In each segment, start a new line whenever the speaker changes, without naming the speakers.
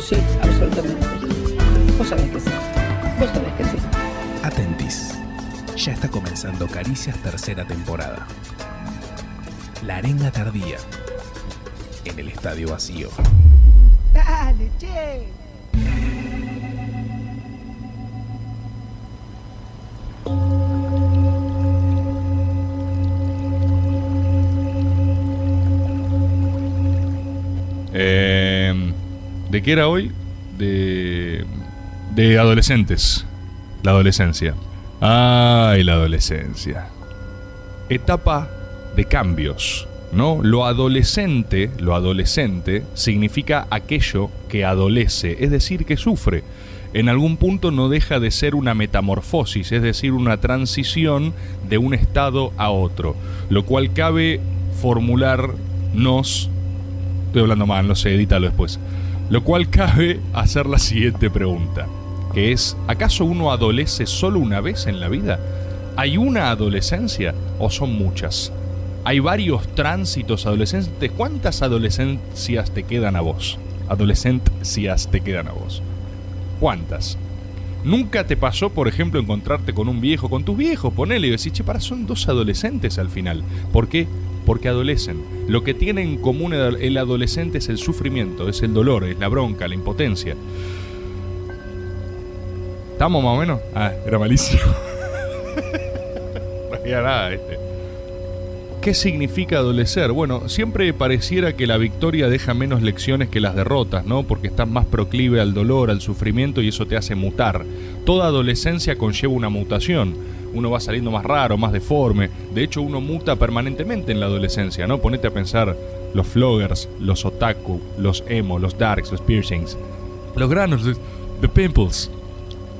Sí, absolutamente. Vos sabés que sí. Vos sabés que sí.
Atentis. Ya está comenzando Caricias tercera temporada. La arenga tardía. En el estadio vacío.
Dale, che.
Eh, ¿De qué era hoy? De, de adolescentes. La adolescencia. Ay, la adolescencia. Etapa de cambios, ¿no? Lo adolescente, lo adolescente significa aquello que adolece, es decir, que sufre. En algún punto no deja de ser una metamorfosis, es decir, una transición de un estado a otro, lo cual cabe formularnos estoy hablando mal, no sé, edítalo después. Lo cual cabe hacer la siguiente pregunta, que es, ¿acaso uno adolece solo una vez en la vida? ¿Hay una adolescencia o son muchas? ¿Hay varios tránsitos adolescentes? ¿Cuántas adolescencias te quedan a vos? Adolescencias te quedan a vos. ¿Cuántas? ¿Nunca te pasó, por ejemplo, encontrarte con un viejo, con tus viejos, ponele y decís, che, para, son dos adolescentes al final? ¿Por qué? Porque adolecen. Lo que tiene en común el el adolescente es el sufrimiento, es el dolor, es la bronca, la impotencia. ¿Estamos más o menos? Ah, era malísimo. no había nada, este. ¿Qué significa adolecer? Bueno, siempre pareciera que la victoria deja menos lecciones que las derrotas, ¿no? Porque estás más proclive al dolor, al sufrimiento y eso te hace mutar. Toda adolescencia conlleva una mutación. Uno va saliendo más raro, más deforme. De hecho, uno muta permanentemente en la adolescencia, ¿no? Ponete a pensar los floggers, los otaku, los emo, los darks, los piercings, los granos, los- the pimples,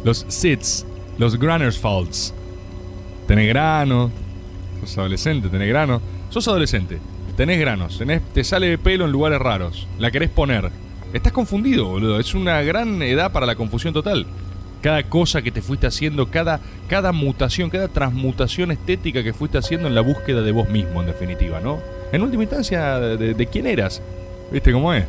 los sits, los granners faults. Tenés grano, sos adolescente, tenés grano. Sos adolescente, tenés granos, tenés, te sale pelo en lugares raros, la querés poner. Estás confundido, boludo. Es una gran edad para la confusión total. Cada cosa que te fuiste haciendo, cada, cada mutación, cada transmutación estética que fuiste haciendo en la búsqueda de vos mismo, en definitiva, ¿no? En última instancia, de- de quién eras. ¿Viste cómo es?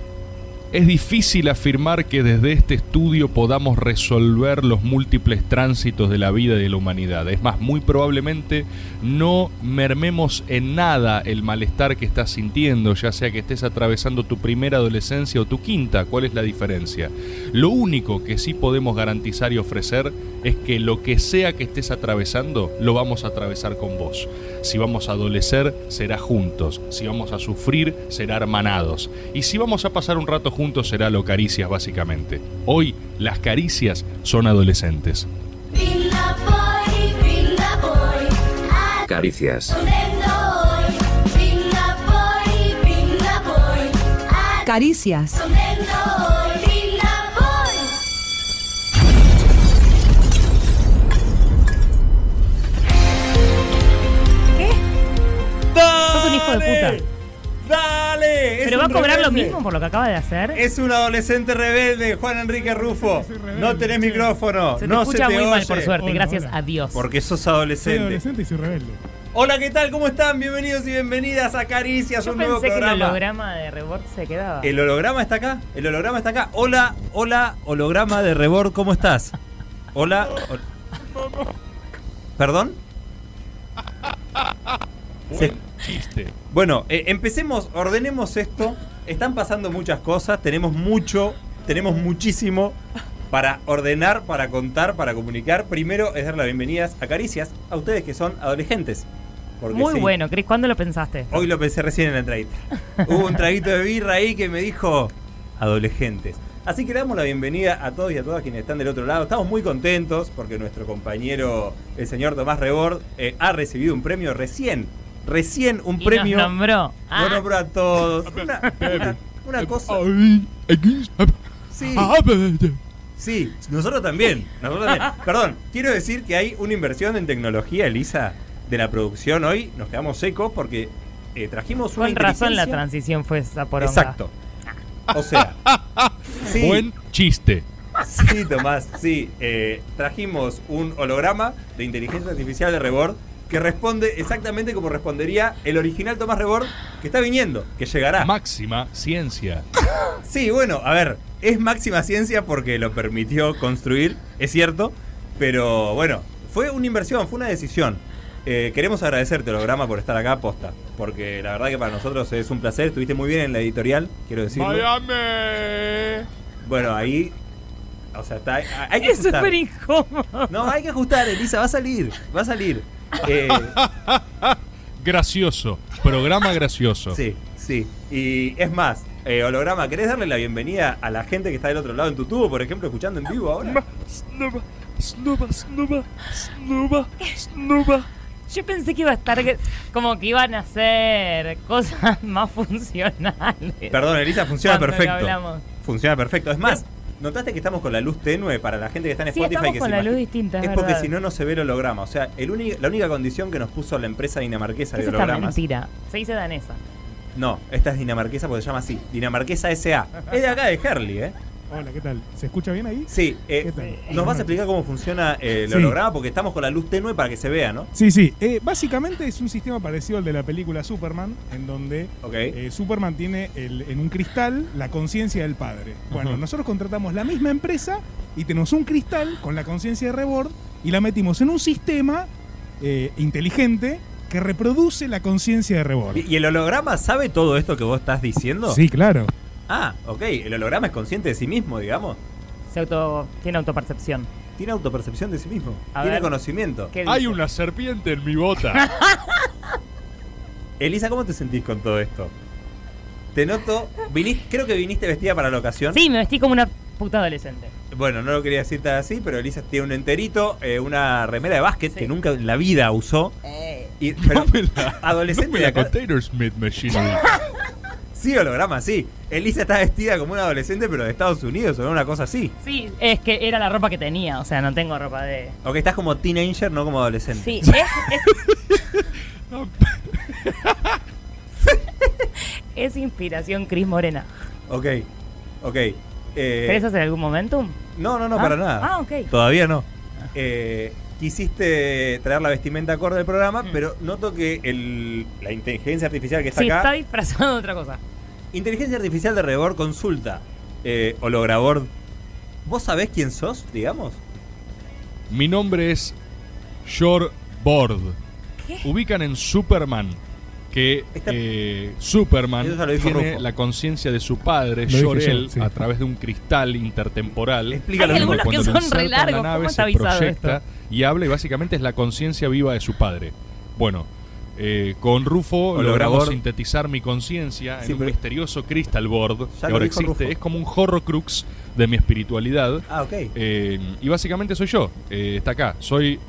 Es difícil afirmar que desde este estudio podamos resolver los múltiples tránsitos de la vida y de la humanidad. Es más, muy probablemente no mermemos en nada el malestar que estás sintiendo, ya sea que estés atravesando tu primera adolescencia o tu quinta, cuál es la diferencia. Lo único que sí podemos garantizar y ofrecer es que lo que sea que estés atravesando, lo vamos a atravesar con vos. Si vamos a adolecer, será juntos. Si vamos a sufrir, será hermanados. Y si vamos a pasar un rato juntos, será lo caricias, básicamente. Hoy, las caricias son adolescentes.
Pila boy, pila boy, ¿a
Caricias.
dónde voy? Pila boy, pila boy, ¿a
Caricias.
dónde voy? Pila boy.
Sos un hijo de puta.
¡Dale! Es
Pero va a
un
cobrar lo
rebelde.
mismo por lo que acaba de hacer.
Es un adolescente rebelde, Juan Enrique Rufo. No tenés micrófono.
se te
no se
escucha
te
muy
oye.
mal, por suerte.
Hola,
gracias
hola.
a Dios.
Porque sos
Soy
adolescente.
adolescente y soy rebelde.
Hola, ¿qué tal? ¿Cómo están? Bienvenidos y bienvenidas a Caricias,
Yo
un nuevo
pensé que el
programa.
holograma de Rebord se quedaba.
Ah. El holograma está acá. El holograma está acá. Hola, hola, holograma de Rebord, ¿cómo estás? Hola. hol- ¿Perdón? Se-
Chiste.
Bueno, eh, empecemos, ordenemos esto. Están pasando muchas cosas, tenemos mucho, tenemos muchísimo para ordenar, para contar, para comunicar. Primero es dar las bienvenidas a Caricias, a ustedes que son adolescentes. Porque
Muy
sí,
bueno, Cris. ¿Cuándo lo pensaste?
Hoy lo pensé recién en la entradita. Hubo un traguito de birra ahí que me dijo adolescentes. Así que le damos la bienvenida a todos y a todas quienes están del otro lado. Estamos muy contentos porque nuestro compañero, el señor Tomás Rebord, eh, ha recibido un premio recién. Recién un
Y
premio.
Nos nombró. Ah,
Lo nombró a todos. Una, una- una cosa. Sí,
Ah,
sí, nosotros también. Nosotros también. Perdón, quiero decir que hay una inversión en tecnología, Elisa, de la producción hoy. Nos quedamos secos porque eh, trajimos una
con razón la
inteligencia-
transición fue esa poronga.
Exacto. O sea, sí,
Buen chiste.
sí, Tomás, sí. eh, trajimos un holograma de inteligencia artificial de Rebord que responde exactamente como respondería el original Tomás Rebord que está viniendo, que llegará.
Máxima ciencia.
Sí, bueno, a ver, es máxima ciencia porque lo permitió construir, es cierto, pero bueno, fue una inversión, fue una decisión. Eh, queremos agradecerte, Holograma, por estar acá, posta, porque la verdad que para nosotros es un placer, estuviste muy bien en la editorial, quiero decirlo.
Miami.
Bueno, ahí. O sea, está, hay que
Es
ajustar.
súper incómodo.
No, hay que ajustar, Elisa, va a salir, va a salir. Eh,
Gracioso. Programa gracioso.
sí, sí. Y es más, eh, Holograma, ¿querés darle la bienvenida a la gente que está del otro lado en tu tubo, por ejemplo, escuchando en vivo ahora?
Snuba, snuba, snuba, snuba, snuba.
Yo pensé que iba a estar que- como que iban a hacer cosas más funcionales.
Perdón, Elisa, funciona
Cuando lo
perfecto.
hablamos.
Funciona perfecto. Es más, ¿notaste que estamos con la luz tenue para la gente que está en
Sí,
Spotify?
estamos
que
con
se
la luz
imagina-
distinta, es,
Es porque
verdad.
si no, no se ve el holograma. O sea, el uni- la única condición que nos puso la empresa dinamarquesa
¿Qué es
de
esta
hologramas.
mentira? Se dice danesa.
No, esta es dinamarquesa porque se llama así. Dinamarquesa SA. Es de acá, de Herley, ¿eh?
Hola, ¿qué tal? ¿Se escucha bien ahí?
Sí, eh,
¿Qué tal?
nos vas a explicar cómo funciona eh, el
Sí.
holograma porque estamos con la luz tenue para que se vea, ¿no?
Sí, sí. Eh, básicamente es un sistema parecido al de la película Superman, en donde
Ok.
eh, Superman tiene el- en un cristal la conciencia del padre. Bueno,
Ujú.
nosotros contratamos la misma empresa y tenemos un cristal con la conciencia de Rebord y la metimos en un sistema eh, inteligente que reproduce la conciencia de Rebord.
¿Y y el holograma sabe todo esto que vos estás diciendo?
Sí, claro.
Ah, ok. El holograma es consciente de sí mismo, digamos.
Se auto, tiene autopercepción.
Tiene autopercepción de sí mismo.
A
Tiene
ver.
conocimiento.
¿Qué
Hay
dice?
una serpiente en mi bota.
Elisa, ¿cómo te sentís con todo esto? Te noto. viniste- creo que viniste vestida para la ocasión.
Sí, me vestí como una puta adolescente.
Bueno, no lo quería decir tan así, pero Elisa tiene un enterito, eh, una remera de básquet
Sí. Eh.
que nunca en la vida usó. Y, pero, adolescente
Dame
de
la
acá-
container Smith Machinery.
Sí, holograma, sí. Elisa está vestida como una adolescente, pero de Estados Unidos o una cosa así.
Sí, es que era la ropa que tenía, o sea, no tengo ropa de...
Ok, estás como teenager, no como adolescente.
Sí, es, es- es inspiración Cris Morena.
Ok, ok. Eh,
¿Querés hacer algún momentum?
No, no, no,
Ah,
para nada.
ah, ok. Ah.
Todavía no. Eh, quisiste traer la vestimenta acorde al programa,
Mm.
pero noto que el- la inteligencia artificial que está
Sí,
acá.
está disfrazado de otra cosa.
Inteligencia artificial de Rebord consulta. Eh, holograbord. ¿Vos sabés quién sos, digamos?
Mi nombre es Short Board. Ubican en Superman que
Está-
eh, Superman
Eso ya lo dijo
tiene
Rufo.
la conciencia de su padre,
Lo dije
Jor-El,
yo, sí.
a través de un cristal intertemporal.
Explícalo.
Hay
Nico.
algunos que
Cuando lo
son
inserta
re
en
largos,
la
¿cómo
nave,
está
se
avisado
proyecta
esto?
y habla y básicamente es la conciencia viva de su padre. Bueno, eh, con Rufo
Holograbor.
logramos sintetizar mi conciencia
Sí,
en un
pero-
misterioso crystal board que
lo
ahora
dijo
existe.
Rufo.
Es como un horrocrux de mi espiritualidad.
Ah, ok.
Eh, y básicamente soy yo. Eh, está acá. Soy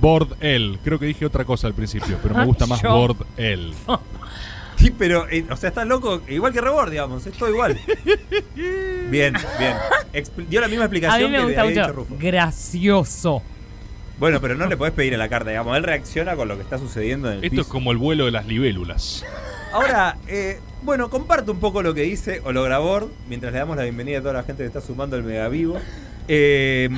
Bord L. Creo que dije otra cosa al principio, pero me gusta más
Yo.
Bord L.
Sí, pero, eh, o sea, estás loco, igual que Rebord, digamos, es todo igual. bien, bien. Expl- dio la misma
A mí
explicación
me
que le
gusta
había dicho
mucho.
Rufo.
Gracioso.
Bueno, pero no le podés pedir a la carta, digamos, él reacciona con lo que está sucediendo en el
Esto es
piso.
como el vuelo de las libélulas.
Ahora, eh, bueno, comparto un poco lo que dice Holograbord, mientras le damos la bienvenida a toda la gente que está sumando el Megavivo. Eh,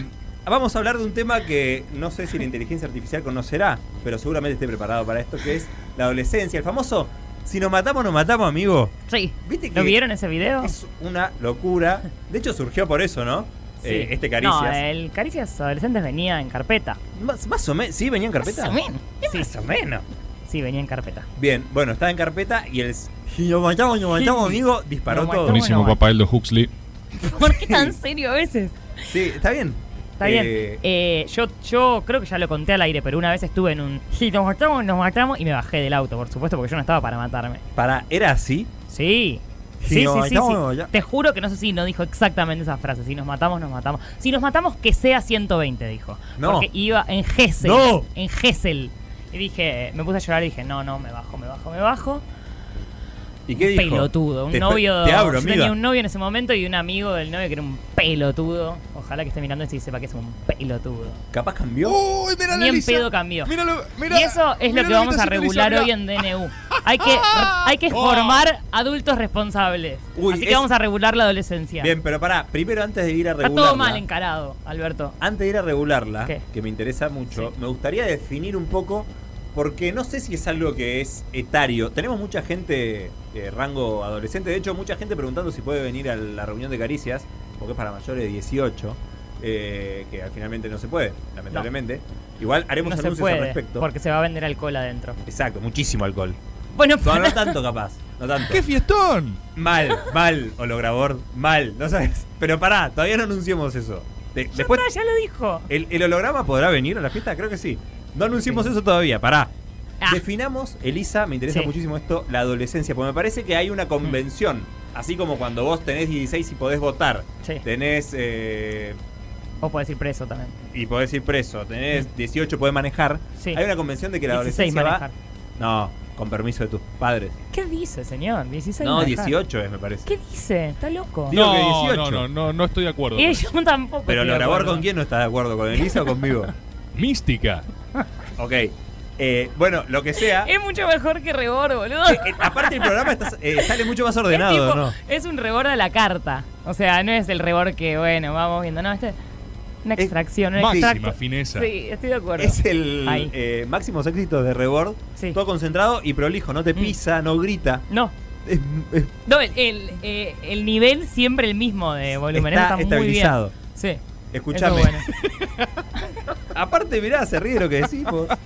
vamos a hablar de un tema que no sé si la inteligencia artificial conocerá, pero seguramente esté preparado para esto, que es la adolescencia, el famoso si nos matamos, nos matamos, amigo.
Sí.
¿Viste que
¿Lo vieron ese video?
es una locura? De hecho, surgió por eso, ¿no?
Sí.
Eh, este Caricias.
No, el Caricias Adolescentes venía en carpeta.
Más, más o menos. ¿Sí venía en carpeta?
Más o menos. Sí,
Más o menos.
sí, venía en carpeta.
Bien, bueno, estaba en carpeta y el. Si nos matamos, nos matamos, amigo, disparó
Nos
todo.
matamos.
Buenísimo,
bueno.
papá Eldo Huxley.
¿Por qué tan serio a veces?
Sí, está bien.
Está
Eh,
bien. Eh, yo, yo creo que ya lo conté al aire, pero una vez estuve en un... "Sí, nos matamos, nos matamos y me bajé del auto, por supuesto, porque yo no estaba para matarme.
Para, ¿era así?
Sí.
Si
Sí, sí,
nos
sí,
matamos,
sí.
nos matamos.
Te juro que no sé si no dijo exactamente esa frase. Si nos matamos, nos matamos. Si nos matamos, que sea 120, dijo.
No.
Porque iba en Gessel.
No.
En Gessel. Y dije, me puse a llorar y dije, no, no, me bajo, me bajo, me bajo.
¿Y qué dijo?
Pelotudo. Un
Te-
novio.
Te abro,
yo
amiga.
tenía un novio en ese momento y un amigo del novio que era un pelotudo. Ojalá que esté mirando esto y sepa que es un pelotudo.
Capaz cambió.
¡Uy, mira
Ni en pedo cambió. y eso es lo que vamos a regular hoy en DNU. Hay que, hay que
Oh.
formar adultos responsables.
Uy,
Así que
es-
vamos a regular la adolescencia.
Bien, pero pará, primero antes de ir a
Está
regularla.
todo mal encarado, Alberto.
Antes de ir a regularla,
¿Qué?
que me interesa mucho, me gustaría definir un poco, porque no sé si es algo que es etario. Tenemos mucha gente eh, rango adolescente, de hecho, mucha gente preguntando si puede venir a la reunión de caricias. porque es para mayores de 18, eh, que finalmente no se puede, lamentablemente. Igual haremos
No se
anuncios al
puede,
respecto.
porque se va a vender alcohol adentro.
Exacto, muchísimo alcohol.
Bueno,
No, no
para-
tanto capaz, no tanto.
¡Qué fiestón!
Mal, mal, holograbor, mal, no sabes. Pero pará, todavía no anunciamos eso. De-
Ya
después,
está, ya lo dijo.
el, el holograma podrá venir a la fiesta? Creo que sí. No anunciamos eso todavía, pará.
Ah.
Definamos, Elisa, me interesa
Sí. Mm.
muchísimo esto, la adolescencia, porque me parece que hay una convención. Así como cuando vos tenés 16 y podés votar,
Sí.
tenés. eh,
O puede decir preso también.
y podés ir preso, tenés 18, podés manejar.
Sí.
Hay una convención de que la
16
adolescencia.
manejar.
Va, no, con permiso de tus padres.
¿Qué dice, señor? 16
No,
manejar.
18 es, me parece.
¿Qué dice? Está loco.
Digo
no,
que 18.
no, no, no, no estoy de acuerdo.
Y
con
yo tampoco.
pues. Pero
estoy de
holograbor,
acuerdo.
¿con quién no está de acuerdo? ¿Con Elisa o conmigo?
eso. Mística.
Ok. Eh, bueno, lo que sea.
Es mucho mejor que Rebor, boludo.
Che, eh, aparte el programa está- eh, sale mucho más
es,
ordenado,
tipo-
¿no?
es un rebord a la carta. O sea, no es el rebord que, bueno, vamos viendo. No, este. Una
Es
extracción, un
máxima
extracto.
fineza.
Sí, estoy de acuerdo.
Es el
Ahí.
eh, máximos éxitos de Rebord.
Sí.
Todo concentrado y prolijo. No te
Mm.
pisa, no grita.
No,
Es- es-
no, el, el, eh, el nivel siempre el mismo de volumen.
está,
Eso está
estabilizado.
Muy bien. Sí.
Escuchame.
eso es
Aparte, mirá, se ríe de lo que decimos.
bueno.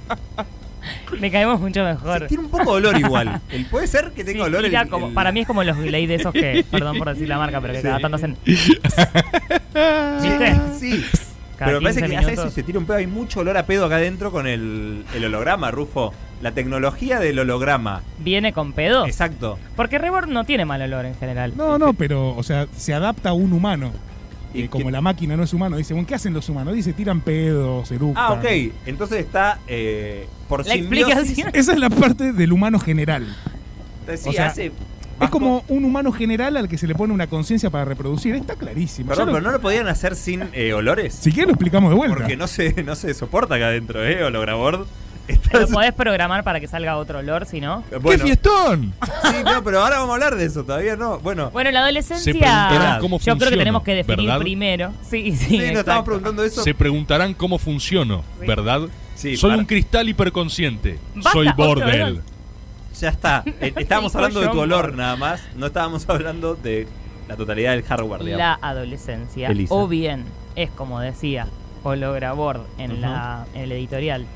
Me caemos mucho mejor.
tiene un poco de olor igual. El- puede ser que tenga
Sí,
olor. el-
tira como-
el-
Para mí es como los Glade de esos que, perdón por decir la marca, pero que
Sí.
cada tanto hacen.
Sí,
¿Viste?
Eh,
Sí.
Cada
Pero me parece
15
que hace eso
minutos.
y se tira un pedo. Hay mucho olor a pedo acá adentro con el, el holograma, Rufo. La tecnología del holograma.
Viene con pedo.
Exacto.
Porque Rebord no tiene mal olor en general.
No, no, pero, o sea, se adapta a un humano.
Y
Eh, como
que-
la máquina no es humano, dice, bueno, ¿qué hacen los humanos? Dice, tiran pedos, eructan.
Ah, ok. Entonces está eh, por
La
simbiosis.
explicación.
Esa es la parte del humano general.
Sí,
O sea,
hace
Es
bajo-
como un humano general al que se le pone una conciencia para reproducir. Está clarísimo.
Perdón,
Ya lo-
pero no lo podían hacer sin eh, olores.
Si quieres lo explicamos de vuelta.
Porque no se, no se soporta acá adentro, ¿eh? Holograbord. Estás-
Lo podés programar para que salga otro olor, si no.
Bueno,
¡Qué fiestón!
sí, no, pero ahora vamos a hablar de eso, todavía no. Bueno,
Bueno, la
Se
adolescencia.
preguntarán
Yo
cómo
creo que
funciona,
tenemos que definir
¿verdad?
primero. Sí, sí.
sí, nos
exacto.
estamos preguntando eso.
Se preguntarán cómo funciono,
Sí.
¿verdad?
Sí,
Soy
para-
un cristal hiperconsciente.
Basta,
Soy
otra
bordel.
vez.
Ya está. Eh, Estábamos
Dijo
hablando de tu
John
olor
Gordon.
nada más. No estábamos hablando de la totalidad del hardware, digamos.
La adolescencia.
Elisa.
O bien, es como decía Holograbord en,
Ujú.
la, en el editorial.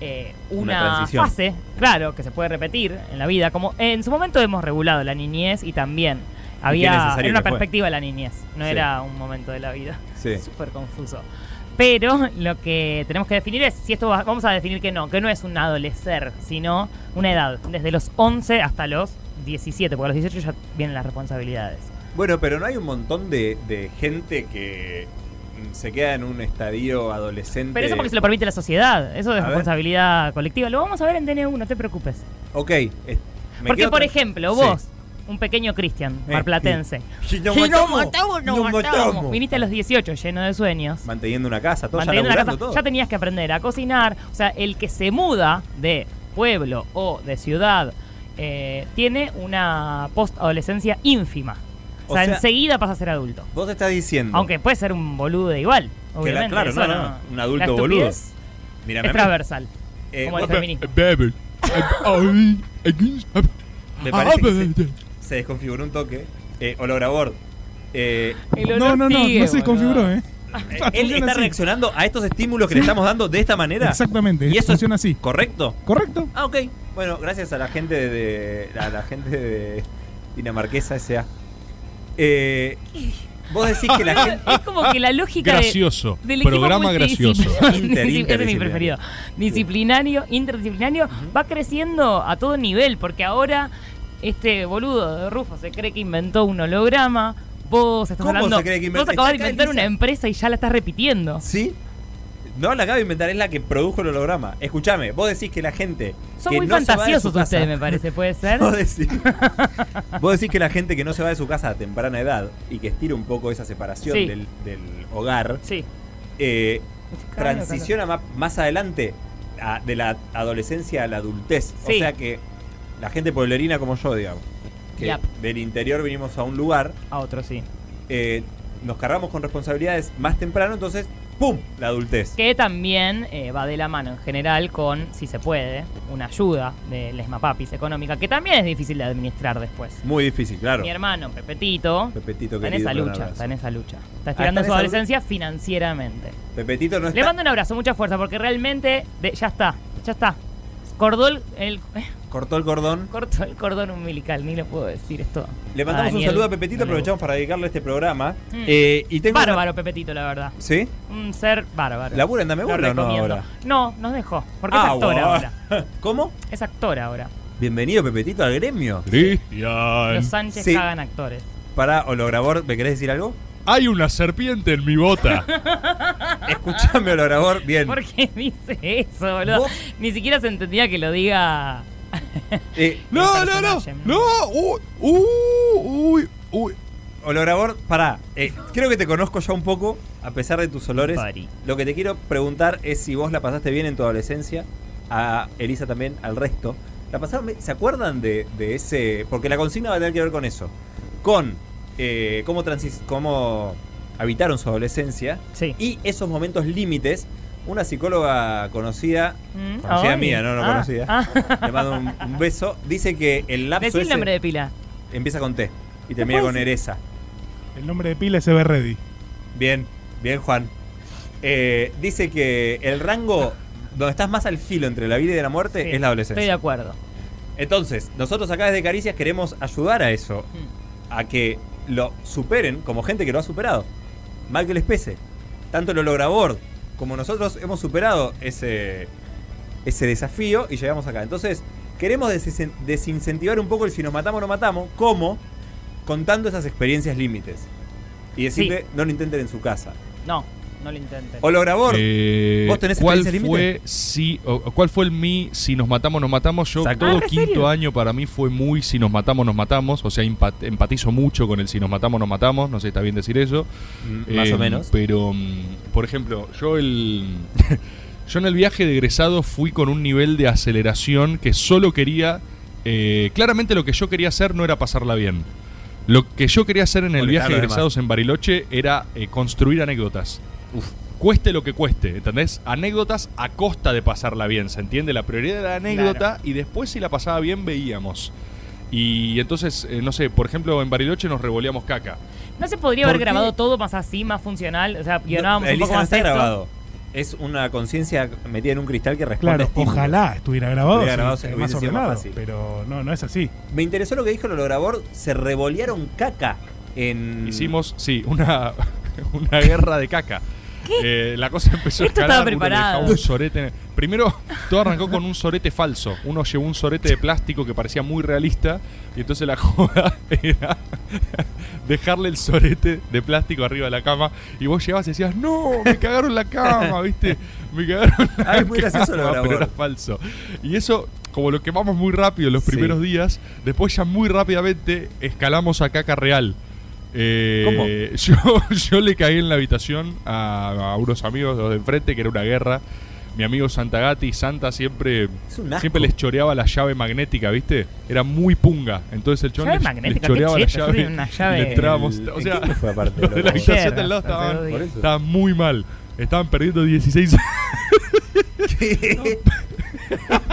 eh,
Una
una
transición.
fase, claro, que se puede repetir en la vida. Como en su momento hemos regulado la niñez y también había
necesario
era una
que fue.
perspectiva de la niñez, no
Sí.
era un momento de la vida.
Sí.
Súper confuso. Pero lo que tenemos que definir es si esto va- vamos a definir que no, que no es un adolecer, sino una edad, desde los 11 hasta los 17, porque a los 18 ya vienen las responsabilidades.
Bueno, pero no hay un montón de, de gente que mm, se queda en un estadio adolescente.
Pero eso porque se lo permite la sociedad, eso
A
es
ver.
responsabilidad colectiva. Lo vamos a ver en DNU, no te preocupes.
Ok. eh, me
porque,
quedo
por
tra-
ejemplo,
Sí.
vos, un pequeño Cristian,
Eh,
marplatense,
Si nos
Si nos
matamos,
matamos, nos
nos
matamos.
matamos.
viniste a los 18 lleno de sueños.
Manteniendo una casa, todo
manteniendo
ya
la
laburando
casa,
todo.
ya tenías que aprender a cocinar. O sea, el que se muda de pueblo o de ciudad eh, tiene una post-adolescencia ínfima. O,
O
sea,
sea-
enseguida pasa a ser adulto.
Vos estás diciendo.
Aunque puede ser un boludo de igual, obviamente.
claro,
eso
no, no, un adulto
la estupidez
Mira,
Es transversal.
eh,
como el
vos-
feminismo.
Bebe.
Eh,
Ay, ay, ay.
me
Ah,
parece que
bebe.
se, se desconfiguró un toque. Eh, holograbor. Eh,
El
no,
olor
no, no,
sigue,
no se
boludo.
configuró, ¿eh?
él
Funciona
está
así.
reaccionando a estos estímulos que le estamos dando de esta manera.
Exactamente,
Y eso es
funciona así.
¿Correcto?
¿Correcto?
Ah, ok. Bueno, gracias a la gente de. a la gente de Dinamarquesa S.A. Eh, vos decís que la gente.
Es como que la lógica de-
Gracioso.
del equipo
Programa
multidisciplinario.
gracioso.
Inter-
Ese es mi
interdisciplinario.
preferido. Disciplinario, interdisciplinario, va creciendo a todo nivel, porque ahora este boludo de Rufo se cree que inventó un holograma. Vos estás
¿Cómo
hablando.
se cree que inventó?
Vos acabás de
Está acá
inventar una
Elisa.
empresa y ya la estás repitiendo.
¿Sí? No la acabo de inventar, es la que produjo el holograma. Escuchame, vos decís que la gente.
Son
que
muy
no se va de su
fantasiosos
casa-
ustedes, me parece, puede ser.
Vos decís, vos decís que la gente que no se va de su casa a temprana edad y que estira un poco esa separación
Sí.
del, del hogar,
Sí.
eh,
Claro,
transiciona ma- Más, adelante a- de la adolescencia a la adultez.
Sí.
O sea que la gente pueblerina como yo, digamos, que
Yap.
del interior vinimos a un lugar,
claro. A otro sí.
eh, nos cargamos con responsabilidades más temprano, entonces ¡pum! La adultez.
Que también eh, va de la mano en general con, si se puede, una ayuda de Lesma Papis económica, que también es difícil de administrar después.
Muy difícil, claro.
Mi hermano, Pepetito,
Pepetito
está en
querido,
esa
un
lucha,
abrazo.
está en esa lucha. Está
está
estirando
en
su
esa
adolescencia financieramente.
Pepetito no está.
Le mando un abrazo, mucha fuerza, porque realmente de- ya está, ya está. Cordó el, el-
Cortó el cordón.
cortó el cordón umbilical, ni lo puedo decir esto. Ah,
Le mandamos un
Daniel,
saludo a Pepetito,
no le gusta.
aprovechamos para dedicarle este programa.
Mm.
Eh, y tengo una-
Bárbaro, Pepetito, la verdad.
¿Sí?
Un ser bárbaro.
¿Labura en Dame
Lo
Bola o no
recomiendo.
ahora?
No, nos dejó, porque es
Ah,
actor
bueno.
ahora.
¿Cómo?
Es actor ahora.
Bienvenido, Pepetito, al gremio.
Cristian.
Los Sánchez
Sí.
cagan actores.
Para Holograbor, ¿me querés decir algo?
Hay una serpiente en mi bota.
Escuchame, Holograbor, bien.
¿Por qué dice eso, boludo?
¿Vos?
Ni siquiera se entendía que lo diga.
Eh,
No,
El
no, no.
personaje,
No. Uy, uy, uy, uy.
Holograbor, pará. Eh, creo que te conozco ya un poco, a pesar de tus olores.
Pari.
Lo que te quiero preguntar es si vos la pasaste bien en tu adolescencia, a Elisa también, al resto. ¿La pasaron bien? ¿Se acuerdan de, de ese...? Porque la consigna va a tener que ver con eso. Con eh, cómo, transis- cómo habitaron su adolescencia
Sí.
y esos momentos límites. Una psicóloga conocida,
Mm,
conocida
ay.
mía, no, no
Ah,
conocida.
ah.
le mando un, un beso, dice que el lapso
Decí el
ese
nombre de pila.
empieza con T y termina con Ereza.
El nombre de pila es Ever Ready.
Bien, bien, Juan. Eh, dice que el rango donde estás más al filo entre la vida y la muerte
Sí,
es la
Estoy de
adolescencia.
acuerdo.
Entonces, nosotros acá desde Caricias queremos ayudar a eso,
Mm.
a que lo superen como gente que lo ha superado. Mal que les pese. Tanto el holograbord como nosotros hemos superado ese, ese desafío y llegamos acá. Entonces, queremos desin- desincentivar un poco el si nos matamos o no matamos, ¿cómo? Contando esas experiencias límites. Y decirle, no lo intenten en su casa.
No, no lo intenten.
Holograbor.
Eh,
¿Vos tenés
¿cuál
experiencia
fue si, o- o ¿Cuál fue el mi si nos matamos, nos matamos? Yo
Sacó.
todo
Ah, ¿en
quinto
serio?
año para mí fue muy si nos matamos, nos matamos. O sea, empat- empatizo mucho con el si nos matamos, nos matamos. No sé si está bien decir eso.
Mm, más
Eh,
o menos.
Pero, mm, por ejemplo, yo el. Yo en el viaje de egresado fui con un nivel de aceleración que solo quería. eh, claramente lo que yo quería hacer no era pasarla bien. Lo que yo quería hacer en el
Molestar
viaje de
a los
egresados en Bariloche era eh, construir anécdotas. Cueste lo que cueste, ¿entendés? Anécdotas a costa de pasarla bien, ¿se entiende? La prioridad era la anécdota y después si la pasaba bien veíamos. Y entonces, eh, no sé, por ejemplo, en Bariloche nos revoleamos caca.
No se podría haber
¿Por qué?
grabado todo más así, más funcional. O sea, guionábamos
No,
un
Elisa
poco
no
más
está
esto.
grabado. Es una conciencia metida en un cristal que responde. a
Claro,
estímulos.
ojalá estuviera grabado,
Estuviera grabado,
sí,
se-
más
hubiese sido más
ordenado,
fácil.
pero no, no es así.
Me interesó lo que dijo el holograbor. Se revolearon caca en.
Hicimos, sí, una, una guerra de caca. Eh, la cosa empezó a
Esto
escalar.
estaba
uno le
preparado.
dejaba un sorete en el- Primero, todo arrancó con un sorete falso. Uno llevó un sorete de plástico que parecía muy realista. Y entonces la joda era dejarle el sorete de plástico arriba de la cama. Y vos llegabas y decías, no, me cagaron la cama, ¿viste? Me cagaron la
Ah, es muy gracioso
cama",
lo grabó.
pero era falso. Y eso, como lo quemamos muy rápido los
Sí.
primeros días, después ya muy rápidamente escalamos a caca real. Eh, Yo, yo le caí en la habitación a, a unos amigos, los de enfrente, que era una guerra. Mi amigo Santa Gatti, Santa siempre,
Es un asco.
siempre les choreaba la llave magnética, ¿viste? Era muy punga. Entonces el chon
Llave
les,
magnética,
les choreaba
qué
la
cheto, yo
llave.
tenía una llave-
y le entrábamos.
El-
O
¿en
sea,
qué año fue aparte,
los de la
loco?
habitación del
Ayer,
lado
hace dos
estaban,
días.
Por eso.
estaban muy mal. Estaban perdiendo 16 años.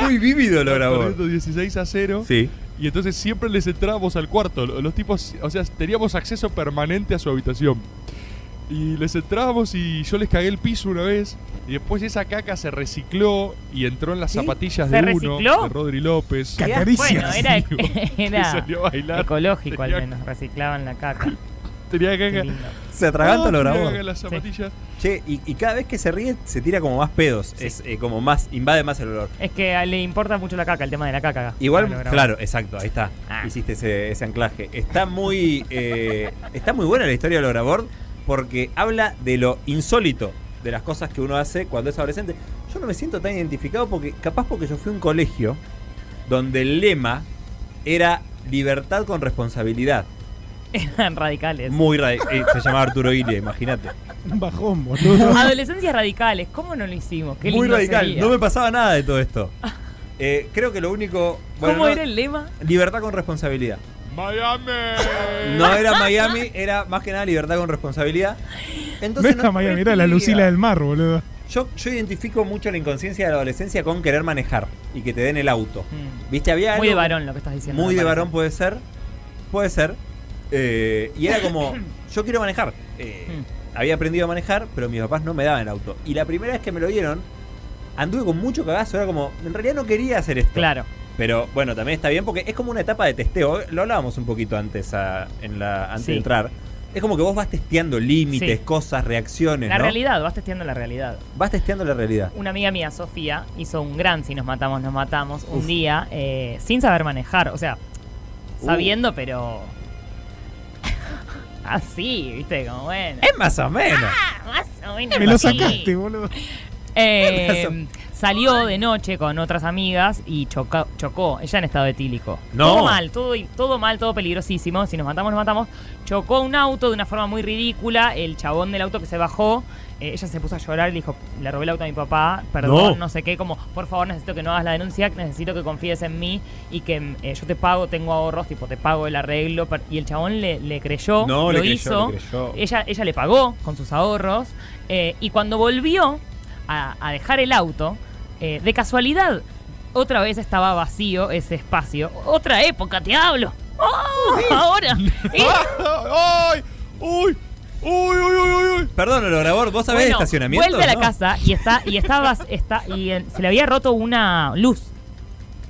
Muy vívido el holograbor.
perdiendo 16 a 0.
Sí.
Y entonces siempre les entrábamos al cuarto. Lo- Los tipos, o sea, teníamos acceso permanente a su habitación. Y les entrábamos y yo les cagué el piso una vez. Y después esa caca se recicló y entró en las
¿Qué?
zapatillas
¿Se
de
recicló?
uno, de Rodri López.
Caca.
ah, Bueno,
Caricias.
era,
Digo, que
era
salió a bailar.
ecológico al
Tenía-
menos. Reciclaban la caca.
Tenía
Qué
caca.
lindo.
Se atraganta el
Ah, tenía
holograbor.
caca en las zapatillas.
Che, y, y cada vez que se ríe, se tira como más pedos. Es eh, como más. Invade más el olor.
Es que a- le importa mucho la caca, el tema de la caca.
Igual,
Lo grabó.
claro, exacto, ahí está.
Ah.
Hiciste ese, ese anclaje. Está muy, eh, está muy buena la historia del Orabord porque habla de lo insólito de las cosas que uno hace cuando es adolescente. Yo no me siento tan identificado porque, capaz porque yo fui a un colegio donde el lema era libertad con responsabilidad.
Eran radicales.
Muy ra- eh, se llamaba Arturo Ilia, imagínate.
Un bajón, boludo.
Adolescencias radicales, ¿cómo no lo hicimos? Qué
Muy
lindo
radical,
sería.
no me pasaba nada de todo esto. Eh, creo que lo único. bueno,
¿Cómo
no,
era el lema?
Libertad con responsabilidad.
Miami.
Mm.
No era Miami, era más que nada libertad con responsabilidad. Entonces
no era Miami, era la
respira.
Lucila del Mar, boludo.
Yo, yo identifico mucho la inconsciencia de la adolescencia con querer manejar y que te den el auto. ¿Viste? Había
Mm. Muy de
algo-
varón lo que estás diciendo.
Muy
me
de
parece.
varón puede ser. Puede ser. Eh, y era como, yo quiero manejar. Eh,
Hmm.
había aprendido a manejar, pero mis papás no me daban el auto. Y la primera vez que me lo dieron, anduve con mucho cagazo. Era como, en realidad no quería hacer esto.
Claro.
Pero bueno, también está bien porque es como una etapa de testeo. Lo hablábamos un poquito antes, a- en la, antes
Sí.
de entrar. Es como que vos vas testeando límites,
Sí.
cosas, reacciones.
La
¿no?
realidad, vas testeando la realidad.
Vas testeando la realidad.
Una amiga mía, Sofía, hizo un gran Si nos matamos, nos matamos un día eh, sin saber manejar. O sea, sabiendo,
Uh.
pero. Así, ¿viste? Como bueno.
Es más o menos.
Ah, Más o menos
Me lo
así.
sacaste, boludo.
Eh,
Me
salió de noche con otras amigas y choca- chocó. Ella en estado etílico.
No.
Todo mal, todo, todo mal, todo peligrosísimo. Si nos matamos, nos matamos. Chocó un auto de una forma muy ridícula. El chabón del auto que se bajó. eh, ella se puso a llorar y le dijo, le robé el auto a mi papá, perdón, no.
No.
sé qué, como, por favor, necesito que no hagas la denuncia, necesito que confíes en mí y que eh, yo te pago, tengo ahorros, tipo, te pago el arreglo. per- Y el chabón le, le creyó,
No,
lo
le creyó,
hizo.
le creyó.
Ella, ella le pagó con sus ahorros. eh, y cuando volvió a, a dejar el auto, eh, de casualidad, otra vez estaba vacío ese espacio. Otra época, te hablo. ¡Oh! Ahora. ¿Eh?
Ah, ¡Ay! ¡Uy! ¡Uy, uy, uy, uy!
Perdón, Olorabor, ¿vos sabés de
Bueno,
estacionamiento?
Vuelve a la
no?
casa y está, y estaba, está, y eh, se le había roto una luz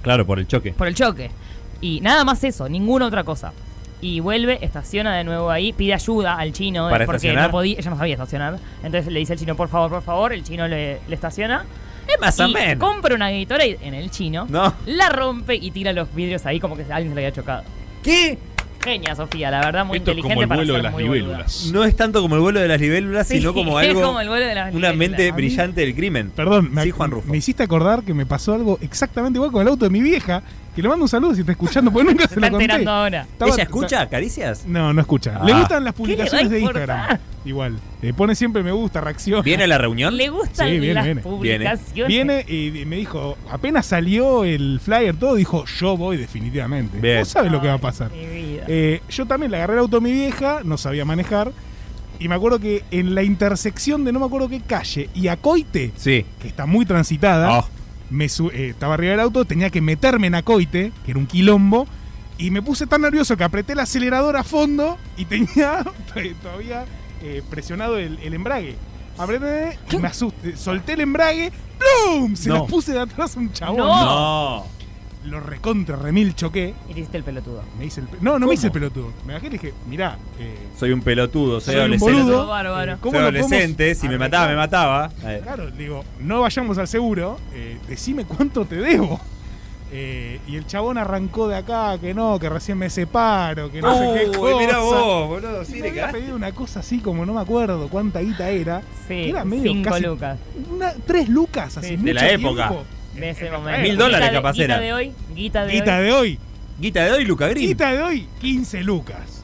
Claro, por el choque.
por el choque. Y nada más eso, ninguna otra cosa. Y vuelve, estaciona de nuevo ahí, pide ayuda al chino de-
¿Para
porque
estacionar?
no podía, ella no sabía estacionar. Entonces le dice al chino, por favor, por favor, el chino le, le estaciona.
Es más o
y
menos.
compra una Gatorade en el chino,
No.
la rompe y tira los vidrios ahí como que alguien se le había chocado.
¿Qué?
Genia, Sofía, la verdad, muy
Esto es
inteligente
como el
para
vuelo de
ser
las
muy boluda.
libélulas.
No es tanto como el vuelo de las libélulas,
Sí,
sino como
es
algo.
como el vuelo de las
una
libélulas.
mente
A mí-
brillante del crimen.
Perdón, me,
Sí, Juan Rufo.
me hiciste acordar que me pasó algo exactamente igual con el auto de mi vieja. Que le mando un saludo si está escuchando, porque nunca se,
Se está
lo conté.
enterando ahora.
Estaba-
¿Ella escucha caricias?
No, no escucha.
Ah.
Le gustan las
le va a
publicaciones de
importar?
Instagram. Igual. Le pone siempre me gusta, reacción.
¿Viene a la reunión?
Le gustan
Sí, viene,
las
viene.
publicaciones.
Viene y me dijo, apenas salió el flyer, todo, dijo, yo voy definitivamente.
Bien.
Vos sabés lo que va a pasar.
Mi vida.
Eh, yo también le agarré el auto a mi vieja, no sabía manejar. Y me acuerdo que en la intersección de no me acuerdo qué calle y Acoite,
Sí.
que está muy transitada,
Oh.
me su- eh, estaba arriba del auto, tenía que meterme en Acoite, que era un quilombo, y me puse tan nervioso que apreté el acelerador a fondo y tenía t- todavía eh, presionado el, el embrague. Apreté y me asusté, solté el embrague, ¡plum! Se
No.
las puse de atrás a un chabón.
No.
No.
Lo recontra, remil, choqué.
Y te hiciste el pelotudo.
Me hice el pe- no, no
¿Cómo?
me hice el pelotudo. Me bajé y le dije, mirá, eh,
Soy un pelotudo, soy,
soy un
adolescente.
boludo.
Bárbaro.
eh,
Soy
¿cómo lo podemos
adolescente, si me mataba, me
arreglar?"
mataba. Eh,
Claro, le digo, no vayamos al seguro, eh, decime cuánto te debo. Eh, y el chabón arrancó de acá, que no, que recién me separo, que no sé qué
Uy,
cosa.
mira vos, boludo. Sí,
Y
le
me había
cagaste.
pedido una cosa así como no me acuerdo cuánta guita era.
Sí,
Era medio
cinco
casi-
lucas.
Una, tres lucas así. Eh,
Sí, sí.
De la época.
De ese momento.
Mil dólares
Guita de-
capaz era.
Guita de hoy. Guita de
Guita
hoy.
de hoy.
Guita de hoy, Luca Green.
Guita de hoy, 15 lucas.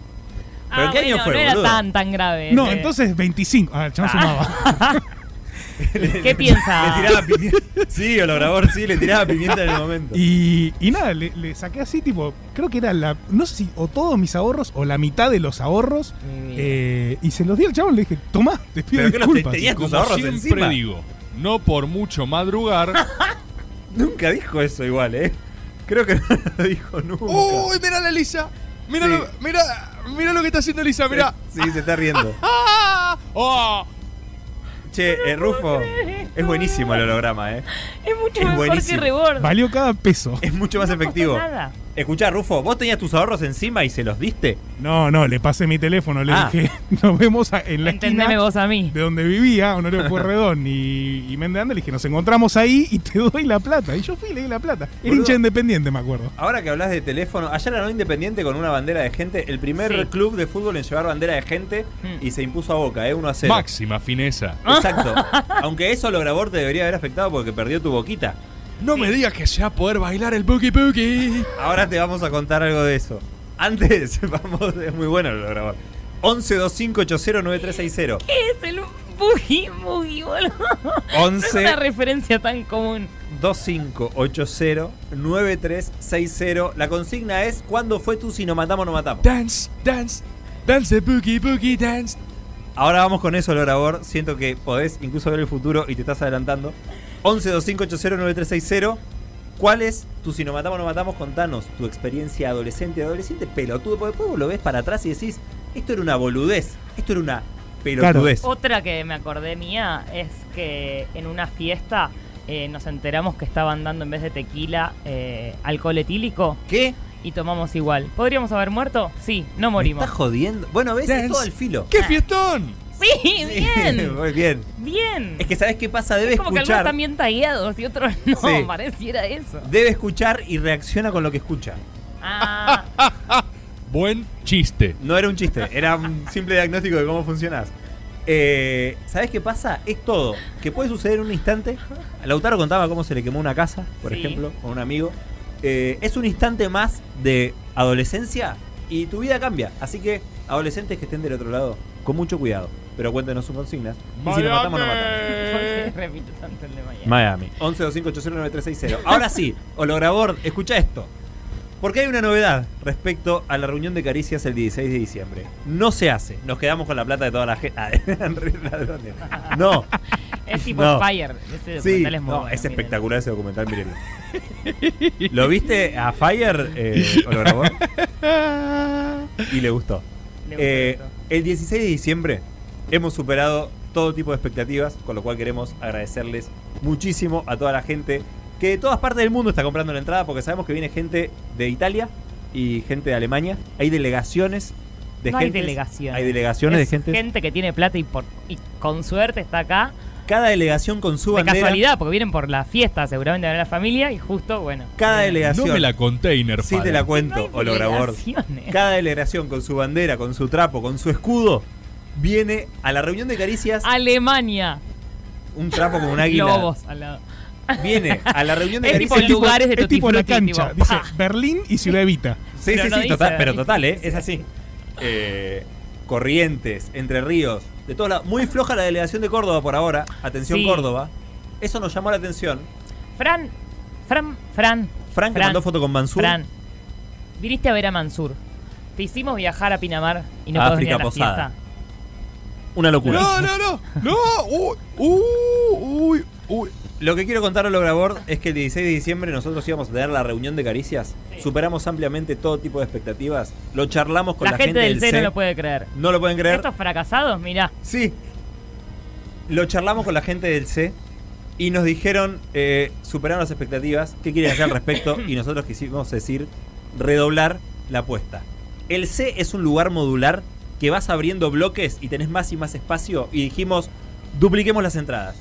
¿Pero qué año fue,
Ah, No
boludo?
era tan, tan grave. eh.
No,
ese.
entonces 25. A ver, chabón
Ah.
sumaba.
¿Qué piensa?
Le tiraba pimienta. Sí, Olorabor, sí, le tiraba pimienta en el momento.
Y, y nada, le, le saqué así, tipo, creo que era la. No sé si o todos mis ahorros o la mitad de los ahorros.
Mi vida.
Eh, y se los di al chabón, le dije, tomá, te pido
Mm. ¿Pero qué los
disculpas.
tenías?
Como
Tus ahorros
siempre
encima.
digo, no por mucho madrugar.
Nunca dijo eso igual, ¿eh? Creo que no lo dijo nunca.
¡Uy, mirá la Lisa! Mirá,
Sí.
lo, mirá, mirá lo que está haciendo Lisa, mirá.
Sí, se está riendo.
¡Ah! ¡Oh!
Che, eh, Rufo,
creer
es
esto,
buenísimo el
boludo.
holograma, ¿eh?
Es mucho
es
mejor
buenísimo.
que Rebord.
Valió cada peso.
Es mucho más
No costó
efectivo.
nada.
Escuchá, Rufo, vos tenías tus ahorros encima y se los diste.
No, no, le pasé mi teléfono, le
Ah.
dije, nos vemos a- en la
Entendeme
esquina
vos a mí.
de donde vivía, Honorio Puerredón y, y Méndez Anda, le dije, nos encontramos ahí y te doy la plata. Y yo fui y le di la plata. Era
Boludo.
hincha independiente, me acuerdo.
Ahora que hablas de teléfono, ayer ganó Independiente con una bandera de gente, el primer
Sí.
club de fútbol en llevar bandera de gente
Mm.
y se impuso a Boca, ¿eh? 1 a 0.
Máxima fineza.
Exacto. Aunque eso holograbor te debería haber afectado porque perdió tu boquita.
No me digas que se va a poder bailar el boogie boogie.
Ahora te vamos a contar algo de eso. Antes, vamos, es muy bueno el holograbor. 1125809360.
¿Qué es el bugi bugi, boludo? No es
11
una referencia tan común.
2580-9360. La consigna es: ¿Cuándo fue tú si nos matamos, no matamos?
Dance, dance, dance the boogie boogie dance.
Ahora vamos con eso, Lorabor. Siento que podés incluso ver el futuro y te estás adelantando. 1125809360. ¿Cuál es tu si nos matamos no matamos? Contanos tu experiencia adolescente, adolescente pelotudo, porque después vos lo ves para atrás y decís, esto era una boludez, esto era una pelotudez.
Otra que me acordé mía es que en una fiesta eh, nos enteramos que estaban dando en vez de tequila eh, alcohol etílico.
¿Qué?
Y tomamos igual. ¿Podríamos haber muerto? Sí, no morimos.
Estás jodiendo. Bueno, ves, es
Dance.
todo al filo.
¡Qué
fiestón!
Sí, bien.
Muy bien.
Bien.
Es que sabes qué pasa, debe
Es como que algunos
escuchar.
están bien tagueados y otros no,
Sí.
pareciera eso.
Debe escuchar y reacciona con lo que escucha.
Ah,
Buen chiste.
No era un chiste, era un simple diagnóstico de cómo funcionás. Eh, ¿Sabes qué pasa? Es todo. Que puede suceder en un instante. Lautaro contaba cómo se le quemó una casa, por
Sí.
ejemplo, con un amigo. Eh, es un instante más de adolescencia y tu vida cambia. Así que, adolescentes que estén del otro lado, con mucho cuidado. Pero cuéntenos sus consignas. Y si nos matamos, nos matamos.
¿por qué repito tanto el de Miami?
Miami. 1125809360. Ahora sí, Holograbord, escucha esto. Porque hay una novedad respecto a la reunión de caricias el 16 de diciembre. No se hace. Nos quedamos con la plata de toda la gente. Ah, ladrones. no.
Es tipo
No.
Fire. Ese
Sí,
Este documental es muy
no,
bueno,
es
miren.
espectacular ese documental, mírenlo. ¿Lo viste a Fire, eh, Holograbord? Y le gustó.
Le gustó
Eh,
esto.
el 16 de diciembre hemos superado todo tipo de expectativas, con lo cual queremos agradecerles muchísimo a toda la gente que de todas partes del mundo está comprando la entrada, porque sabemos que viene gente de Italia y gente de Alemania. Hay delegaciones de
No hay
gente.
delegaciones.
Hay delegaciones
Es
de gente.
Gente que tiene plata y, por, y con suerte está acá.
Cada delegación con su
De
bandera.
casualidad, porque vienen por la fiesta, seguramente a ver a la familia y justo, bueno.
Cada
vienen.
No
delegación.
me la container,
sí te la cuento,
No hay
holograbor.
delegaciones.
Cada delegación con su bandera, con su trapo, con su escudo, viene a la reunión de caricias.
Alemania.
Un trapo con un águila.
Globos al lado.
Viene a la reunión de
Es
caricias.
tipo lugares de
es
Tutti
tipo la
Frutti,
cancha.
tipo,
dice
pa.
Berlín y Ciudad Evita.
Sí,
Pero
sí,
no
sí,
dice.
total, pero total, ¿eh? Es así. Eh, Corrientes, Entre Ríos, de todos lados. Muy floja la delegación de Córdoba por ahora. Atención,
Sí.
Córdoba. Eso nos llamó la atención.
Fran, Fran, Fran.
Frank que
Fran,
mandó foto con Mansur.
Fran. Viniste a ver a Mansur. Te hicimos viajar a Pinamar y no
A
podés venir a
África
la
Posada.
fiesta.
Una locura.
No, no, no. No. Uy, uy, uy, uy.
Lo que quiero contar a Lograbord es que el 16 de diciembre nosotros íbamos a tener la reunión de caricias. Superamos ampliamente todo tipo de expectativas. Lo charlamos con
La,
la,
gente, del C
C.
no lo puede creer.
No lo pueden creer.
Estos fracasados, mirá.
Sí. Lo charlamos con la gente del C y nos dijeron, eh, superaron las expectativas, qué quieren hacer al respecto y nosotros quisimos decir, redoblar la apuesta. El C es un lugar modular que vas abriendo bloques y tenés más y más espacio y dijimos, dupliquemos las entradas.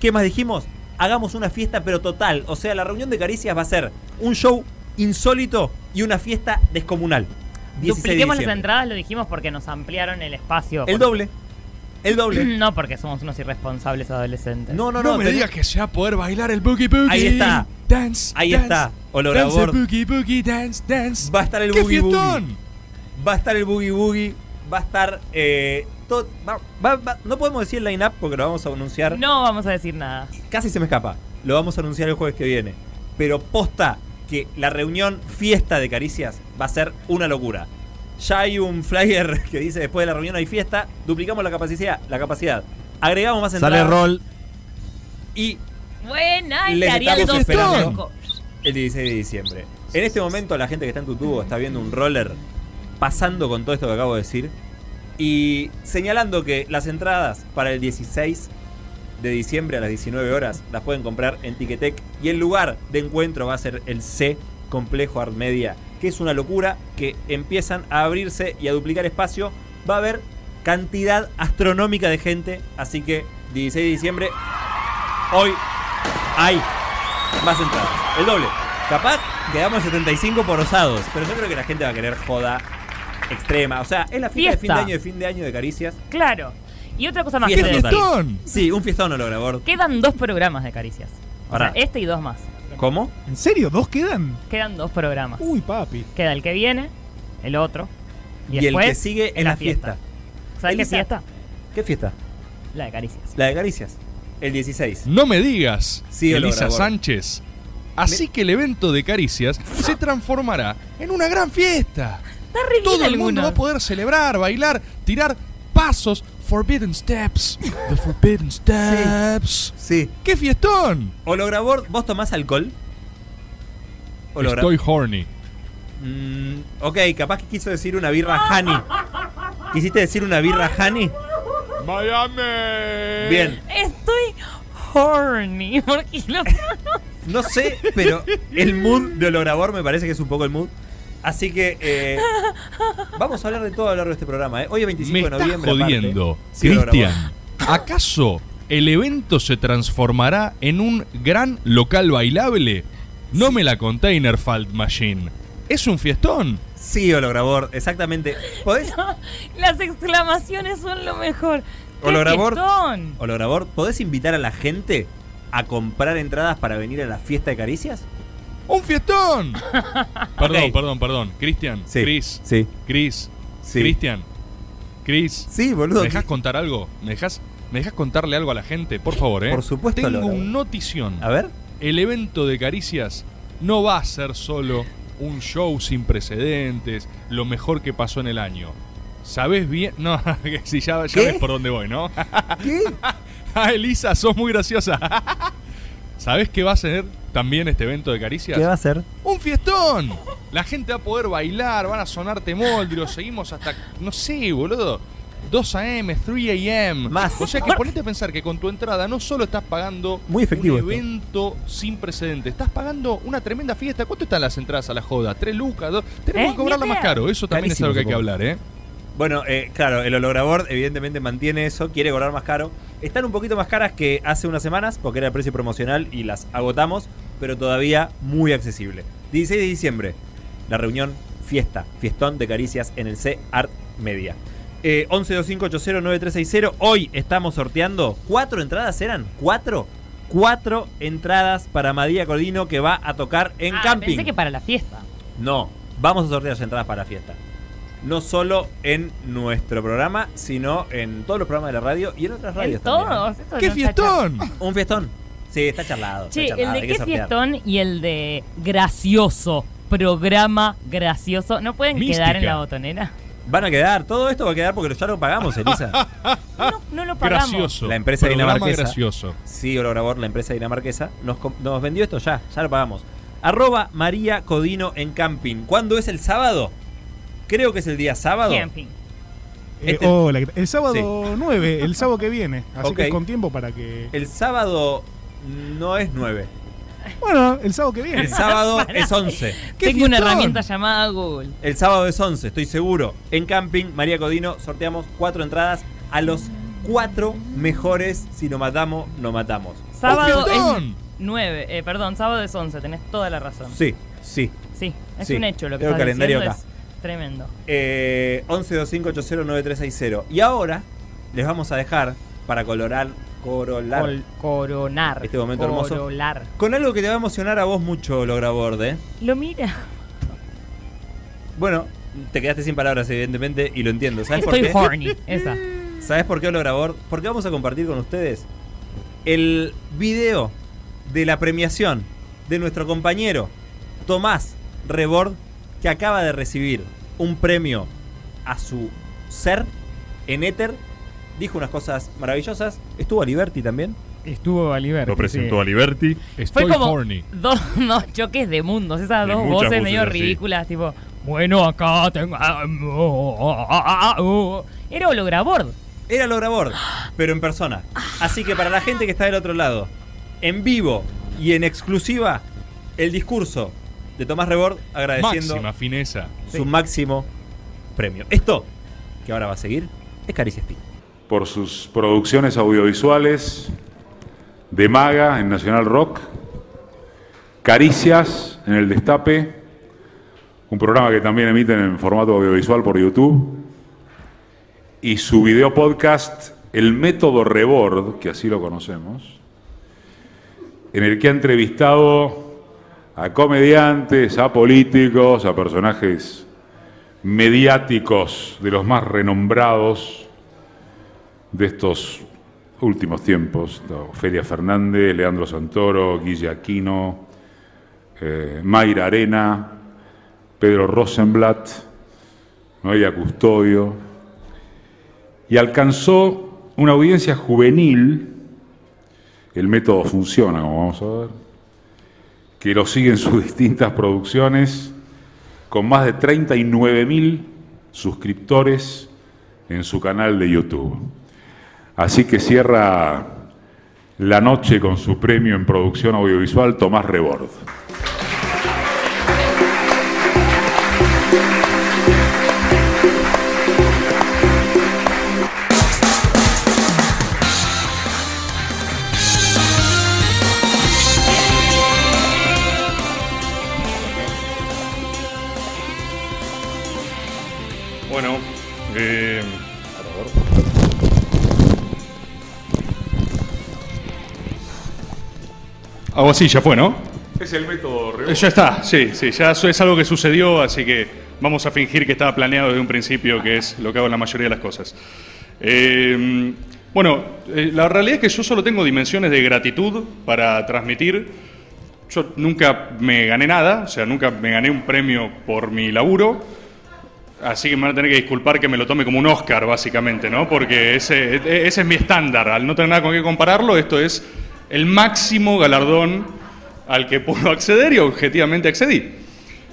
¿Qué más dijimos? Hagamos una fiesta pero total, o sea, la reunión de caricias va a ser un show insólito y una fiesta descomunal. 16 de
Dupliquemos las
diciembre.
entradas, lo dijimos porque nos ampliaron el espacio.
El
Por-
doble. El doble.
No porque somos unos irresponsables adolescentes.
No, no,
No,
no.
me
tenés-
digas que se va a poder bailar el boogie boogie.
Ahí está.
Dance.
Ahí
dance,
está,
Dance el
Olorabor.
boogie boogie, dance, dance.
Va a estar el
¡Qué
boogie boogie.
fiestón!
Va a estar el boogie boogie. Va a estar. eh, to- va- va- va- no podemos decir el line-up porque lo vamos a anunciar.
No vamos a decir nada.
Casi se me escapa. Lo vamos a anunciar el jueves que viene. Pero posta que la reunión fiesta de caricias va a ser una locura. Ya hay un flyer que dice después de la reunión hay fiesta, duplicamos la capacidad, la capacidad. Agregamos más entradas. y
Buena,
Les
ese Ariel
estamos
2
esperando. el 16 de diciembre. En este momento la gente que está en tu tubo está viendo un roller pasando con todo esto que acabo de decir y señalando que las entradas para el 16 de diciembre a las 19 horas las pueden comprar en Ticketek y el lugar de encuentro va a ser el C Complejo Art Media, que es una locura que empiezan a abrirse y a duplicar espacio. Va a haber cantidad astronómica de gente, así que 16 de diciembre hoy hay más entradas. El doble. Capaz quedamos 75 por osados. Pero yo creo que la gente va a querer joda extrema. O sea, es la fiesta, de fin de
Fiesta.
año de fin de año de caricias.
Claro. Y otra cosa más
Fiesta
¡Qué
que
total.
decir.
fiestón!
Sí, un fiestón no logra, Bord.
Quedan dos programas de caricias. O
Pará.
sea, este y dos más.
¿Cómo?
¿En serio? ¿Dos quedan?
Quedan dos programas.
Uy, papi.
Queda el que viene, el otro. Y,
Y, el
después,
que sigue en
la
la, fiesta.
¿Sabes qué
Elisa.
fiesta?
¿Qué fiesta?
La de caricias.
La de caricias. El 16.
No me digas,
Sí, Olor a
Elisa
Bor.
Sánchez. Así que el evento de caricias se transformará en una gran fiesta.
Está re bien
Todo el
alguno.
mundo va a poder celebrar, bailar, tirar pasos, Forbidden Steps. The Forbidden Steps.
Sí.
¡Qué fiestón!
Holograbor, ¿vos tomás alcohol? Hologra-
Estoy horny.
Mm, ok, capaz que quiso decir una birra Hani. ¿Quisiste decir una birra Hani?
Miami.
Bien.
Estoy horny. Porque lo...
No sé, pero el mood de Holograbor me parece que es un poco el mood. Así que eh, vamos a hablar de todo a lo largo de este programa. ¿eh? Hoy es 25
Me
de
está
noviembre. aparte.
jodiendo,
Sí, Holograbor.
Cristian. ¿Acaso el evento se transformará en un gran local bailable? No me la container Falt Machine. Es un fiestón.
Sí, Holograbor, exactamente. ¿Podés,
Las exclamaciones son lo mejor. ¡Qué
Holograbor,
fiestón!
Holograbor, ¿podés invitar a la gente a comprar entradas para venir a la fiesta de caricias?
¡Un fiestón! perdón,
Ok.
perdón, perdón. Cristian,
Sí.
Chris,
Sí.
Chris,
Sí.
Cristian, Chris.
Sí,
¿Me
boludo.
dejas contar algo? ¿Me dejas, ¿Me dejas contarle algo a la gente? Por favor, ¿eh?
Por supuesto,
Tengo
Lolo.
un notición.
A ver.
El evento de Caricias no va a ser solo un show sin precedentes, lo mejor que pasó en el año. ¿Sabes bien? No, que si ya, ya
¿Qué?
ves por dónde voy, ¿no?
¿Qué?
Ah, Elisa, sos muy graciosa. ¿Sabes qué va a ser también este evento de Caricias?
¿Qué va a ser?
¡Un fiestón! La gente va a poder bailar, van a sonar lo seguimos hasta. No sé, boludo. 2 a.m., 3 a.m.
Más.
O sea que ponete a pensar que con tu entrada no solo estás pagando
Muy efectivo
un
esto.
evento sin precedente, estás pagando una tremenda fiesta. ¿Cuánto están las entradas a la joda? ¿Tres lucas? Dos? Tenemos
¿Eh?
que cobrarla
Ni
más
idea.
caro. Eso también
Carísimo,
es algo que hay que
supongo.
hablar, ¿eh?
Bueno, eh, claro, el holograbor evidentemente mantiene eso, quiere cobrar más caro. Están un poquito más caras que hace unas semanas, porque era el precio promocional y las agotamos, pero todavía muy accesible. 16 de diciembre, la reunión fiesta, fiestón de caricias en el C Art Media. Eh, 1125809360, hoy estamos sorteando cuatro entradas, ¿eran? ¿Cuatro? Cuatro entradas para Madía Cordino que va a tocar en
Ah,
camping.
Pensé que para la fiesta.
No, vamos a sortear las entradas para la fiesta. No solo en nuestro programa, sino en todos los programas de la radio y en otras radios
En todos.
también.
esto
¡Qué
no está
fiestón!
Un fiestón. Sí, está charlado.
Che,
está
el
charlado,
de
hay
qué
que sortear.
fiestón y el de gracioso. Programa gracioso. ¿No pueden quedar en
Mística.
la botonera?
Van a quedar, todo esto va a quedar porque ya lo pagamos, Elisa.
No, no lo pagamos.
Gracioso.
La empresa
Programa
dinamarquesa.
gracioso.
sí, Holograbor, la empresa dinamarquesa, nos, com- nos vendió esto ya, ya lo pagamos. Arroba María Codino en Camping. ¿Cuándo es el sábado? Creo que es el día sábado.
Camping.
Eh,
Este-
hola, ¿qué tal? el sábado
Sí.
9, el sábado que viene. Así
Ok.
que con tiempo para que.
El sábado no es 9.
Bueno, el sábado que
El
viene.
sábado es 11.
Tengo
fiestón!
una herramienta llamada Google.
El sábado es 11, estoy seguro. En Camping, María Codino, sorteamos cuatro entradas a los cuatro mejores. Si nos matamos, nos matamos. ¡Oh,
Sábado es
fiestón!
9. Eh, perdón, sábado es 11. Tenés toda la razón.
Sí, sí.
Sí, es
Sí,
un hecho lo que
tengo
estás
el calendario
diciendo
acá.
es tremendo.
Eh, 1125809360. Y ahora les vamos a dejar para colorar, corolar,
Col- coronar.
Este momento hermoso.
Corolar.
con algo que te va a emocionar a vos mucho, Lograborde. ¿eh?
Lo mira.
Bueno, te quedaste sin palabras, evidentemente, y lo entiendo. ¿Sabes por
Estoy
qué?
horny. Esa.
¿Sabes por qué Holograbor? Porque vamos a compartir con ustedes el video de la premiación de nuestro compañero Tomás Rebord, que acaba de recibir un premio a su ser en Éter. Dijo unas cosas maravillosas. Estuvo a Liberty también.
Estuvo Aliberti.
Lo presentó
sí.
a Liberty. Estoy
Fue como
horny.
dos, dos choques de mundos. Esas
Y
dos
muchas
voces
voces
medio
así.
ridículas, tipo, bueno, acá tengo. ah, oh, ah, ah, ah, oh". Era holograbord.
Era Holograbor, pero en persona. Así que para la gente que está del otro lado, en vivo y en exclusiva, el discurso de Tomás Rebord agradeciendo
Máxima fineza.
su máximo premio. Esto, que ahora va a seguir, es Caricias Pi.
por sus producciones audiovisuales, De Maga en Nacional Rock, Caricias en El Destape, un programa que también emiten en formato audiovisual por YouTube, y su video podcast El Método Rebord, que así lo conocemos, en el que ha entrevistado a comediantes, a políticos, a personajes mediáticos de los más renombrados de estos últimos tiempos. ¿no? Ofelia Fernández, Leandro Santoro, Guille Aquino, eh, Mayra Arena, Pedro Rosenblatt, Noelia Custodio. y alcanzó una audiencia juvenil. El método funciona, como vamos a ver. Que lo siguen sus distintas producciones con más de 39.000 suscriptores en su canal de YouTube. Así que cierra la noche con su premio en producción audiovisual Tomás Rebord.
Bueno, eh, Hago así, ya fue, ¿no?
Es el método
Eh,
Rebord.
Ya está, sí, sí, ya eso es algo que sucedió, así que vamos a fingir que estaba planeado desde un principio, que es lo que hago en la mayoría de las cosas. Eh, bueno, eh, la realidad es que yo solo tengo dimensiones de gratitud para transmitir. Yo nunca me gané nada, o sea, nunca me gané un premio por mi laburo. Así que me van a tener que disculpar que me lo tome como un Oscar, básicamente, ¿no? Porque ese, e- ese es mi estándar. Al no tener nada con qué compararlo, esto es el máximo galardón al que puedo acceder y objetivamente accedí.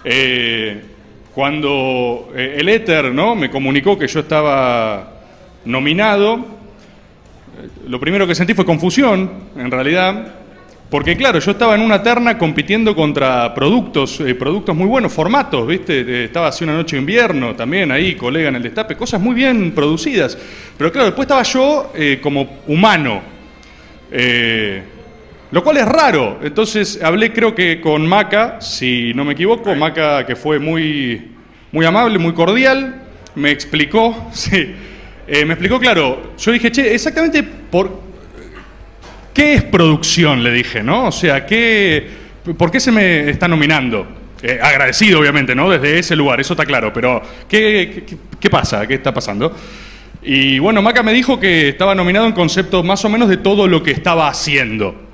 Eh, cuando eh, el éter ¿no? me comunicó que yo estaba nominado, eh, lo primero que sentí fue confusión, en realidad, porque claro, yo estaba en una terna compitiendo contra productos, eh, productos muy buenos, formatos, ¿viste? Eh, estaba así una noche de invierno también ahí, colega en el destape, cosas muy bien producidas. Pero claro, después estaba yo eh, como humano. Eh, lo cual es raro. Entonces hablé creo que con Maca, si no me equivoco, Maca que fue muy, muy amable, muy cordial, me explicó, sí, Eh, me explicó claro, yo dije, che, exactamente por... ¿Qué es producción? Le dije, ¿no? O sea, ¿qué, ¿por qué se me está nominando? Eh, agradecido, obviamente, ¿no? Desde ese lugar, eso está claro, pero ¿qué, qué- qué pasa? ¿Qué está pasando? Y bueno, Maca me dijo que estaba nominado en concepto más o menos de todo lo que estaba haciendo.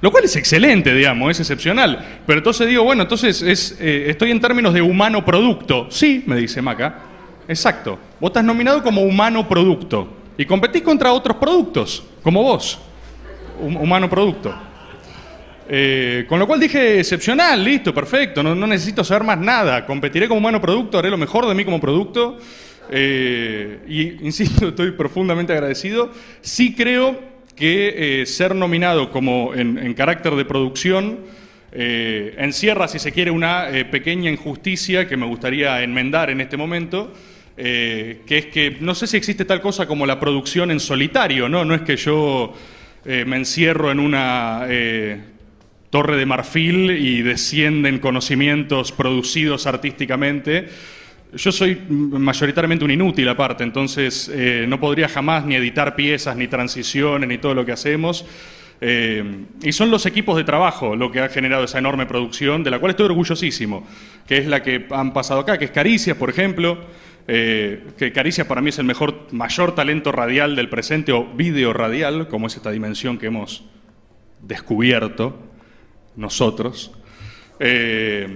Lo cual es excelente, digamos, es excepcional. Pero entonces digo, bueno, entonces es, eh, estoy en términos de humano producto. Sí, me dice Maca. Exacto. Vos estás nominado como humano producto. Y competís contra otros productos, como vos. Hum- humano producto. Eh, con lo cual dije, excepcional, listo, perfecto, no, no necesito saber más nada, competiré como humano producto, haré lo mejor de mí como producto, eh, y insisto, estoy profundamente agradecido. Sí creo que eh, ser nominado como en, en carácter de producción eh, encierra, si se quiere, una eh, pequeña injusticia que me gustaría enmendar en este momento. eh, que es que no sé si existe tal cosa como la producción en solitario, ¿no? No es que yo eh, me encierro en una eh, Torre de Marfil y descienden conocimientos producidos artísticamente. Yo soy mm, mayoritariamente un inútil aparte, entonces eh, no podría jamás ni editar piezas, ni transiciones, ni todo lo que hacemos. Eh, y son los equipos de trabajo lo que ha generado esa enorme producción, de la cual estoy orgullosísimo, que es la que han pasado acá, que es Caricias, por ejemplo, eh, que Caricias para mí es el mejor, mayor talento radial del presente o video radial, como es esta dimensión que hemos descubierto nosotros. Eh,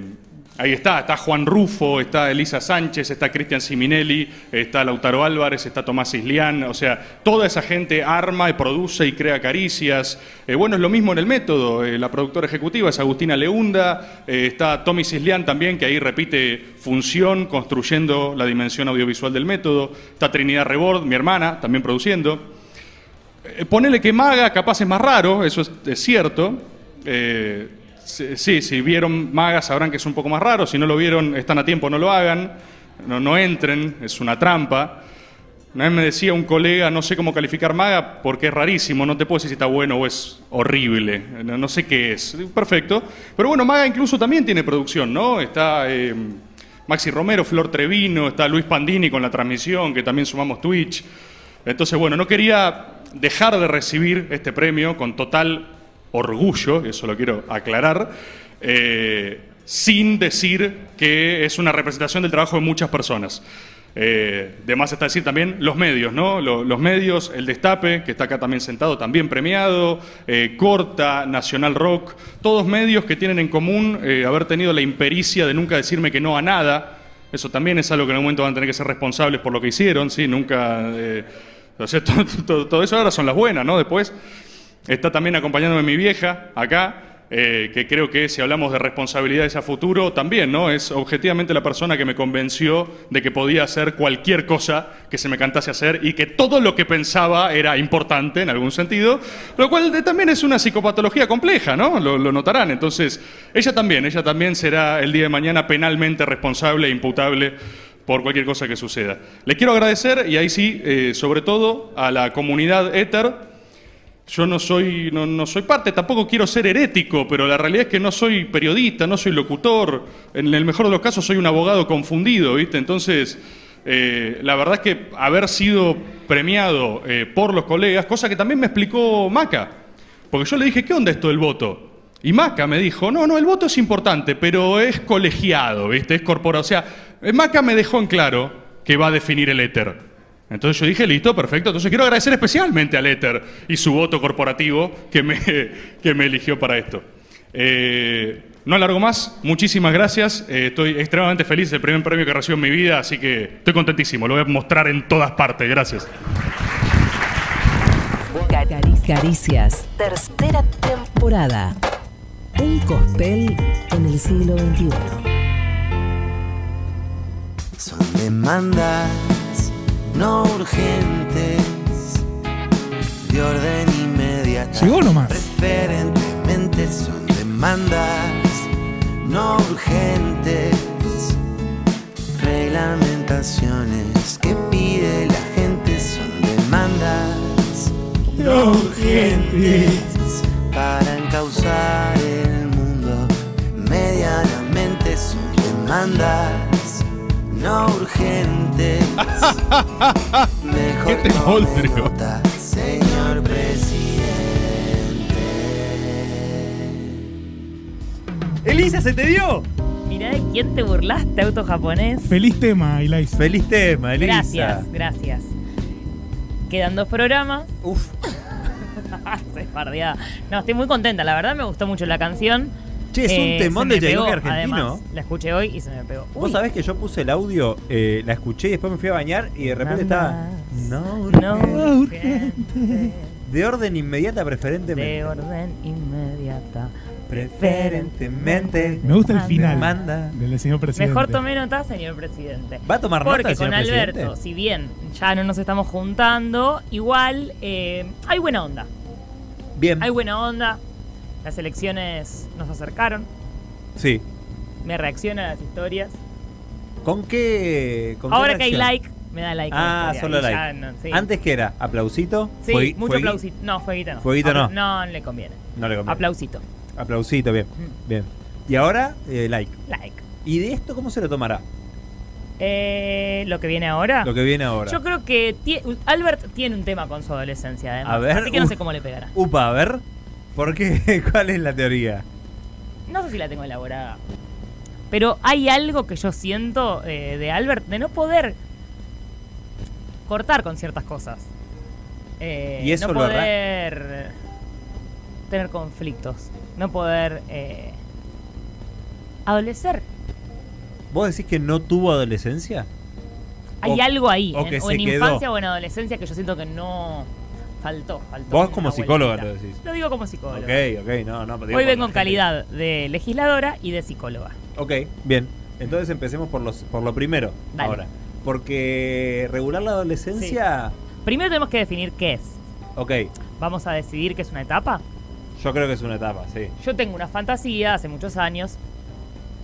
ahí está, está Juan Rufo, está Elisa Sánchez, está Cristian Siminelli, está Lautaro Álvarez, está Tomás Islián, o sea, toda esa gente arma y produce y crea caricias. Eh, bueno, es lo mismo en el método, eh, la productora ejecutiva es Agustina Leunda, eh, está Tommy Islián también, que ahí repite función construyendo la dimensión audiovisual del método, está Trinidad Rebord, mi hermana, también produciendo. Eh, Ponele que Maga capaz es más raro, eso es, es cierto. Eh, sí, sí, si vieron Maga sabrán que es un poco más raro. Si no lo vieron, están a tiempo, no lo hagan. No, no entren, es una trampa. Una vez me decía un colega, no sé cómo calificar Maga porque es rarísimo, no te puedo decir si está bueno o es horrible, no, no sé qué es. Perfecto. Pero bueno, Maga incluso también tiene producción, ¿no? Está eh, Maxi Romero, Flor Trevino, está Luis Pandini con la transmisión, que también sumamos Twitch. Entonces, bueno, no quería dejar de recibir este premio con total orgullo, y eso lo quiero aclarar, eh, sin decir que es una representación del trabajo de muchas personas. Eh, de más está decir también los medios, ¿no? Lo- Los, medios, el Destape, que está acá también sentado, también premiado, eh, Corta, Nacional Rock, todos medios que tienen en común eh, haber tenido la impericia de nunca decirme que no a nada, Eso también es algo que en algún momento van a tener que ser responsables por lo que hicieron, ¿sí? Nunca... eh, o sea, todo, todo- todo eso ahora son las buenas, ¿no? Después está también acompañándome mi vieja acá, eh, que creo que si hablamos de responsabilidades a futuro, también, ¿no? Es objetivamente la persona que me convenció de que podía hacer cualquier cosa que se me cantase hacer y que todo lo que pensaba era importante en algún sentido, lo cual eh, también es una psicopatología compleja, ¿no? Lo, lo notarán. Entonces, ella también, ella también será el día de mañana penalmente responsable e imputable por cualquier cosa que suceda. Le quiero agradecer, y ahí sí, eh, sobre todo a la comunidad Ether. Yo no soy, no, no soy parte, tampoco quiero ser herético, pero la realidad es que no soy periodista, no soy locutor. En el mejor de los casos soy un abogado confundido, ¿viste? Entonces, eh, la verdad es que haber sido premiado eh, por los colegas, cosa que también me explicó Maca, porque yo le dije, ¿qué onda esto del voto? Y Maca me dijo, no, no, el voto es importante, pero es colegiado, ¿viste? Es corporativo. O sea, eh, Maca me dejó en claro que va a definir el éter. Entonces yo dije, listo, perfecto. Entonces quiero agradecer especialmente al éter y su voto corporativo que me, que me eligió para esto. Eh, no alargo más, muchísimas gracias. Eh, estoy extremadamente feliz, el primer premio que recibo en mi vida, así que estoy contentísimo. Lo voy a mostrar en todas partes, gracias.
Caricias, tercera temporada. Un cospel en el siglo XXI.
Son demandas no urgentes de orden inmediata.
Llegó nomás.
Preferentemente son demandas no urgentes, reglamentaciones que pide la gente son demandas no urgentes para encauzar el mundo. Medianamente son demandas no urgentes. Mejor tome nota, señor presidente.
Elisa, se te dio.
Mirá de quién te burlaste, auto japonés.
Feliz tema, Ilais.
Feliz tema, Elisa.
Gracias, gracias. Quedan dos programas. Uf. Estoy bardeada. No, estoy muy contenta. La verdad me gustó mucho la canción. Eh,
Che, es un temón
se me
de
pegó,
Yayoque argentino.
además. la escuché hoy y se me pegó.
Vos sabés que yo puse el audio, eh, la escuché y después me fui a bañar y de repente estaba. No,
no.
De orden inmediata preferentemente.
De orden inmediata.
Preferentemente.
Me gusta el final
Manda.
del señor presidente.
Mejor tome nota, señor presidente.
¿Va a tomar nota,
Porque
señor
con Alberto,
presidente?
si bien ya no nos estamos juntando, igual eh, hay buena onda.
Bien.
Hay buena onda. Las elecciones nos acercaron.
Sí.
Me reacciona a las historias.
¿Con qué? con qué
Ahora que hay
reacción?
like, me da like. a
Ah,
la
solo
historia. Y ya
like.
no- sí.
Antes que era aplausito.
Sí,
Fuegui-
mucho
fuegui-
aplausito. No, fueguito no.
Fueguito no.
Apla- No, no le conviene.
No le conviene.
Aplausito. Mm.
Aplausito, bien. Bien. Y ahora, eh, like.
Like.
¿Y de esto cómo se lo tomará?
Eh, lo que viene ahora.
Lo que viene ahora.
Yo creo que tie- Albert tiene un tema con su adolescencia, además.
A ver,
Así que no
uh.
sé cómo le pegará.
Upa, a ver. ¿Por qué? ¿Cuál es la teoría?
No sé si la tengo elaborada. Pero hay algo que yo siento eh, de Albert de no poder cortar con ciertas cosas. Eh,
Y eso
no
lo arran-
poder tener conflictos. No poder eh, adolecer.
¿Vos decís que no tuvo adolescencia?
Hay
O-
algo ahí.
o
en,
que
o
se
en
quedó.
infancia o en adolescencia que yo siento que no faltó. faltó
Vos
una
como psicóloga
vueltita.
lo decís.
Lo digo como psicóloga.
Ok, ok, no, no. digo por
Hoy vengo
la
en
gente.
calidad de legisladora y de psicóloga.
Ok, bien. Entonces empecemos por, los, por lo primero.
Dale.
Ahora. Porque regular la adolescencia.
Primero tenemos que definir qué es.
Ok,
¿Vamos a decidir que es una etapa?
yo creo que es una etapa, sí.
Yo tengo una fantasía hace muchos años.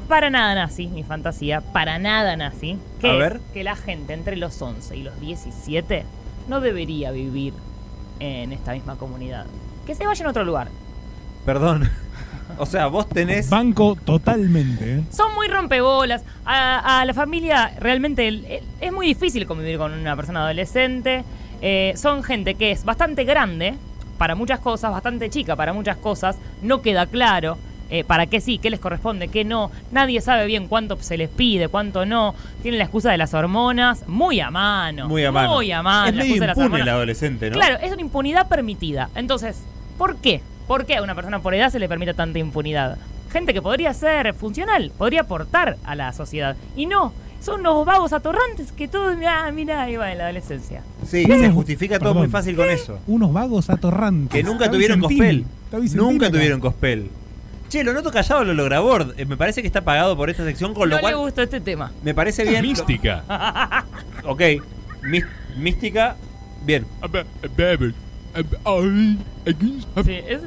Para nada nazi, mi fantasía. Para nada nazi. Que
A
es
ver.
que la gente entre los 11 y los 17 no debería vivir en esta misma comunidad. Que se vaya a otro lugar.
Perdón. O sea, vos tenés.
Banco totalmente. ¿eh?
Son muy rompebolas. A, a la familia realmente el- el- es muy difícil convivir con una persona adolescente. Eh, son gente que es bastante grande para muchas cosas, bastante chica para muchas cosas. No queda claro eh, para qué sí, qué les corresponde, qué no. Nadie sabe bien cuánto se les pide, cuánto no. Tienen la excusa de las hormonas muy a mano.
Muy a mano.
Muy a mano.
Es
la
medio
excusa de las
impune el
hormonas.
adolescente, ¿no?
Claro, es una impunidad permitida. Entonces, ¿por qué? ¿Por qué a una persona por edad se le permite tanta impunidad? Gente que podría ser funcional, podría aportar a la sociedad. Y no, Son unos vagos atorrantes que todos, ah, mira, ahí va en la adolescencia.
Sí,
¿Qué?
se justifica todo
Perdón.
muy fácil con eso.
Unos vagos atorrantes.
Que nunca
Está
tuvieron
Vicentín.
cospel.
Está Vicentín
Nunca
acá.
tuvieron cospel. Che, lo noto callado lo logra Bord. Eh, me parece que está pagado por esta sección, con lo
no
cual
le gustó este tema.
me parece bien.
Mística.
Ok, mis- mística, bien.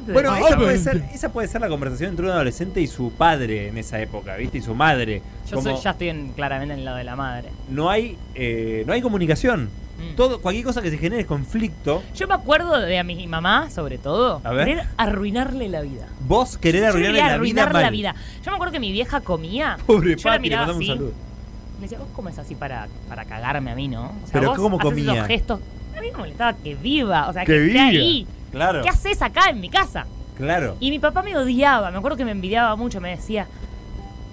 Bueno,
Ah,
esa puede,
bueno.
ser, esa puede ser la conversación entre un adolescente y su padre en esa época, ¿viste? Y su madre.
Yo
Como
soy- ya estoy en- claramente en el lado de la madre.
no hay eh, no hay comunicación.
Mm.
Todo, cualquier cosa que se genere es conflicto.
Yo me acuerdo de a mi mamá, sobre todo,
A ver.
querer arruinarle la vida.
Vos querés
Yo
arruinarle
quería
la vida.
arruinar la
mal.
vida. Yo me acuerdo que mi vieja comía.
Pobre
yo la
papi, le
miraba
mandamos un
así.
saludo.
Me decía, vos comes así para, para cagarme a mí, ¿no? O
Pero
vos
¿cómo
haces
comía?
esos gestos. A mí me molestaba que viva. O sea,
Que
que, esté
viva.
ahí.
Claro.
¿Qué haces acá en mi casa?
Claro.
Y mi papá me odiaba. Me acuerdo que me envidiaba mucho. Me decía,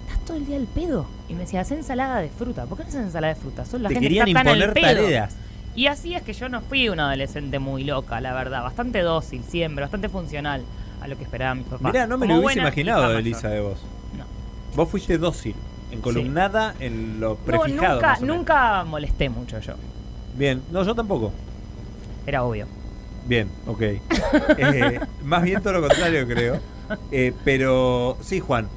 estás todo el día al pedo. Y me decía, haz ensalada de fruta. ¿Por qué no haces ensalada de fruta? Son la
Te
gente que
querían
está tan al
imponer
pedo.
tareas.
Y así es que yo no fui una adolescente muy loca, la verdad. Bastante dócil siempre, bastante funcional a lo que esperaba mi papá.
Mirá, no me lo
Como
hubiese
buena hija
imaginado, eh,
mayor.
Elisa, de vos.
No.
Vos fuiste dócil, encolumnada en lo
No,
prefijado.
nunca,
más o menos.
nunca molesté mucho yo.
Bien, no, yo tampoco.
Era obvio.
Bien, ok. Eh, más bien todo lo contrario, creo. Eh, pero sí, Juan.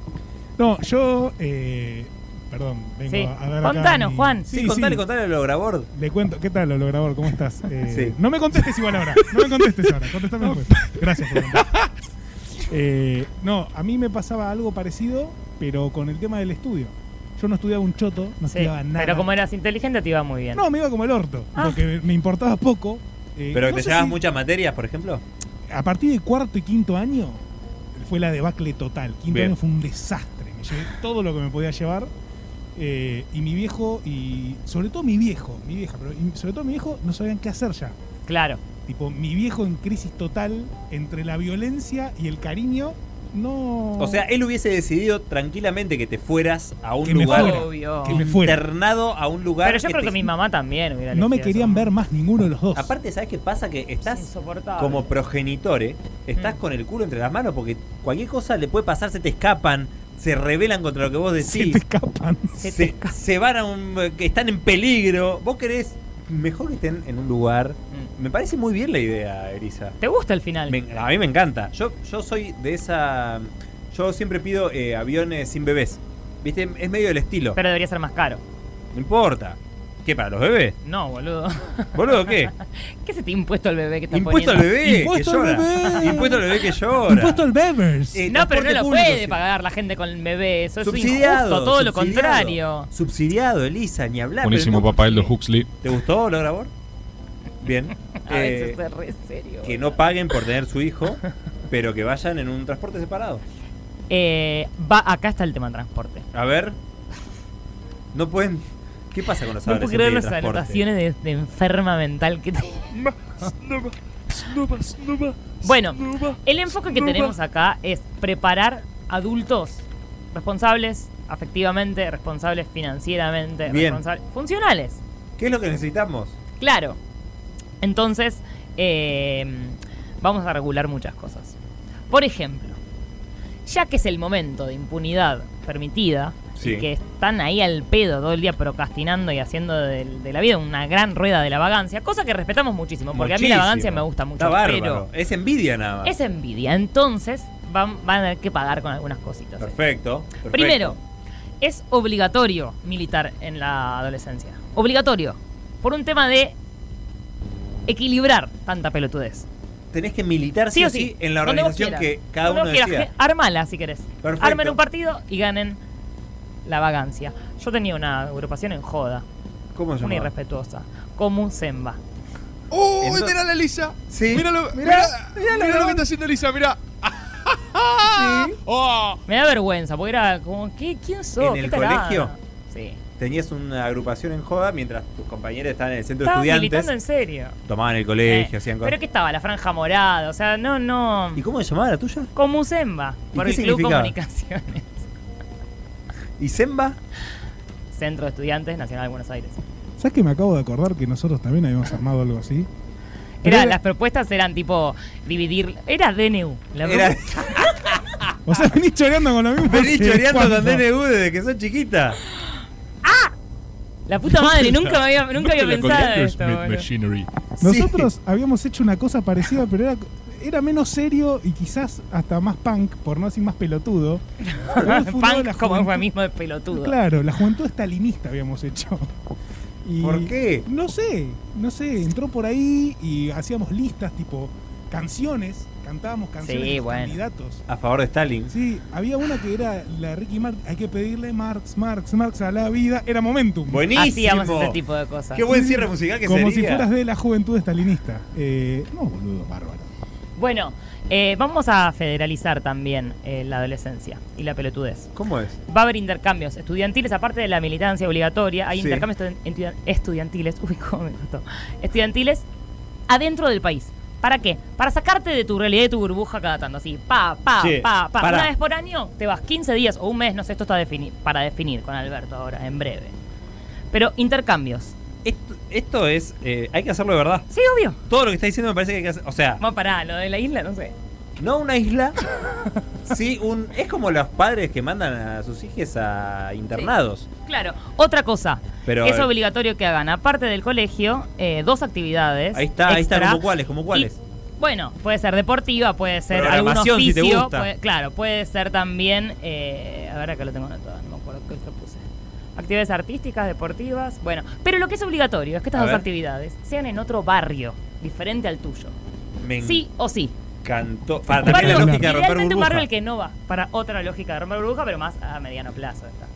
No, yo. eh, perdón, vengo
Sí.
a ver. acá
Contanos,
mi-
Juan.
Sí, contale, contale al Lograbord.
Le cuento, ¿qué tal, holograbor? ¿Cómo estás? Eh,
Sí.
No me contestes igual ahora. No me contestes ahora. Contestame después. Gracias por contar. Eh, no, a mí me pasaba algo parecido, pero con el tema del estudio. Yo no estudiaba un choto, no
Sí,
estudiaba nada.
Pero como eras inteligente te iba muy bien.
No, me iba como el orto,
Ah.
porque me importaba poco. Eh,
¿Pero
no
te
sé
llevas
si-
muchas materias, por ejemplo?
A partir de cuarto y quinto año fue la debacle total. Quinto
Bien.
año fue un desastre. Me llevé todo lo que me podía llevar. eh, y mi viejo, y sobre todo mi viejo, mi vieja, pero y sobre todo mi viejo, no sabían qué hacer ya.
Claro.
Tipo, mi viejo en crisis total entre la violencia y el cariño, no.
O sea, él hubiese decidido tranquilamente que te fueras a un
Que me
lugar
fuera,
Obvio.
que me fuera.
internado a un lugar.
Pero yo creo
te-
que mi mamá también hubiera
no me
elegido
querían ver más ninguno de los dos.
Aparte, ¿sabes qué pasa? Que
eso. Es
estás
insoportable.
como progenitore, estás
Mm.
con el culo entre las manos porque cualquier cosa le puede pasar, se te escapan, se rebelan contra lo que vos
Se te
decís,
escapan.
se, se van a un. que están en peligro. Vos querés mejor que estén en un lugar. Me parece muy bien la idea, Erisa.
Mm. ¿Te gusta el final?
Me- a mí me encanta. Yo, yo soy de esa. Yo siempre pido eh, aviones sin bebés. ¿Viste? Es medio del estilo.
Pero debería ser más caro.
No importa. ¿Qué para los bebés?
No, boludo.
¿Boludo qué?
¿Qué se te impuesto al bebé que estás
Impuesto al
poniendo?
bebé
Impuesto
que
al
llora.
bebé.
Impuesto al bebé que llora.
Impuesto al Bevers.
Eh,
No, pero no
transporte
lo
público,
puede
sí.
pagar la gente con el bebé. Eso es
Subsidiado.
injusto, todo lo
subsidiado.
contrario.
Subsidiado, Elisa, ni hablar. pero
Buenísimo,
no-
papá Eldo Huxley.
¿Te gustó lo grabó? Bien.
A
Eh,
veces es re serio.
que no paguen por tener su hijo, pero que vayan en un transporte separado.
Eh, va, acá está el tema transporte.
A ver. No pueden. ¿Qué pasa con los
No puedo
adolescentes
creer
y el
las
transporte?
anotaciones de, de enferma mental que te... Bueno, el enfoque que tenemos acá es preparar adultos responsables afectivamente, responsables financieramente,
Bien.
responsables funcionales.
¿Qué es lo que necesitamos?
Claro. Entonces, eh, vamos a regular muchas cosas. Por ejemplo, ya que es el momento de impunidad permitida,
Sí.
y que están ahí al pedo todo el día procrastinando y haciendo del- de, la vida una gran rueda de la vagancia, cosa que respetamos muchísimo, porque a mí la
Muchísimo.
vagancia me gusta mucho,
Está bárbaro.
pero
Es envidia nada más.
es envidia. Entonces, van, van a tener que pagar con algunas cositas.
Perfecto, perfecto.
Primero, es obligatorio militar en la adolescencia. Obligatorio. Por un tema de equilibrar tanta pelotudez.
Tenés que militar sí o sí en la
donde vos
organización que
quieras.
cada
Donde
uno
vos quieras,
decida.
que- Armala si querés.
Perfecto.
Armen un partido y ganen la vagancia. Yo tenía una agrupación en joda,
¿Cómo se
una
llama?
irrespetuosa, como Zemba.
¡Uh!
Entonces-
¡Mirá la Elisa!
Sí.
Mirá lo, mirá- mirá lo que está haciendo Elisa, mirá. Oh.
Me da vergüenza, porque era como, ¿qué, ¿quién sos?
¿En
¿Qué
el
tarada?
colegio?
Sí.
Tenías una agrupación en joda mientras tus compañeros estaban en el centro de
Estaba
estudiantes.
militando en serio.
Tomaban el colegio,
Eh,
hacían cosas.
Pero que estaba la franja morada, o sea, no, no.
¿Y cómo se llamaba la tuya?
Como Zemba,
¿Y
por
qué
el Club
significaba?
Comunicaciones.
¿Y Zemba?
Centro de Estudiantes Nacional de Buenos Aires.
¿Sabes que me acabo de acordar que nosotros también habíamos armado algo así? Pero
Era,
era-
las propuestas eran tipo dividir. Era DNU. La
Era-
propuesta-
O sea, venís choreando con lo mismo.
Venís
que
choreando
cuando-
con DNU desde que sos chiquita.
La puta madre, nunca me había, nunca había pensado esto. boludo.
Nosotros habíamos hecho una cosa parecida, pero era, era menos serio y quizás hasta más punk, por no decir más pelotudo. Pero él fundó
Punk
la
como
juventud-
fue mismo de pelotudo.
Claro, la juventud estalinista habíamos hecho. Y
¿Por qué?
No sé, no sé. Entró por ahí y hacíamos listas tipo canciones, cantábamos canciones de los candidatos.
A favor de Stalin.
Sí, había una que era la de Ricky Marx, hay que pedirle Marx, Marx, Marx a la vida, era Momentum.
Buenísimo.
Hacíamos ese tipo de cosas. Qué buen cierre musical que
Como
sería.
si fueras de la juventud estalinista. Eh, no, boludo, bárbaro.
Bueno, eh, vamos a federalizar también eh, la adolescencia y la pelotudez.
¿Cómo es?
Va a haber intercambios estudiantiles, aparte de la militancia obligatoria, hay
Sí.
intercambios estuden- entu- estudiantiles, uy, cómo me costó. estudiantiles adentro del país. ¿Para qué? Para sacarte de tu realidad y tu burbuja cada tanto, así, pa, pa,
Che,
pa, pa.
pará.
Una vez por año te vas 15 días o un mes, no sé, esto está defini- para definir con Alberto ahora, en breve. Pero intercambios.
Esto es. eh, hay que hacerlo de verdad.
Sí, obvio.
Todo lo que está diciendo me parece que hay que hacer. O sea,
Vamos para lo de la isla, no sé.
no una isla. sí, un. Es como los padres que mandan a sus hijos a internados.
Claro, otra cosa.
Pero,
es
eh,
obligatorio que hagan, aparte del colegio, eh, dos actividades.
Ahí está, ahí está.
extra.
¿Como cuáles? ¿Como cuáles?
Bueno, puede ser deportiva, puede ser algún
Programación, si
oficio.
te gusta.
puede- claro, puede ser también. eh, a ver, acá lo tengo anotado, no me acuerdo qué lo puse. Actividades artísticas, deportivas. Bueno, pero lo que es obligatorio es que estas
A
dos
ver.
actividades sean en otro barrio, diferente al tuyo.
Me
Sí o sí.
encantó. Para también la
Barrio-
lógica de romper
Idealmente un
burbuja.
barrio al que no va, para otra lógica de romper burbuja, pero más a mediano plazo. esta.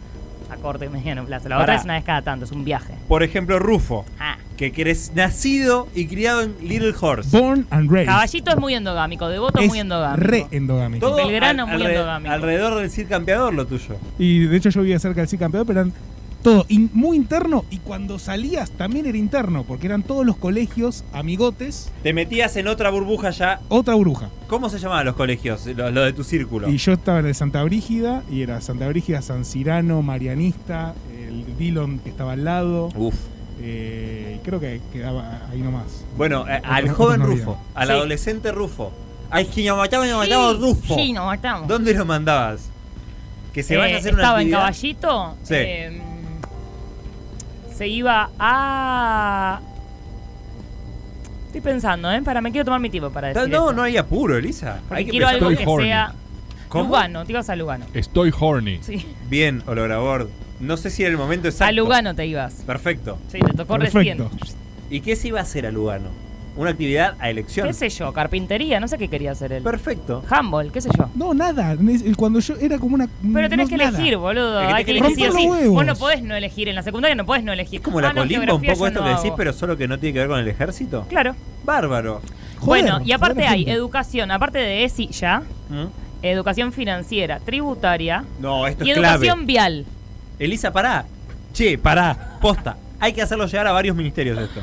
A corto y mediano plazo. La
Pará.
otra es una vez cada tanto, es un viaje.
Por ejemplo, Rufo,
Ah.
que eres nacido y criado en Little Horse.
Born and raised.
Caballito es muy endogámico, Devoto es muy endogámico.
Re endogámico.
Todo
Belgrano muy
alre-
endogámico.
Alrededor del Cid Campeador lo tuyo.
Y de hecho yo vivía cerca del sí campeón, pero eran todo in- muy interno y cuando salías también era interno, porque eran todos los colegios amigotes,
Te metías en otra burbuja ya.
otra burbuja.
¿Cómo se llamaban los colegios? Lo, lo de tu círculo.
Y yo estaba en el Santa Brígida y era Santa Brígida, San Cirano, Marianista, el Dillon que estaba al lado.
Uf.
Eh, creo que quedaba ahí nomás.
Bueno, eh, al
Otra-
joven
otra vida.
Rufo, al adolescente Rufo. Al Giñamataba,
Sí,
Rufo.
sí, nos matamos.
¿Dónde lo mandabas? Que se vaya
Eh,
a hacer una
Estaba en
actividad.
Caballito.
Sí.
eh, se iba a. Estoy pensando, ¿eh? Para, me quiero tomar mi tiempo para
No,
decir.
no,
esto.
no hay apuro, Elisa.
Porque
Hay que
quiero
pensar-
algo que sea. Lugano, te ibas a Lugano.
Estoy horny.
Sí.
Bien, Olorabord. No sé si era el momento exacto.
A Lugano te ibas.
Perfecto.
Sí, te tocó recién.
¿Y qué se iba a hacer a Lugano? Una actividad a elección.
¿Qué sé yo? Carpintería, no sé qué quería hacer él.
Perfecto.
Handball, qué sé yo.
No, nada. ne- Cuando yo era como una.
Pero tenés
no,
que
nada.
elegir, boludo.
Es que
Hay que
tenés
elegir
que
sí o
romper los
sí. Vos
huevos.
no podés no elegir. En la secundaria no podés no elegir.
Como la
Ah, no,
colimba, un
geografía
poco
yo
esto
no
que decís,
hago.
pero solo que no tiene que ver con el ejército.
Claro.
Bárbaro.
bueno, y aparte hay educación, aparte de ESI ya,
¿Mm?
educación financiera, tributaria
No, esto
y
es clave.
educación vial.
Elisa, pará. Che, pará. Posta. Hay que hacerlo llegar a varios ministerios esto.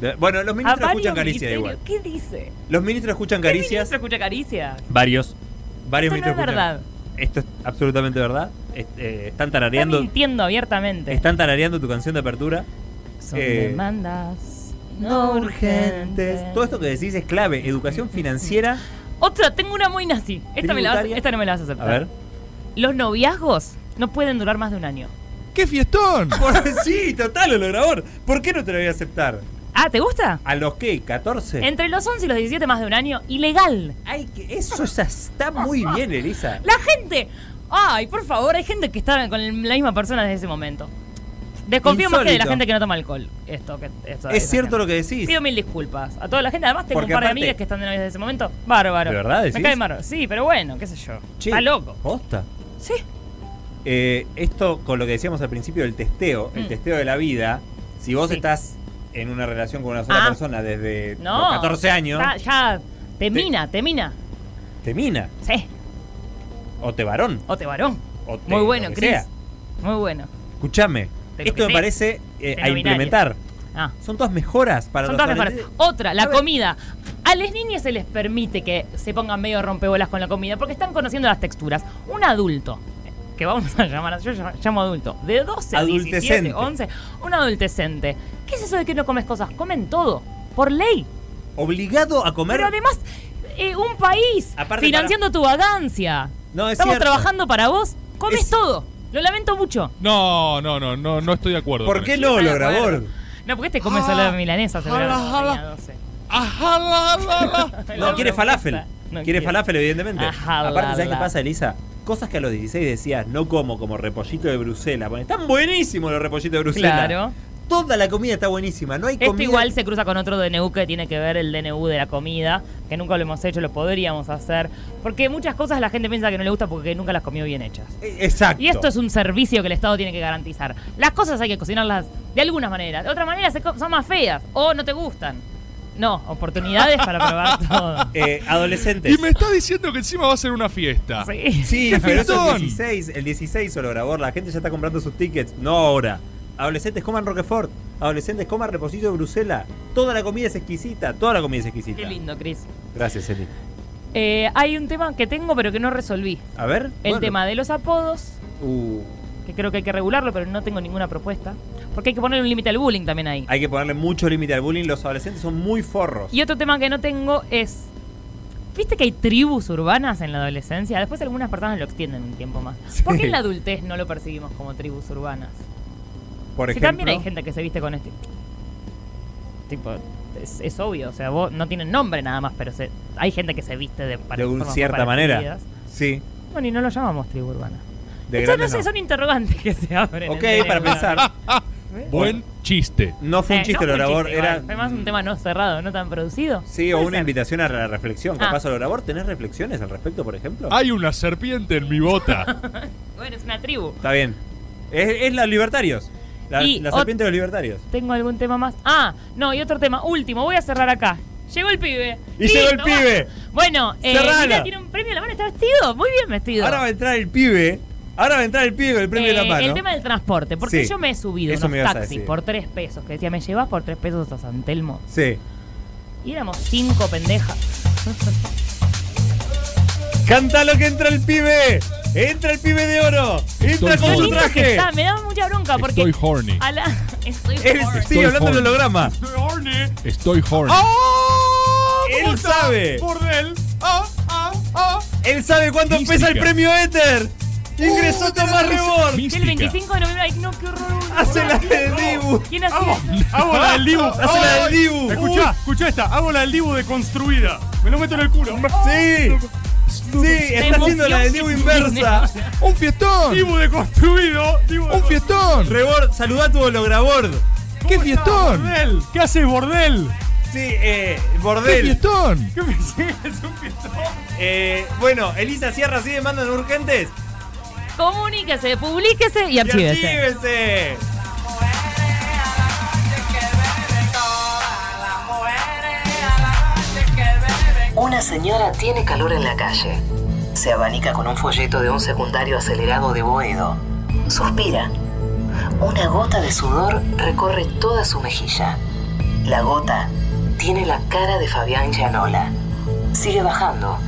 De- Bueno, los
A
ministros
varios
escuchan caricias igual.
ministerios. ¿Qué dice?
Los ministros escuchan
¿Qué
caricias.
ministro escucha caricia?
Varios. Varios
Esto no
ministros
es
escuchan.
verdad.
Esto es absolutamente verdad. Es- eh, están
Están
tarareando.
mintiendo abiertamente.
Están tarareando tu canción de apertura.
Son
Eh,
demandas
no
no urgentes.
todo esto que decís es clave. Educación financiera.
Otra, tengo una muy nazi. Esta, me la vas-
Tributaria.
esta no me la vas a aceptar.
A ver.
Los noviazgos no pueden durar más de un año.
¡Qué fiestón!
sí, total, holograbor. ¿Por qué no te lo voy a aceptar?
Ah, ¿te gusta?
¿A los qué? ¿14?
Entre los 11 y los 17 más de un año, ilegal.
Ay, que eso está muy bien, Elisa.
La gente. Ay, por favor, hay gente que está con el- la misma persona desde ese momento. Desconfío más que de la
Insólito.
gente que no toma alcohol. Esto, que, esto
Es
esa
cierto
gente.
lo que decís.
Pido mil disculpas a toda la gente. Además, tengo
Porque
un par de
aparte-
amigas que están de novias desde ese momento. Bárbaro.
¿De verdad
Me
decís?
cae bárbaro. Sí, pero bueno, qué sé yo. Está loco.
Posta.
Sí.
Eh, esto con lo que decíamos al principio del testeo, el
Mm.
testeo de la vida, si vos
Sí.
estás en una relación con una sola
Ah.
persona desde
No. Ah.
los 14 años,
Ya, ya te mina, te mina.
te mina,
Sí.
o te varón,
O te varón.
o te
Muy bueno,
lo que
Cris.
sea.
Muy bueno.
Escuchame,
De lo que
esto me
sea.
parece eh,
De
a
no
implementar.
Ah.
Son todas mejoras para
Son
los
todas mejoras.
adolescentes.
Otra, la comida. A las niñas se les permite que se pongan medio rompebolas con la comida porque están conociendo las texturas. Un adulto, que vamos a llamar, yo llamo- llamo adulto, de 12 a 17,
Adultecente.
11, un adolescente. ¿Qué es eso de que no comes cosas? Comen todo, por ley.
Obligado a comer.
Pero además, eh, un país
Aparte,
financiando tu vagancia.
No, es
Estamos
cierto.
trabajando para vos, comes
Es-
todo. Lo lamento mucho.
No, no, no, no, no estoy de acuerdo.
¿Por
con
qué
eso.
no, Estoy de Lograbor? acuerdo. No, porque este
Ah,
come solo de milanesa, se
jala, jala.
Ah,
No, quiere falafel.
No
quiere
quiero.
falafel, evidentemente.
Ajá, la,
Aparte, ¿sabes qué
la.
pasa, Elisa? Cosas que a los 16 decías, no como como repollito de Bruselas. Bueno, están buenísimos los repollitos de Bruselas.
Claro.
Toda la comida está buenísima. No hay
Esto
comida.
Este igual se cruza con otro DNU que tiene que ver el DNU de la comida, que nunca lo hemos hecho, lo podríamos hacer. Porque muchas cosas la gente piensa que no le gusta porque nunca las comió bien hechas.
Eh, Exacto.
Y esto es un servicio que el Estado tiene que garantizar. Las cosas hay que cocinarlas de alguna manera. De otra manera se co- son más feas o no te gustan. No, oportunidades para probar todo.
Eh, adolescentes.
Y me está diciendo que encima va a ser una fiesta.
Sí,
Sí,
¡Qué
pero eso
fiestón!
es 16, el 16 solo grabó, la gente ya está comprando sus tickets, no ahora. Adolescentes coman Roquefort, adolescentes coman reposito de Bruselas, toda la comida es exquisita, toda la comida es exquisita.
Qué lindo, Cris.
Gracias, Eli.
Eh, hay un tema que tengo pero que no resolví.
A ver,
El
bueno.
tema de los apodos,
Uh,
que creo que hay que regularlo, pero no tengo ninguna propuesta. Porque hay que poner un límite al bullying también ahí.
hay que ponerle mucho límite al bullying, los adolescentes son muy forros.
Y otro tema que no tengo es. ¿Viste que hay tribus urbanas en la adolescencia? Después algunas personas lo extienden un tiempo más. ¿Por qué en la adultez no lo percibimos como tribus urbanas?
Por
si
ejemplo,
también hay gente que se viste con este. Tipo, es, es obvio, o sea, vos no tienen nombre nada más, pero se- hay gente que se viste de, para-
de una
formas
cierta manera.
parecidas.
Sí,
Bueno, y no lo llamamos tribu urbana.
de
Entonces, no
grandes
sé,
no.
son interrogantes que se abren.
Ok,
¿entendés?
para pensar.
Buen chiste.
No fue un
Eh,
chiste,
no
lo
fue un
grabó,
chiste igual,
era...
Fue más un tema no cerrado, no tan producido.
Sí, o una invitación a la reflexión.
Ah.
Capaz lo grabó, ¿tenés reflexiones al respecto, por ejemplo?
Hay una serpiente en mi bota.
Bueno, es una tribu.
Está bien. Es, es los libertarios. La,
Y
la
ot-
serpiente de los libertarios.
¿Tengo algún tema más? Ah, no, y otro tema. Último, voy a cerrar acá. Llegó el pibe.
Y llegó el
va.
pibe.
Bueno, eh,
Cerrala.
mira, tiene un premio en la mano. Está vestido, muy bien vestido.
Ahora va a entrar el pibe. Ahora va a entrar el pibe con el premio en
Eh,
la mano.
El tema del transporte, porque
Sí,
yo me he subido
eso
a
me
unos
ibas a
taxis
decir.
por tres pesos, que decía, ¿me llevas por tres pesos a San Telmo?
Sí.
Y éramos cinco pendejas.
¡Canta lo que entra el pibe! ¡Entra el pibe de oro! ¡Entra con
Lo
su
lindo que
traje!
está, me da mucha bronca porque...
Estoy horny.
a la- Estoy
Él
horny.
sigue hablando del
horny.
holograma.
Estoy horny.
Oh,
Él sabe.
Burdel. Ah, ah, ah.
Él sabe cuánto
Mística.
pesa el premio Éter.
Uh,
Ingresó Tomás Rebord.
El 25 de noviembre, ay, no, qué horror.
Hace la del Dibu.
¿Quién hacía?
Hago la del Dibu.
Hace la del Dibu.
Escuchá, escuchá esta. Hago la del Dibu deconstruida. Me lo meto en el culo.
Sí. Sí, está haciendo la del Dibu inversa.
¡Un fiestón! Dibu deconstruido. ¡Un fiestón!
Rebord, saludá a tu holograbord.
¡Qué fiestón! ¿Qué haces, bordel?
Sí, eh, bordel.
¡Qué fiestón!
¿Qué me es un fiestón? Eh, bueno, Elisa Sierra sigue mandando urgentes.
Comuníquese, publíquese y
Y
archívese.
archívese.
Una señora tiene calor en la calle. Se abanica con un folleto de un secundario acelerado de Boedo. Suspira. Una gota de sudor recorre toda su mejilla. La gota tiene la cara de Fabián Gianola. Sigue bajando.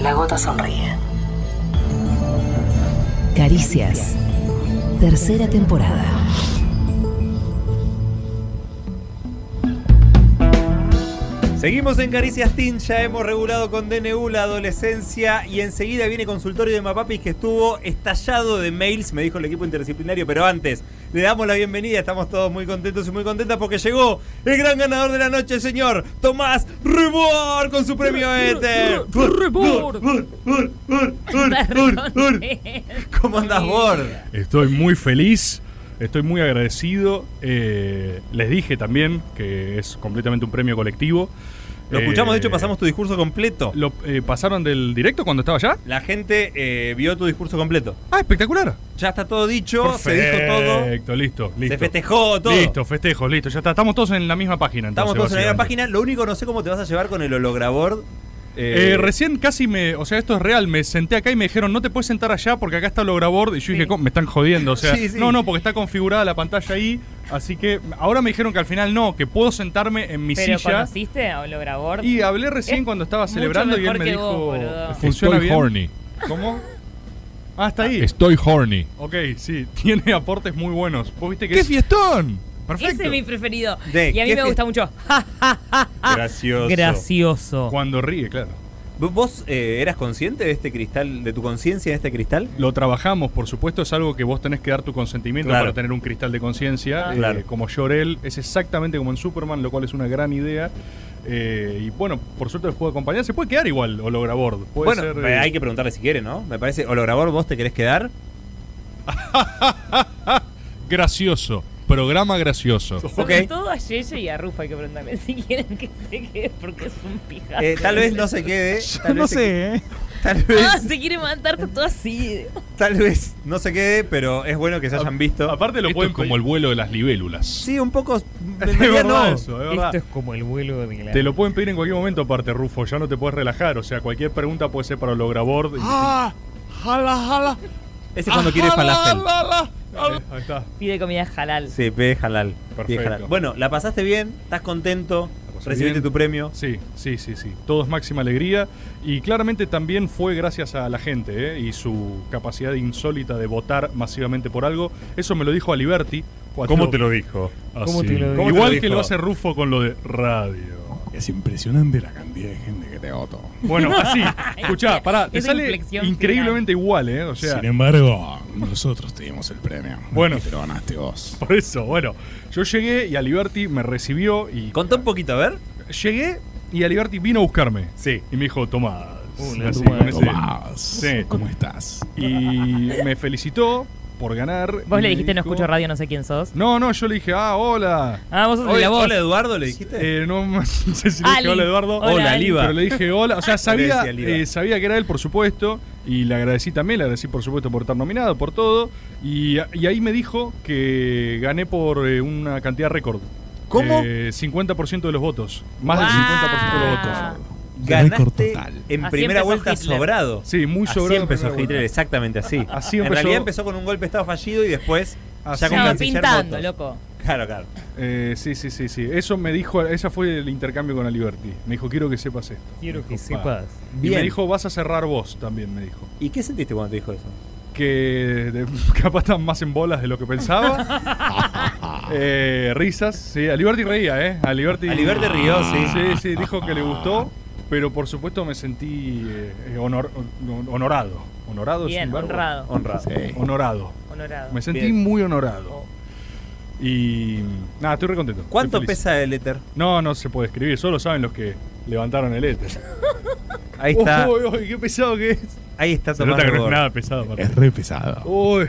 La gota sonríe. Caricias. Tercera temporada.
Seguimos en Caricias Teen, ya hemos regulado con DNU la adolescencia y enseguida viene consultorio de Mapapis que estuvo estallado de mails, me dijo el equipo interdisciplinario, pero antes le damos la bienvenida, estamos todos muy contentos y muy contentas porque llegó el gran ganador de la noche, el señor Tomás Rubor con su premio Éter.
Rebord.
¿Cómo andas, Bor?
Estoy muy feliz, estoy muy agradecido. eh, les dije también que es completamente un premio colectivo. Eh,
Lo escuchamos, de hecho, pasamos tu discurso completo.
¿Lo eh, pasaron del directo cuando estaba allá?
La gente eh, vio tu discurso completo.
Ah, espectacular.
Ya está todo dicho, se dijo todo.
Perfecto, listo, listo.
Se festejó todo.
Listo, festejos, listo. Ya está. Estamos todos en la misma página. entonces,
Estamos todos en la misma
básicamente.
página. Lo único, no sé cómo te vas a llevar con el holograbor.
Eh, recién casi me, o sea, esto es real, me senté acá y me dijeron, no te puedes sentar allá porque acá está el lograbord y yo dije, "¿Cómo? me están jodiendo, o sea,
Sí, sí.
no, no, porque está configurada la pantalla ahí, así que ahora me dijeron que al final no, que puedo sentarme en mi
¿Pero
silla.
conociste a Holograbord?
Y hablé recién
Es
cuando estaba
mucho
celebrando y él
mejor
me
que
dijo,
vos, boludo.
funciona
Estoy
bien.
horny.
¿Cómo? Ah, está ahí. Oh,
Estoy horny.
Ok, sí, tiene aportes muy buenos. ¿Vos viste que ¡Qué es- fiestón!
Ese es mi preferido.
De,
y a mí
¿qué
me
fue?
gusta mucho.
ah,
Gracioso.
Gracioso.
Cuando ríe, claro.
¿Vos eh, eras consciente de este cristal, de tu conciencia en este cristal?
Lo trabajamos, por supuesto, es algo que vos tenés que dar tu consentimiento
Claro.
para tener un cristal de conciencia.
Ah.
eh,
Claro.
Como Llorel, es exactamente como en Superman, lo cual es una gran idea. Eh, y bueno, por suerte el juego de compañía se puede quedar igual, Holograboard. Puede
bueno,
ser,
eh,
eh,
hay que preguntarle si quiere, ¿no? Me parece, Holograbor, ¿vos te querés quedar?
Gracioso. Programa gracioso.
Sobre todo a Yeye y a Rufa hay que preguntarle si quieren que se quede porque es un pijazo.
Eh, tal vez no se quede. tal vez se-
sé,
Tal vez,
Ah, se quiere mandarte todo así.
tal vez no se quede, pero es bueno que se hayan visto. Aparte
lo pueden como el vuelo de las libélulas.
Sí, un poco.
Es
realidad
verdad
no.
eso, es verdad.
Esto es
como el vuelo de
Te lo pueden pedir en cualquier momento, aparte, Rufo. Ya no te puedes relajar. O sea, cualquier pregunta puede ser para Holograboard. y-
¡Ah! ¡Jala, jala!
Ese es cuando quiere falafel.
Ahí está.
Pide comida halal.
Ah, Sí, pide halal. Pide
Perfecto.
halal. Bueno, la pasaste bien, estás contento, recibiste
bien.
Pues, tu premio.
Sí, sí, sí, sí. Todo es máxima alegría. Y claramente también fue gracias a la gente ¿eh? y su capacidad insólita de votar masivamente por algo. Eso me lo dijo Aliberti. cuando-
¿Cómo te lo dijo?
¿Cómo
Así.
te lo
¿Cómo
dijo?
te
Igual
lo
que
dijo?
lo hace Rufo con lo de radio.
Es impresionante la cantidad de gente que te voto.
Bueno, así. Escuchá, pará. Te
Esa
sale
inflexión
increíblemente igual, ¿eh? O sea,
Sin embargo, nosotros te dimos el premio.
Bueno.
Y te lo ganaste vos.
Por eso, bueno, yo llegué y Aliberti me recibió y.
Contá un poquito, a ver.
Llegué y Aliberti vino a buscarme. Sí. Y me dijo, Tomás.
Hola,
Así,
Tomás.
con ese-
Tomás,
Sí.
¿Cómo estás?
Y me felicitó por ganar.
Vos
y me
le dijiste no
dijo-
escucho radio, no sé quién sos.
No, no, yo le dije, ah, hola.
Ah, vos sos el de la voz.
hola, Eduardo, ¿le dijiste?
Eh, no, no sé si le dije
Ali.
hola Eduardo.
Hola, Hola, Ali.
Aliba. Pero le dije hola. O sea,
Le
sabía,
decía Aliba.
eh, sabía que era él, por supuesto. Y le agradecí también, le agradecí, por supuesto, por estar nominado, por todo. Y, y ahí me dijo que gané por eh, una cantidad récord.
¿Cómo?
Eh, 50% de los votos. Más del
Wow.
50% de los votos.
Ganaste en primera vuelta sobrado.
Sí, muy sobrado.
Así
en
empezó
primera
Hitler,
vuelta.
exactamente así.
Así
en
empezó-
realidad empezó con un golpe de estado fallido y después ya con
No,
Canciller
pintando,
Motos.
loco.
Claro, claro.
Eh, sí, sí, sí, sí. Eso me dijo, ese fue el intercambio con Aliberti. Me dijo, quiero que sepas esto.
Quiero
Me
que
dijo,
sepas.
"Pa". Y
Bien.
me dijo, vas a cerrar vos también, me dijo.
¿Y qué sentiste cuando te dijo eso?
Que de- capaz están más en bolas de lo que pensaba. Eh, risas, sí. Aliberti reía, ¿eh? Aliberti,
Aliberti rió, sí.
Sí, sí, dijo que le gustó. Pero por supuesto me sentí eh, eh, honor- hon- honorado. Honorado es
Bien,
un verbo.
honrado.
Honrado.
Sí. Honorado.
Honorado.
Me sentí
Bien.
muy honorado. Y nada, estoy re contento. Estoy
¿Cuánto
feliz.
pesa el éter?
No, no se puede escribir, solo saben los que levantaron el éter.
Ahí está.
Uy, uy, qué pesado que es.
Ahí está
Se nota
Tomás
que no es
Rebord.
nada pesado, Martín.
Es re pesado.
Uy,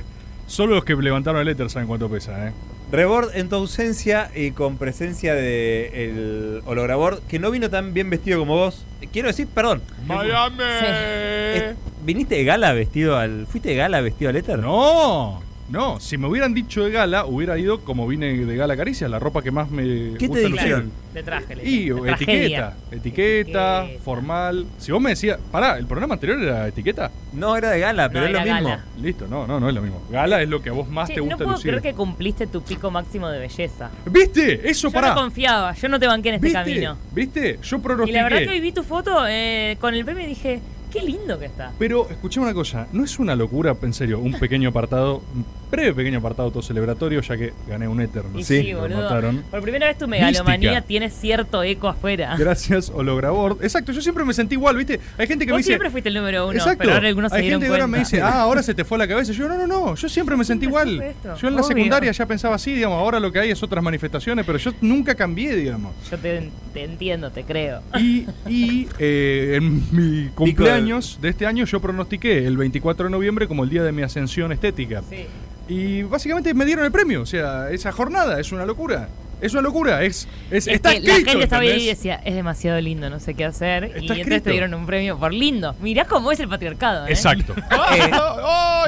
solo los que levantaron el éter saben cuánto pesa, ¿eh?
Rebord en tu ausencia y con presencia de el holograbord, que no vino tan bien vestido como vos. Quiero decir, perdón.
Miami.
Eh, ¿Viniste de gala vestido al. ¿Fuiste de gala vestido al éter?
No, no, si me hubieran dicho de gala, hubiera ido como vine de gala caricia, la ropa que más me
¿Qué te
gusta lucir.
dijeron?
De traje, le
Y
digo. De
etiqueta,
tragedia.
etiqueta, formal. Si vos me decías, pará, ¿el programa anterior era etiqueta?
No, era de gala,
pero No, es lo era mismo. gala.
Listo, no, no, no es lo mismo. Gala es lo que a vos más
Che,
te
no
gusta
puedo
lucir.
creer que cumpliste tu pico máximo de belleza.
¿Viste? Eso
Yo
pará.
no confiaba, yo no te banqué en este
¿Viste?
camino.
¿Viste? Yo
Y
pronostiqué.
la verdad que hoy vi tu foto eh, con el premio y dije, qué lindo que está.
Pero escuchame una cosa, no es una locura, en serio, un pequeño apartado, un breve pequeño apartado todo celebratorio, ya que gané un Eterno.
Y sí, boludo. Por primera vez tu megalomanía
Mística.
tiene cierto eco afuera.
Gracias, Holograbord. Exacto, yo siempre me sentí igual, ¿viste? Hay gente que
Vos
me dice.
siempre fuiste el número uno,
Exacto.
pero ahora algunos se
Hay
dieron
gente que ahora
cuenta.
me dice, ah, ahora se te fue la cabeza. Yo, no, no, no, yo siempre me sentí igual.
supe esto,
Yo en la
obvio.
secundaria ya pensaba así, digamos, ahora lo que hay es otras manifestaciones, pero yo nunca cambié, digamos.
Yo te, te entiendo, te creo.
Y, y, eh, en mi cumpleaños de este año yo pronostiqué el 24 de noviembre como el día de mi ascensión estética. Y básicamente me dieron el premio. O sea, esa jornada es una locura. Es una locura. Es, es,
Es
está
que la
escrito,
gente estaba ahí y
¿entendés?
decía, es demasiado lindo, no sé qué hacer. y
escrito.
entonces te dieron un premio por lindo. Mirá cómo es el patriarcado, ¿eh?
Exacto.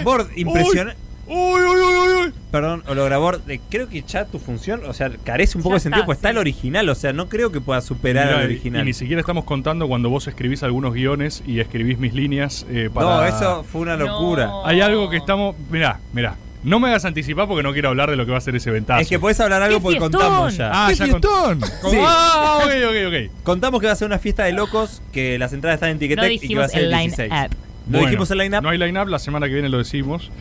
Bord, impresionante.
Uy, uy, uy, uy.
Perdón, holograbord, eh, creo que ya tu función, o sea, carece un poco de
Ya
sentido,
está,
pues está el original, o sea, no creo que pueda superar
Mirá,
al
y-
original.
Y ni siquiera estamos contando cuando vos escribís algunos guiones y escribís mis líneas eh, para.
No, eso fue una locura.
Hay algo que estamos. Mirá, mirá. No me hagas anticipar porque no quiero hablar de lo que va a ser ese ventazo.
Es que podés hablar algo
¡Qué
porque
fiestón!
contamos ya.
Ah, ya contón.
Sí.
Ah, ok, ok, ok.
Contamos que va a ser una fiesta de locos, que las entradas están en Ticketek
No
y que va a
dijimos
ser el
el
16.
line-up.
No dijimos el line-up.
No hay line-up, la semana que viene lo decimos.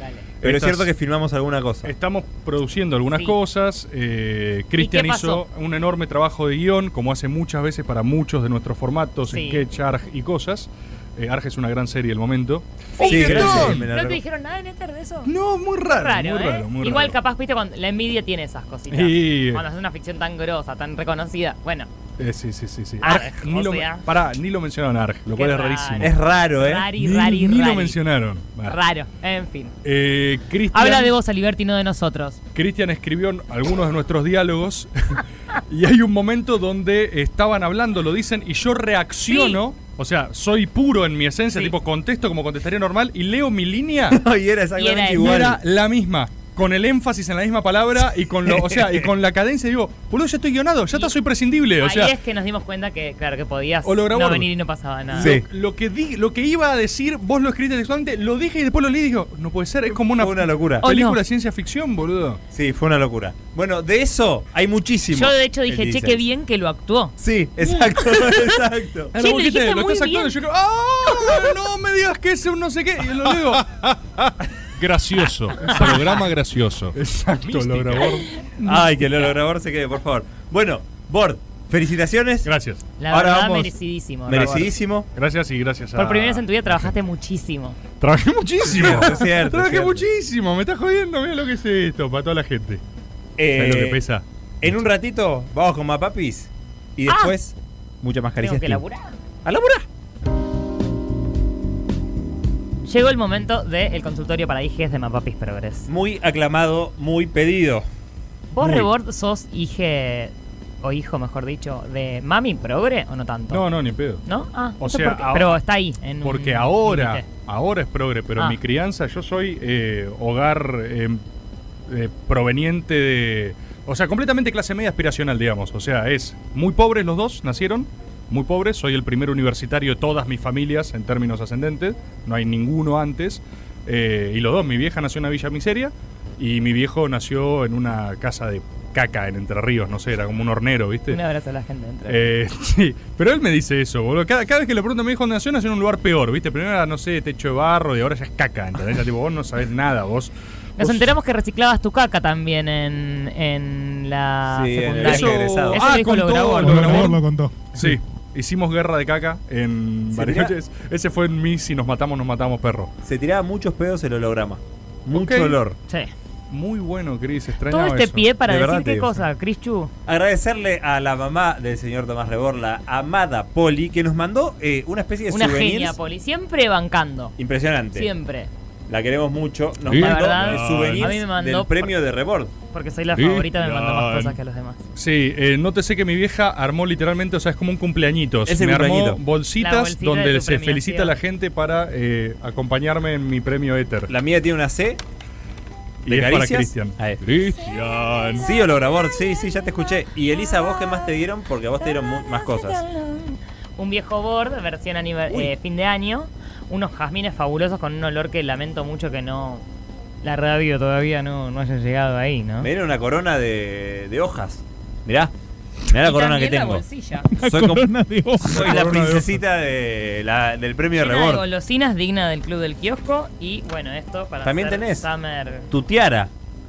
Pero es
Estas-
cierto que filmamos alguna cosa.
Estamos produciendo algunas
Sí.
cosas. eh, Cristian
qué
hizo
pasó?
un enorme trabajo de guión, como hace muchas veces para muchos de nuestros formatos,
Sí.
sketch, ARG y cosas. Eh, ARG es una gran serie del momento.
Sí,
gracias.
¿No te dijeron nada en este Ether de eso?
No, muy raro. muy
¿eh?
raro, muy
Igual capaz, viste, cuando la envidia tiene esas cositas.
Y-
Cuando haces una ficción tan grosa, tan reconocida. Bueno,
Eh, sí, sí, sí. sí.
ah,
Arg,
Arg, ni
o
lo,
sea.
pará, ni lo mencionaron ARG, lo
Ah. Qué
cual es
raro.
rarísimo.
Es raro, ¿eh? Rari,
Ni,
rari,
ni lo
rari.
mencionaron. Arg.
raro. En fin.
Eh, Cristian-
Habla de vos, Aliberti, no de nosotros.
Cristian escribió algunos de nuestros diálogos y hay un momento donde estaban hablando, lo dicen, y yo reacciono. O sea, soy puro en mi esencia, tipo contesto como contestaría normal y leo mi línea.
y era
exactamente Y era igual.
era la misma. Con el énfasis en la misma palabra y con lo, o sea, y con la cadencia digo, boludo, ya estoy guionado, ya está, soy prescindible. O
Ahí
sea,
es que nos dimos cuenta que, claro, que podías
O lo grabó.
no venir y no pasaba nada.
Lo- Lo, que di- lo que iba a decir, vos lo escribiste textualmente, lo dije y después lo leí y digo, no puede ser, es como una,
una locura.
película de ciencia ficción, boludo.
Sí, fue una locura. Bueno, de eso hay muchísimo.
Yo, de hecho,
El
dije, che,
16.
qué bien que lo actuó.
Sí, exacto, exacto.
Che, lo dijiste muy bien.
yo creo, ¡ah! No me digas que es un no sé qué. Y lo digo. Gracioso. programa gracioso.
Exacto,
Mística. Logra Bord.
Ay, que Logra Bord se quede, por favor. Bueno, Bord, felicitaciones.
Gracias.
La verdad, merecidísimo.
Merecidísimo.
Gracias y gracias
Por primera vez en tu vida trabajaste muchísimo.
Trabajé muchísimo.
Cierto, es cierto,
Trabajé
cierto.
muchísimo. Me estás jodiendo. Mira lo que es esto para toda la gente. ¿Sabes lo que pesa?
Eh, En un ratito vamos con Mapapis y
Ah.
después mucha más caricia.
Tengo que laburar.
¡A laburar!
Llegó el momento del consultorio para IGs de Mapapis Progress.
Muy aclamado, muy pedido.
¿Vos,
Muy.
Rebord, sos hije, o hijo, mejor dicho, de Mami Progre o no tanto?
No, no, ni pedo.
¿No? Ah,
O
no sé
sea,
por qué,
ahora-
pero está ahí. En
Porque
un
ahora,
límite.
ahora es progre, pero
Ah.
en mi crianza yo soy eh, hogar eh, eh, proveniente de... O sea, completamente clase media aspiracional, digamos. O sea, es muy pobres los dos, nacieron, muy pobres. Soy el primer universitario de todas mis familias en términos ascendentes. No hay ninguno antes. Eh, y los dos, mi vieja nació en una villa miseria y mi viejo nació en una casa de caca en Entre Ríos, no sé, era como un hornero, ¿viste?
Un abrazo a la gente. dentro.
Eh, sí, pero él me dice eso, boludo. Cada, cada vez que le pregunto a mi hijo dónde nació, nació en un lugar peor, ¿viste? Primero era, no sé, techo de barro y ahora ya es caca, ¿entendés? Ya, tipo, vos no sabés nada, vos.
Nos
vos-
enteramos que reciclabas tu caca también en, en la
Sí, en el
secundaria.
viaje egresado.
Eso
Ah,
lo dijo
con
Lo
todo lo
Grabó.
Lo
grabó.
grabó, lo contó.
Sí, hicimos guerra de caca en
Se
Bariloche. Ese fue en mí, si nos matamos, nos matamos, perro.
Se tiraba muchos pedos el holograma. Mucho
Ok.
olor.
Sí.
Muy bueno, Cris,
Todo
extrañaba
este
eso.
pie para
De
decir
verdad te
qué
digo.
cosa, Chris Chu.
Agradecerle a la mamá del señor Tomás Rebor, la amada Poli, que nos mandó eh, una especie de
Una
souvenirs
genia, Poli. Siempre bancando.
impresionante.
Siempre.
La queremos mucho. Nos
Sí. La
mandó
verdad,
los
a mí me
souvenirs
mandó
del premio de Rebord.
Porque soy la
Sí.
favorita, me manda más
Bien.
cosas que a los demás.
Sí, eh, nótese que mi vieja armó literalmente, o sea, es como un cumpleañitos.
Es el
Me armó
cumpleañito.
La
bolsitas
bolsita de
donde
tu
se
premiación.
felicita a la gente para eh, acompañarme en mi premio Éter.
La mía tiene una C.
Y
de
es para
caricias.
Cristian.
Ahí.
Cristian.
Sí, holograbor, sí, sí, ya te escuché. Y Elisa, ¿vos qué más te dieron? Porque a vos te dieron mu- más cosas.
Un viejo board, versión aniver-
Uy.
eh, fin de año. Unos jazmines fabulosos con un olor que lamento mucho que no. La radio todavía no, no haya llegado ahí, ¿no?
Me dieron una corona de, de hojas. Mirá, mirá la
Y
corona que
también la
tengo.
bolsilla.
Una
Soy, como-
corona de hojas.
soy la
Corona de
princesita de la- del premio
Llena de
Rebord.
golosinas digna del club del kiosco. Y bueno, esto para.
También
hacer
tenés.
Summer.
Tu tiara.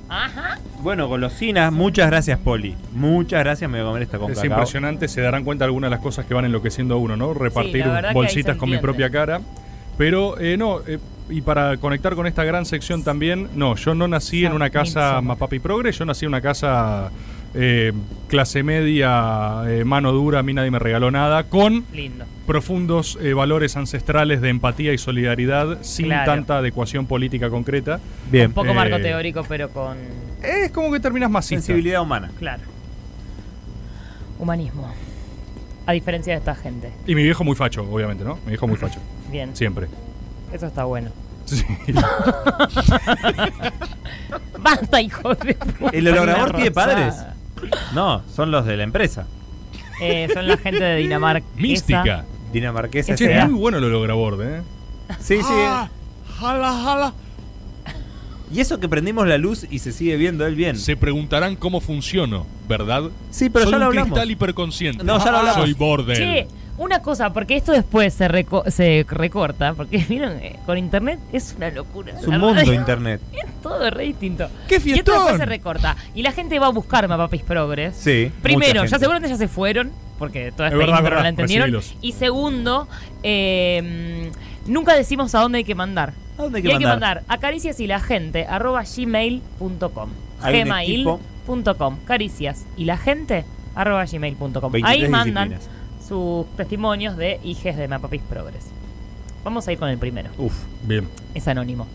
Ajá.
Bueno, golosinas, muchas gracias, Poli. Muchas gracias, me voy a comer esta con
Es
cacao.
impresionante, se darán cuenta algunas de las cosas que van enloqueciendo a uno, ¿no? Repartir
la verdad que ahí
bolsitas
se
con mi
entiende.
propia cara. Pero, eh, no, eh, y para conectar con esta gran sección también, no, yo no nací en una casa Mapapi Progre, yo nací en una casa eh, clase media, eh, mano dura, a mí nadie me regaló nada, con
Lindo.
profundos eh, valores ancestrales de empatía y solidaridad, sin
Claro.
tanta adecuación política concreta.
Bien.
Un poco
Eh,
marco teórico, pero con.
Es como que terminas más
Sensibilidad humana.
Claro. Humanismo. A diferencia de esta gente.
Y mi viejo muy facho, obviamente, ¿no? Mi viejo muy facho.
Bien.
Siempre.
Eso está bueno.
Sí.
Basta, hijo de puta.
¿El holograbor
Una
tiene padres?
rosada.
No, son los de la empresa.
Eh, son la gente de Dinamarca.
Mística.
Dinamarquesa.
Che,
S.A..
es muy bueno el holograbord, ¿eh?
Sí, sí.
Ah.
Jala, jala.
Y eso que prendimos la luz y se sigue viendo él bien.
Se preguntarán cómo funciono, ¿verdad?
Sí, pero
Soy
ya lo
un
hablamos.
cristal hiperconsciente.
No, ya lo hablamos.
Soy bordel.
Che, Una cosa, porque esto después se, reco- se recorta, porque vieron, Eh, con internet es una locura.
Es un
La
mundo
radio
internet.
Es todo re distinto.
¡Qué
Y esto después
fiestón!
se recorta. Y la gente va a buscarme a Papis Progres.
Sí, mucha
Primero,
gente.
ya seguramente ya se fueron, porque toda
Es verdad,
esta intro no
verdad.
la entendieron.
Recibilos.
Y segundo, eh, mm, nunca decimos a dónde hay que mandar.
¿A dónde hay que
y hay que
mandar?
mandar a caricias y la gente, arroba gmail.com.
Hay un equipo.
Gmail.com. Caricias y la gente, arroba gmail.com.
23
Ahí mandan
disciplinas.
sus testimonios de hijes de Mapapis Progress. Vamos a ir con el primero.
Uf,
bien.
Es anónimo.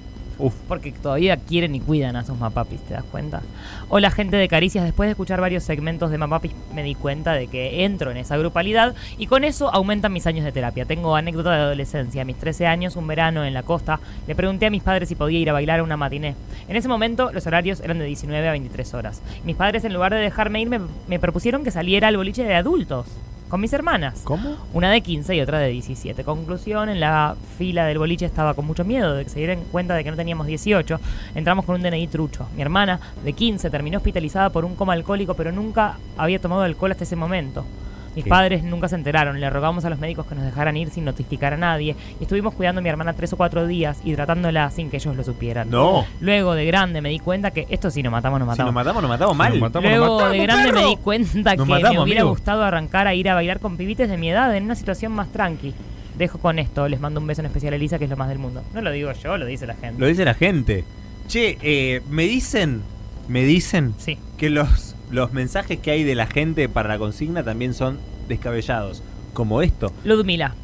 Porque todavía quieren y cuidan a sus mapapis, ¿te das cuenta? Hola gente de Caricias, después de escuchar varios segmentos de mapapis me di cuenta de que entro en esa grupalidad y con eso aumentan mis años de terapia. Tengo anécdota de adolescencia, a mis 13 años, un verano en la costa, le pregunté a mis padres si podía ir a bailar a una matiné. En ese momento los horarios eran de 19 a 23 horas. Mis padres en lugar de dejarme ir me, me propusieron que saliera al boliche de adultos. Con mis hermanas.
¿Cómo?
Una de 15 y otra de 17. Conclusión, en la fila del boliche estaba con mucho miedo de que se dieran cuenta de que no teníamos 18. Entramos con un DNI trucho. Mi hermana, de 15, terminó hospitalizada por un coma alcohólico, pero nunca había tomado alcohol hasta ese momento. Mis
¿Qué?
padres nunca se enteraron, le rogamos a los médicos que nos dejaran ir sin notificar a nadie y estuvimos cuidando a mi hermana tres o cuatro días hidratándola sin que ellos lo supieran.
No.
Luego de grande me di cuenta que esto si nos matamos, nos
Si
matamos.
nos matamos, nos matamos mal.
Luego de grande me di cuenta que
Nos
me
matamos,
hubiera
amigo.
gustado arrancar a ir a bailar con pibites de mi edad en una situación más tranqui. Dejo con esto, les mando un beso en especial a Elisa, que es lo más del mundo. No lo digo yo, lo dice la gente.
Lo dice la gente. Che, eh, me dicen, me dicen que los, los mensajes que hay de la gente para la consigna también son descabellados, como esto.
Ludmila.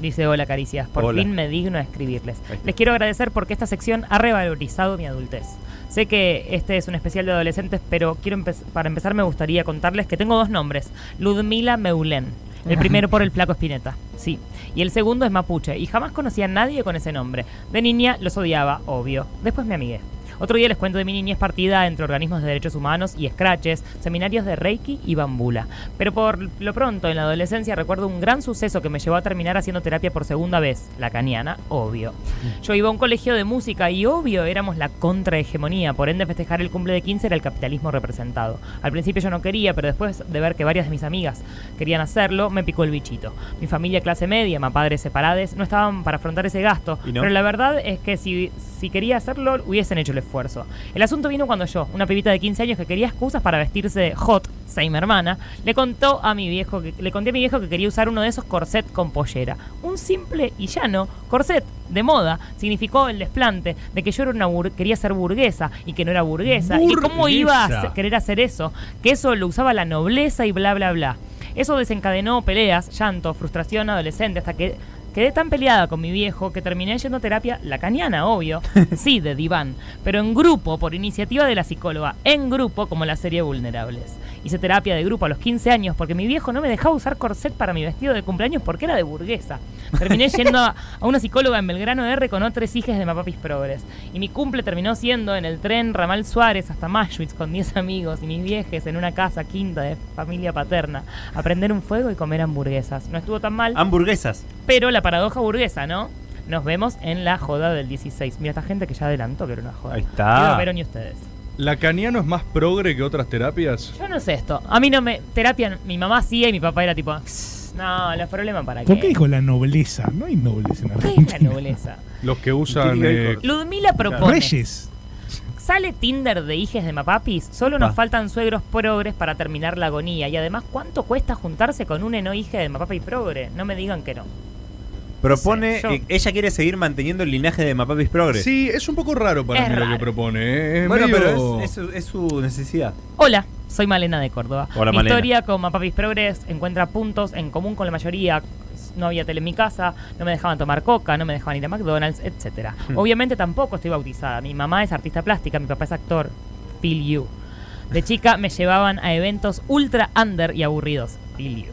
Dice hola caricias, por
Hola.
fin me digno a escribirles.
Ahí está.
Les quiero agradecer porque esta sección ha revalorizado mi adultez. Sé que este es un especial de adolescentes, pero quiero empe- para empezar me gustaría contarles que tengo dos nombres, Ludmila Meulén. El primero por el flaco Espineta, sí. Y el segundo es Mapuche, y jamás conocí a nadie con ese nombre. De niña los odiaba, obvio. Después me amigué. Otro día les cuento de mi niñez partida entre organismos de derechos humanos y scratches, seminarios de Reiki y bambula. Pero por lo pronto, en la adolescencia recuerdo un gran suceso que me llevó a terminar haciendo terapia por segunda vez, la caniana, obvio.
Mm.
Yo iba a un colegio de música y obvio éramos la contrahegemonía, por ende festejar el cumple de 15 era el capitalismo representado. Al principio yo no quería, pero después de ver que varias de mis amigas querían hacerlo, me picó el bichito. Mi familia clase media, más padres separades, no estaban para afrontar ese gasto,
¿Y no?
pero la verdad es que si, si quería hacerlo, hubiesen hecho el esfuerzo. El asunto vino cuando yo, una pibita de 15 años que quería excusas para vestirse de hot, same hermana, le contó a mi viejo que, le conté a mi viejo que quería usar uno de esos corset con pollera. Un simple y llano corset de moda significó el desplante de que yo era una bur- quería ser burguesa y que no era burguesa, y cómo iba a
Burguesa.
ser- querer hacer eso, que eso lo usaba la nobleza y bla bla bla. Eso desencadenó peleas, llanto, frustración adolescente hasta que quedé tan peleada con mi viejo que terminé yendo a terapia lacaniana, obvio, sí, de diván, pero en grupo por iniciativa de la psicóloga, en grupo como la serie Vulnerables. Hice terapia de grupo a los 15 años porque mi viejo no me dejaba usar corset para mi vestido de cumpleaños porque era de burguesa. Terminé yendo a, a una psicóloga en Belgrano R con otras hijas de Mapapis Progres. Y mi cumple terminó siendo en el tren Ramal Suárez hasta Maschwitz con 10 amigos y mis viejes en una casa quinta de familia paterna. Aprender un fuego y comer hamburguesas. No estuvo tan mal.
Hamburguesas.
Pero la paradoja burguesa, ¿no? Nos vemos en la joda del 16. Mira esta gente que ya adelantó que era una joda. Ah, Ahí
está.
Ni lo vieron ni ustedes.
¿La caniano es más progre que otras terapias?
Yo no sé esto. A mí no me. Terapia, mi mamá hacía y mi papá era tipo. "Pss, No, los problemas para
¿Por qué dijo la nobleza? No hay nobles en
¿Qué es
Argentina.
la nobleza?
Los que usan... eh,
Ludmila propone.
Reyes.
¿Sale Tinder de hijes de mapapis? Solo nos
Pa.
faltan suegros progres para terminar la agonía. Y además, ¿cuánto cuesta juntarse con un eno hije de mapapis progre? No me digan que no.
Propone,
Sí, yo-
eh, ella quiere seguir manteniendo el linaje de Mapapis Progress.
Sí, es un poco raro para
Es
mí lo
raro.
que propone. ¿eh? Es
bueno,
medio-
pero es, es su- es su necesidad.
Hola, soy Malena de Córdoba.
Hola,
Mi
Malena.
historia con Mapapis Progress encuentra puntos en común con la mayoría. No había tele en mi casa, no me dejaban tomar coca, no me dejaban ir a McDonald's, etcétera.
Hmm.
Obviamente tampoco estoy bautizada. Mi mamá es artista plástica, mi papá es actor. Feel you. De chica me llevaban a eventos ultra under y aburridos. Feel you.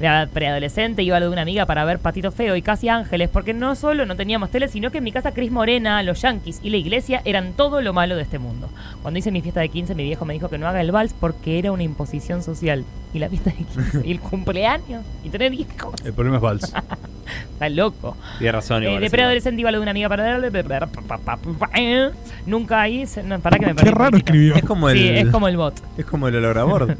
La preadolescente iba a lo de una amiga para ver Patito Feo y Casi Ángeles, porque no solo no teníamos tele, sino que en mi casa Cris Morena, los Yankees y la iglesia eran todo lo malo de este mundo. Cuando hice mi fiesta de 15, mi viejo me dijo que no haga el vals porque era una imposición social. Y la fiesta de 15, y el cumpleaños, y tener hijos.
El problema es vals.
Está loco.
Tiene razón,
Eh,
igual.
de
es
preadolescente iba a lo de una amiga para darle. pe- pe- pa- pa- pa- eh. Nunca ahí. se- No, para que me
Qué
perdí
raro
tantito.
escribió. Es como
Sí,
el-
es como el bot.
verdad. Es como el olor a bordo.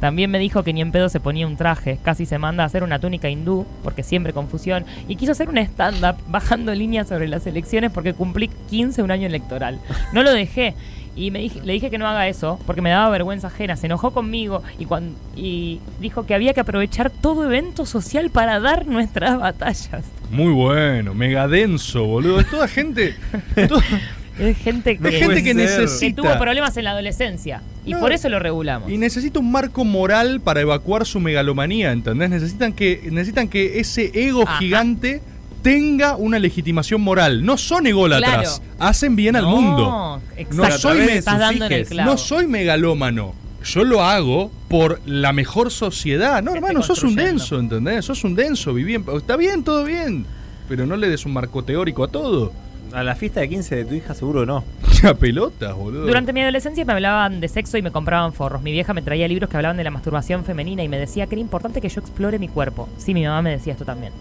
También me dijo que ni en pedo se ponía un traje, casi se manda a hacer una túnica hindú, porque siempre confusión, y quiso hacer un stand-up bajando líneas sobre las elecciones porque cumplí 15 un año electoral. No lo dejé. Y me dije- le dije que no haga eso porque me daba vergüenza ajena. Se enojó conmigo y, cuan- y dijo que había que aprovechar todo evento social para dar nuestras batallas.
Muy bueno, mega denso, boludo. Es toda gente.
Es gente
que, gente que necesita.
Que tuvo problemas en la adolescencia. Y
No.
por eso lo regulamos.
Y necesita un marco moral para evacuar su megalomanía, ¿entendés? Necesitan que, necesitan que ese ego
Ajá.
gigante tenga una legitimación moral. No son ególatras,
Claro.
hacen bien al
No,
mundo. No
exacto.
soy,
Pero
me-
estás dando en el clavo.
no soy megalómano. Yo lo hago por la mejor sociedad. No, hermano, sos un denso, ¿entendés? Sos un denso, viví en- Está bien, todo bien. Pero no le des un marco teórico a todo.
A la fiesta de 15 de tu hija seguro no.
Ya pelotas, boludo.
Durante mi adolescencia me hablaban de sexo y me compraban forros. Mi vieja me traía libros que hablaban de la masturbación femenina y me decía que era importante que yo explore mi cuerpo. Sí, mi mamá me decía esto también.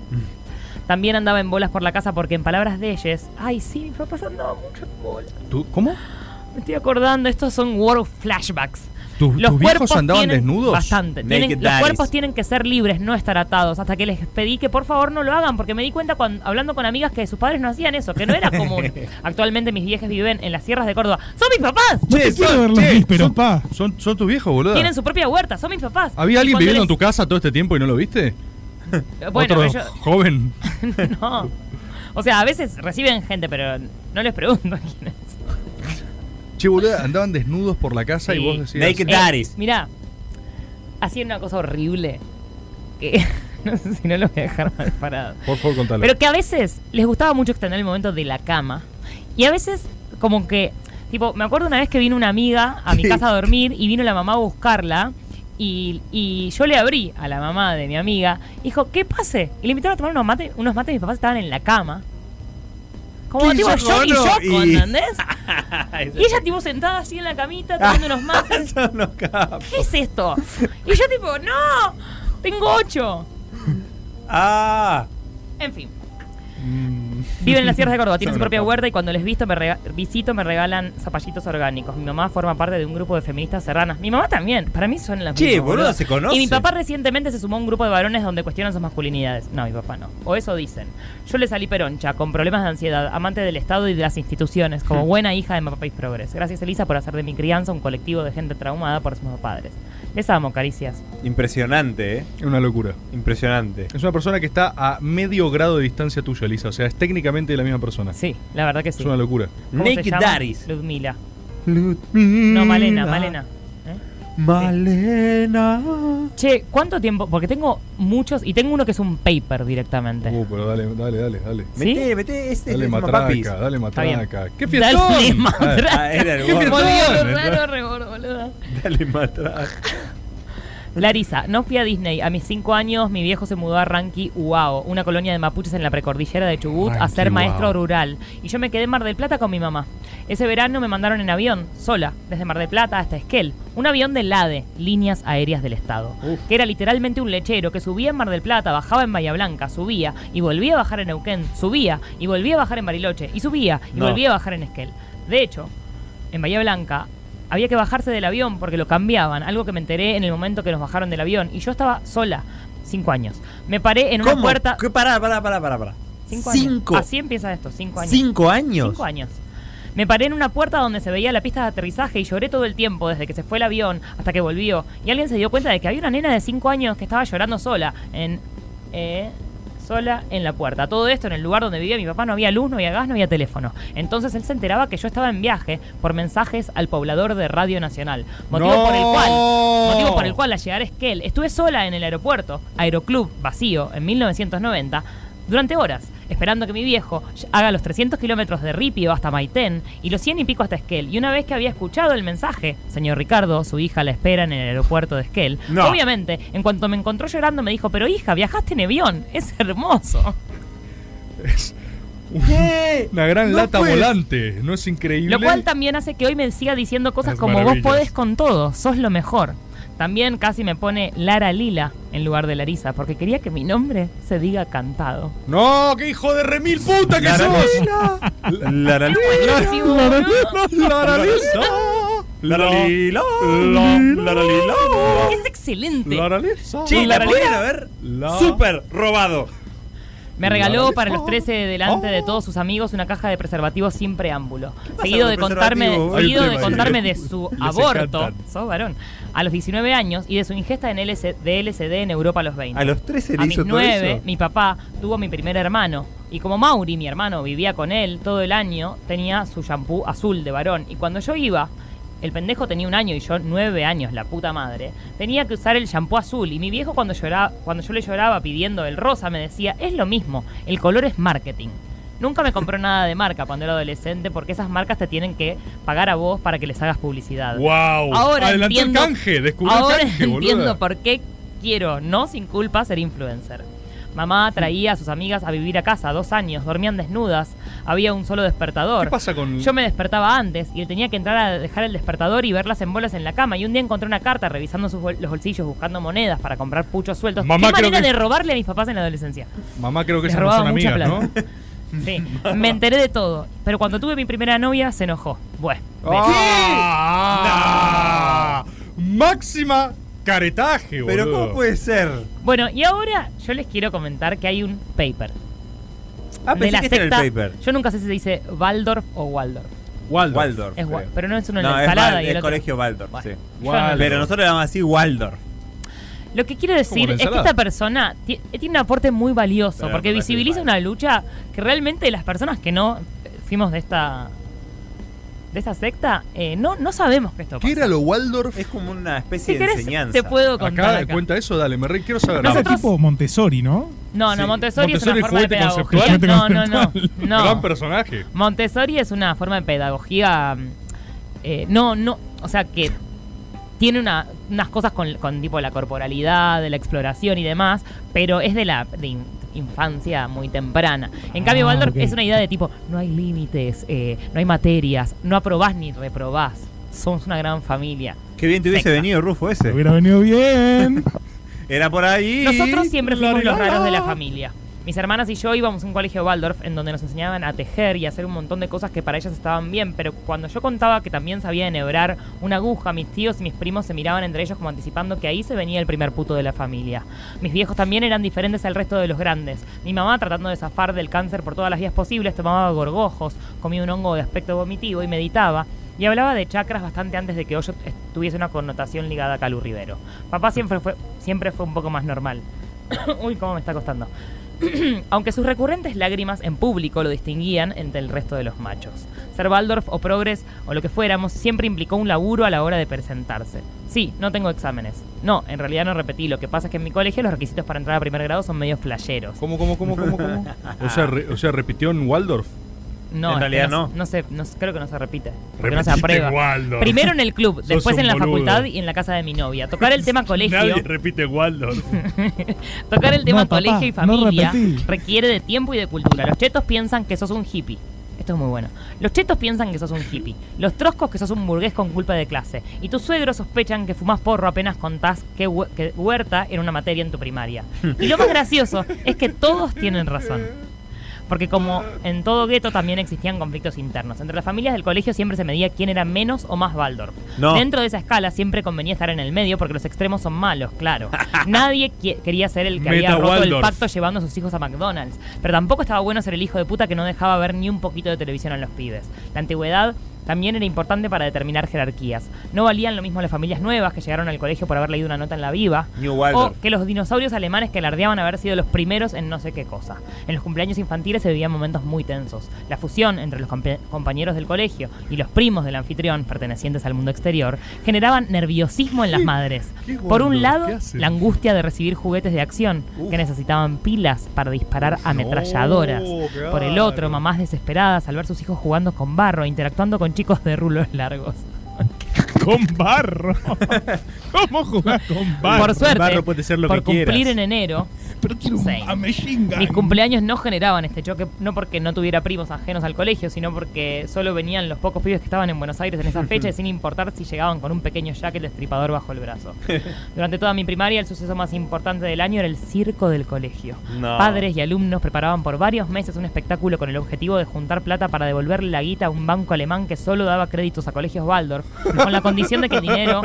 También andaba en bolas por la casa porque en palabras de ellas, ay sí, mi papá andaba mucho en bolas.
¿Tú, ¿Cómo?
Me estoy acordando, estos son world flashbacks.
¿Tus- tus viejos
cuerpos
andaban
tienen-
desnudos?
Bastante.
Naked
Tienen- los
daddies.
cuerpos tienen que ser libres, no estar atados. Hasta que les pedí que por favor no lo hagan, porque me di cuenta cuando, hablando con amigas que sus padres no hacían eso, que no era común. Actualmente mis viejas viven en las sierras de Córdoba. ¡Son mis papás!
son, son, son tus viejos, boludo.
Tienen su propia huerta, son mis papás.
¿Había
Y
alguien
cuando
viviendo en tu casa todo este tiempo y no lo viste?
les- Bueno,
Otro
pero
joven.
yo- no. O sea, a veces reciben gente, pero no les pregunto quién es.
Che, boludo, andaban desnudos por la casa y vos decías.
Eh, mirá, hacían una cosa horrible que no sé si no lo voy a dejar mal parado.
Por favor, contalo.
Pero que a veces les gustaba mucho extender el momento de la cama. Y a veces, como que. Tipo, me acuerdo una vez que vino una amiga a mi
Sí.
casa a dormir y vino la mamá a buscarla. Y, y yo le abrí a la mamá de mi amiga. Dijo, ¿qué pase? Y le invitaron a tomar unos mates. Unos mates, mis papás estaban en la cama. Como
Sí,
tipo
yo
yo y yo,
conozco, y-
¿entendés? Y ella tipo sentada así en la camita tomando unos mates. ¿Qué es esto? Y yo tipo, no, tengo ocho.
Ah.
En fin.
Mm.
Viven en las sierras de Córdoba, tienen su propia huerta y cuando les visto me rega- visito me regalan zapallitos orgánicos. Mi mamá forma parte de un grupo de feministas serranas. Mi mamá también, para mí son las
Che,
mismas,
boludo, se conoce.
Y mi papá recientemente se sumó a un grupo de varones donde cuestionan sus masculinidades. No, mi papá no. O eso dicen. Yo le salí peroncha, con problemas de ansiedad, amante del Estado y de las instituciones,
Hmm.
como buena hija de mi papá y progres. Gracias Elisa por hacer de mi crianza un colectivo de gente traumada por sus padres. Les amo, caricias.
Impresionante, ¿eh?
Es una locura.
Impresionante.
Es una persona que está a medio grado de distancia tuya, Elisa. O sea, es técnicamente la misma persona.
Sí, la verdad que sí.
Es una locura.
¿Cómo se llama? Ludmila. No, Malena, Malena. ¿Eh?
Malena.
Che, ¿cuánto tiempo? Porque tengo muchos y tengo uno que es un paper directamente.
Uh, pero dale, dale, dale, dale.
¿Sí?
Mete, mete este.
Dale
este
matraca,
papis.
dale
Está bien.
matraca. ¡Qué
Dale
fiestón!
matraca.
Ah, era el
Qué
gordo.
fiestón.
Volvió
Raro,
raro,
raro, boludo.
Dale matraca.
Larisa, no fui a Disney. A mis cinco años, mi viejo se mudó a Ranqui Uao, una colonia de mapuches en la precordillera de Chubut, a
Ranqui
ser
Uao.
maestro rural. Y yo me quedé en Mar del Plata con mi mamá. Ese verano me mandaron en avión, sola, desde Mar del Plata hasta Esquel. Un avión de LADE, Líneas Aéreas del Estado. Que era literalmente un lechero que subía en Mar del Plata, bajaba en Bahía Blanca, subía y volvía a bajar en Neuquén, subía y volvía a bajar en Bariloche, y subía y
No.
volvía a bajar en Esquel. De hecho, en Bahía Blanca había que bajarse del avión porque lo cambiaban, algo que me enteré en el momento que nos bajaron del avión y yo estaba sola, cinco años. Me paré en una
¿Cómo?
puerta.
¿Qué? Pará, pará, pará, pará, pará.
Cinco,
Cinco.
años. Así empieza esto, cinco años.
¿Cinco años?
Cinco años. Me paré en una puerta donde se veía la pista de aterrizaje y lloré todo el tiempo, desde que se fue el avión hasta que volvió. Y alguien se dio cuenta de que había una nena de cinco años que estaba llorando sola en. eh, sola en la puerta. Todo esto en el lugar donde vivía mi papá no había luz, no había gas, no había teléfono. Entonces él se enteraba que yo estaba en viaje por mensajes al poblador de Radio Nacional. Motivo
¡No!
por el cual, motivo por el cual al llegar a Esquel, estuve sola en el aeropuerto, Aeroclub vacío en 1990 durante horas, esperando que mi viejo haga los 300 kilómetros de Ripio hasta Maitén y los 100 y pico hasta Esquel. Y una vez que había escuchado el mensaje, señor Ricardo, su hija la espera en el aeropuerto de Esquel.
No.
Obviamente, en cuanto me encontró llorando, me dijo, pero hija, viajaste en avión, es hermoso.
Una gran
No,
lata
pues.
volante. ¿No es increíble?
Lo cual también hace que hoy me siga diciendo cosas
Las
como
maravillas.
vos podés con todo, sos lo mejor. También casi me pone Lara Lila en lugar de Larisa, porque quería que mi nombre se diga cantado.
¡No! ¡Qué hijo de remil puta que
Lara
sos!
Lila.
Lara
Qué buenísimo,
Lara-
¿no?
Lara Lisa.
La, la, li, la, la, la, li, la.
Es excelente.
La, la, li, Che, la podrían haber super robado.
Me regaló para los 13 delante de todos sus amigos una caja de preservativos sin preámbulo. Seguido
con
de
el
contarme,
preservativo? Hay
seguido
un
de
tema ahí.
contarme de su
Les
aborto,
encantan.
sos varón, a los 19 años y de su ingesta en LS de LSD en Europa a los 20.
A los 13 le hizo
A mis
todo
9,
eso.
mi papá tuvo mi primer hermano. Y como Mauri, mi hermano, vivía con él todo el año, tenía su shampoo azul de varón. Y cuando yo iba, el pendejo tenía un año y yo nueve años, la puta madre. Tenía que usar el shampoo azul. Y mi viejo cuando, lloraba, cuando yo le lloraba pidiendo el rosa me decía, es lo mismo, el color es marketing. Nunca me compró nada de marca cuando era adolescente porque esas marcas te tienen que pagar a vos para que les hagas publicidad.
¡Wow!
Ahora
Adelantó el
entiendo,
canje, descubrió el
ahora
canje, boluda.
entiendo por qué quiero, no sin culpa, ser influencer. Mamá traía a sus amigas a vivir a casa, dos años, dormían desnudas, había un solo despertador.
¿Qué pasa con-
Yo me despertaba antes y tenía que entrar a dejar el despertador y verlas en bolas en la cama. Y un día encontré una carta revisando sus bol- los bolsillos, buscando monedas para comprar puchos sueltos.
Mamá,
¿Qué
creo
manera
que-
de robarle a mis papás en la adolescencia?
Mamá, creo que
Les
esas no son
robaba mucha
amigas, ¿no?
Sí, me enteré de todo. Pero cuando tuve mi primera novia, se enojó. Bueno.
¡Ah! Máxima caretaje, boludo.
Pero
¿cómo puede ser?
Bueno, y ahora yo les quiero comentar que hay un paper.
Ah, pensé que este era el
secta-
paper.
Yo nunca sé si se dice Waldorf o Waldorf.
Waldorf.
Waldorf.
Es Wa-
creo.
pero no es una
No, es
ensalada
Wal-
y el
es
otro-
colegio Waldorf,
Bueno,
sí.
yo no-
Pero nosotros le llamamos así Waldorf.
Lo que quiero decir
la
es que
ensalada.
esta persona ti- tiene un aporte muy valioso
Pero
porque
no la
visibiliza una lucha que realmente las personas que no eh, fuimos de esta de esta secta eh, no no sabemos que esto pasa.
¿Qué era lo Waldorf?
Es como una
Si
especie
querés, te puedo contar
Acá,
acá.
cuenta eso, dale, me re quiero saber.
Ese tipo Montessori, ¿no?
No, no,
Sí.
Montessori,
Montessori
es una forma de
juguete
pedagogía.
conceptual.
No, no, no, no.
Gran personaje.
Montessori es una forma de pedagogía. mm, eh, no, no. O sea, que tiene una- unas cosas con, con tipo la corporalidad, de la exploración y demás, pero es de la de in- infancia muy temprana. En cambio,
Ah,
Waldorf
ok.
es una idea de tipo: no hay límites, eh, no hay materias, no aprobás ni reprobás. Somos una gran familia.
Qué bien te hubiese
Secta.
venido Rufo ese.
Hubiera venido bien.
Era por ahí.
Nosotros siempre fuimos los
Lorelai.
raros de la familia. Mis hermanas y yo íbamos a un colegio Waldorf en donde nos enseñaban a tejer y a hacer un montón de cosas que para ellas estaban bien, pero cuando yo contaba que también sabía enhebrar una aguja, mis tíos y mis primos se miraban entre ellos como anticipando que ahí se venía el primer puto de la familia. Mis viejos también eran diferentes al resto de los grandes. Mi mamá, tratando de zafar del cáncer por todas las vías posibles, tomaba gorgojos, comía un hongo de aspecto vomitivo y meditaba. Y hablaba de chakras bastante antes de que Hoyo est- tuviese una connotación ligada a Calu Rivero. Papá siempre fue, siempre fue un poco más normal. Uy, cómo me está costando. Aunque sus recurrentes lágrimas en público lo distinguían entre el resto de los machos. Ser Waldorf o Progres o lo que fuéramos siempre implicó un laburo a la hora de presentarse. Sí, no tengo exámenes. No, en realidad no repetí. Lo que pasa es que en mi colegio los requisitos para entrar a primer grado son medio flasheros.
¿Cómo, cómo, cómo, cómo, cómo? O
Ah.
sea, re- o sea, repitió en Waldorf.
No, es que no. se- No sé, no sé, creo que no se repite. Porque no se
Repetiste
aprueba.
Waldorf.
Primero en el club,
Sos
después
un
en la
boludo.
facultad y en la casa de mi novia. Tocar el tema colegio.
Nadie repite Waldorf.
Tocar el tema
No, papá,
colegio y
no
familia
repetí.
requiere de tiempo y de cultura. Los chetos piensan que sos un hippie. Esto es muy bueno. Los chetos piensan que sos un hippie. Los troscos que sos un burgués con culpa de clase. Y tus suegros sospechan que fumás porro apenas contás que, hue- que huerta era una materia en tu primaria. Y lo más gracioso es que todos tienen razón. Porque como en todo gueto también existían conflictos internos. Entre las familias del colegio siempre se medía quién era menos o más Waldorf.
No.
Dentro de esa escala siempre convenía estar en el medio porque los extremos son malos, claro. Nadie qui- quería ser el que había
Meta
roto el
Waldorf.
pacto llevando a sus hijos a McDonald's. Pero tampoco estaba bueno ser el hijo de puta que no dejaba ver ni un poquito de televisión a los pibes. La antigüedad también era importante para determinar jerarquías. No valían lo mismo las familias nuevas que llegaron al colegio por haber leído una nota en la viva
New Waldorf.
o que los dinosaurios alemanes que alardeaban haber sido los primeros en no sé qué cosa. En los cumpleaños infantiles se vivían momentos muy tensos. La fusión entre los compa- compañeros del colegio y los primos del anfitrión, pertenecientes al mundo exterior, generaban nerviosismo en las madres.
qué
Por un
guardo,
lado,
¿qué hacen?
la angustia de recibir juguetes de acción,
Uh.
que necesitaban pilas para disparar ametralladoras.
claro.
Por el otro, mamás desesperadas al ver sus hijos jugando con barro, interactuando con chicos de rulos largos.
Con barro. ¿Cómo jugar con barro?
Por suerte, por cumplir
quieras.
en enero,
Pero quiero un
Same.
a Machine Gun.
Mis cumpleaños no generaban este choque, no porque no tuviera primos ajenos al colegio, sino porque solo venían los pocos pibes que estaban en Buenos Aires en esa fecha y sin importar si llegaban con un pequeño jacket destripador bajo el brazo. Durante toda mi primaria, el suceso más importante del año era el circo del colegio.
No.
Padres y alumnos preparaban por varios meses un espectáculo con el objetivo de juntar plata para devolverle la guita a un banco alemán que solo daba créditos a colegios Waldorf, con la condición de que el dinero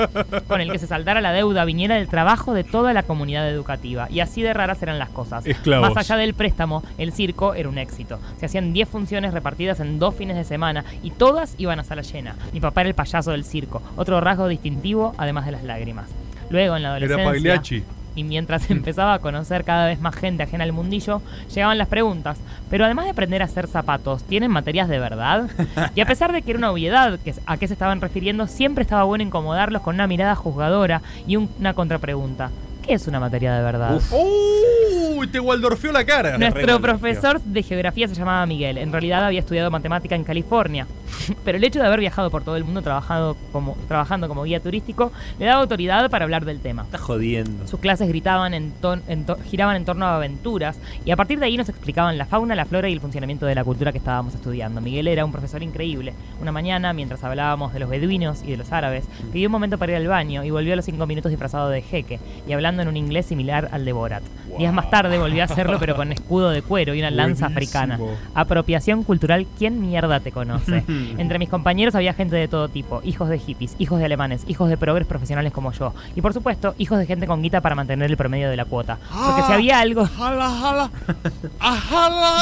con el que se saldara la deuda viniera del trabajo de toda la comunidad educativa. Y así de raras eran las cosas.
Esclavos.
Más allá del préstamo, el circo era un éxito. Se hacían 10 funciones repartidas en dos fines de semana y todas iban a sala llena. Mi papá era el payaso del circo, otro rasgo distintivo además de las lágrimas. Luego en la
Era
adolescencia
Pagliacci.
y mientras empezaba a conocer cada vez más gente ajena al mundillo, llegaban las preguntas. Pero además de aprender a hacer zapatos, ¿tienen materias de verdad? Y a pesar de que era una obviedad que, a qué se estaban refiriendo, siempre estaba bueno incomodarlos con una mirada juzgadora y un- una contrapregunta. ¿Qué es una materia de verdad?
¡Uy! Te waldorfeó la cara.
Nuestro profesor de geografía se llamaba Miguel. En realidad había estudiado matemática en California. Pero el hecho de haber viajado por todo el mundo trabajado como, trabajando como guía turístico le daba autoridad para hablar del tema.
Está jodiendo.
Sus clases gritaban en ton- en to- giraban en torno a aventuras y a partir de ahí nos explicaban la fauna, la flora y el funcionamiento de la cultura que estábamos estudiando. Miguel era un profesor increíble. Una mañana, mientras hablábamos de los beduinos y de los árabes, pidió un momento para ir al baño y volvió a los cinco minutos disfrazado de jeque y hablando en un inglés similar al de Borat. Días más tarde volvió a hacerlo pero con escudo de cuero y una lanza
Buenísimo.
africana. Apropiación cultural, ¿quién mierda te conoce? Entre mis compañeros había gente de todo tipo, hijos de hippies, hijos de alemanes, hijos de progres profesionales como yo, y por supuesto, hijos de gente con guita para mantener el promedio de la cuota. Porque si había algo...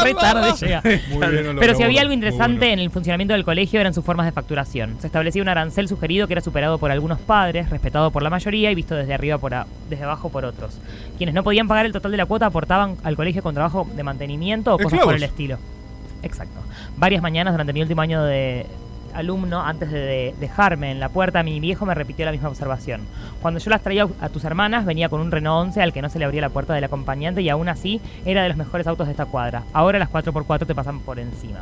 Re tarde llega.
Ah, Muy bien, Olor
Pero si
a
había
oro.
algo
Muy
interesante en el funcionamiento del colegio eran sus formas de facturación. Se establecía un arancel sugerido que era superado por algunos padres, respetado por la mayoría y visto desde arriba por a- desde abajo por otros. Quienes no podían pagar el total de la cuota aportaban al colegio con trabajo de mantenimiento o cosas por
Esclavos.
el estilo. Exacto. Varias mañanas durante mi último año de alumno, antes de, de dejarme en la puerta, mi viejo me repitió la misma observación. Cuando yo las traía a tus hermanas, venía con un Renault 11 al que no se le abría la puerta del acompañante y aún así era de los mejores autos de esta cuadra. Ahora las 4x4 te pasan por encima.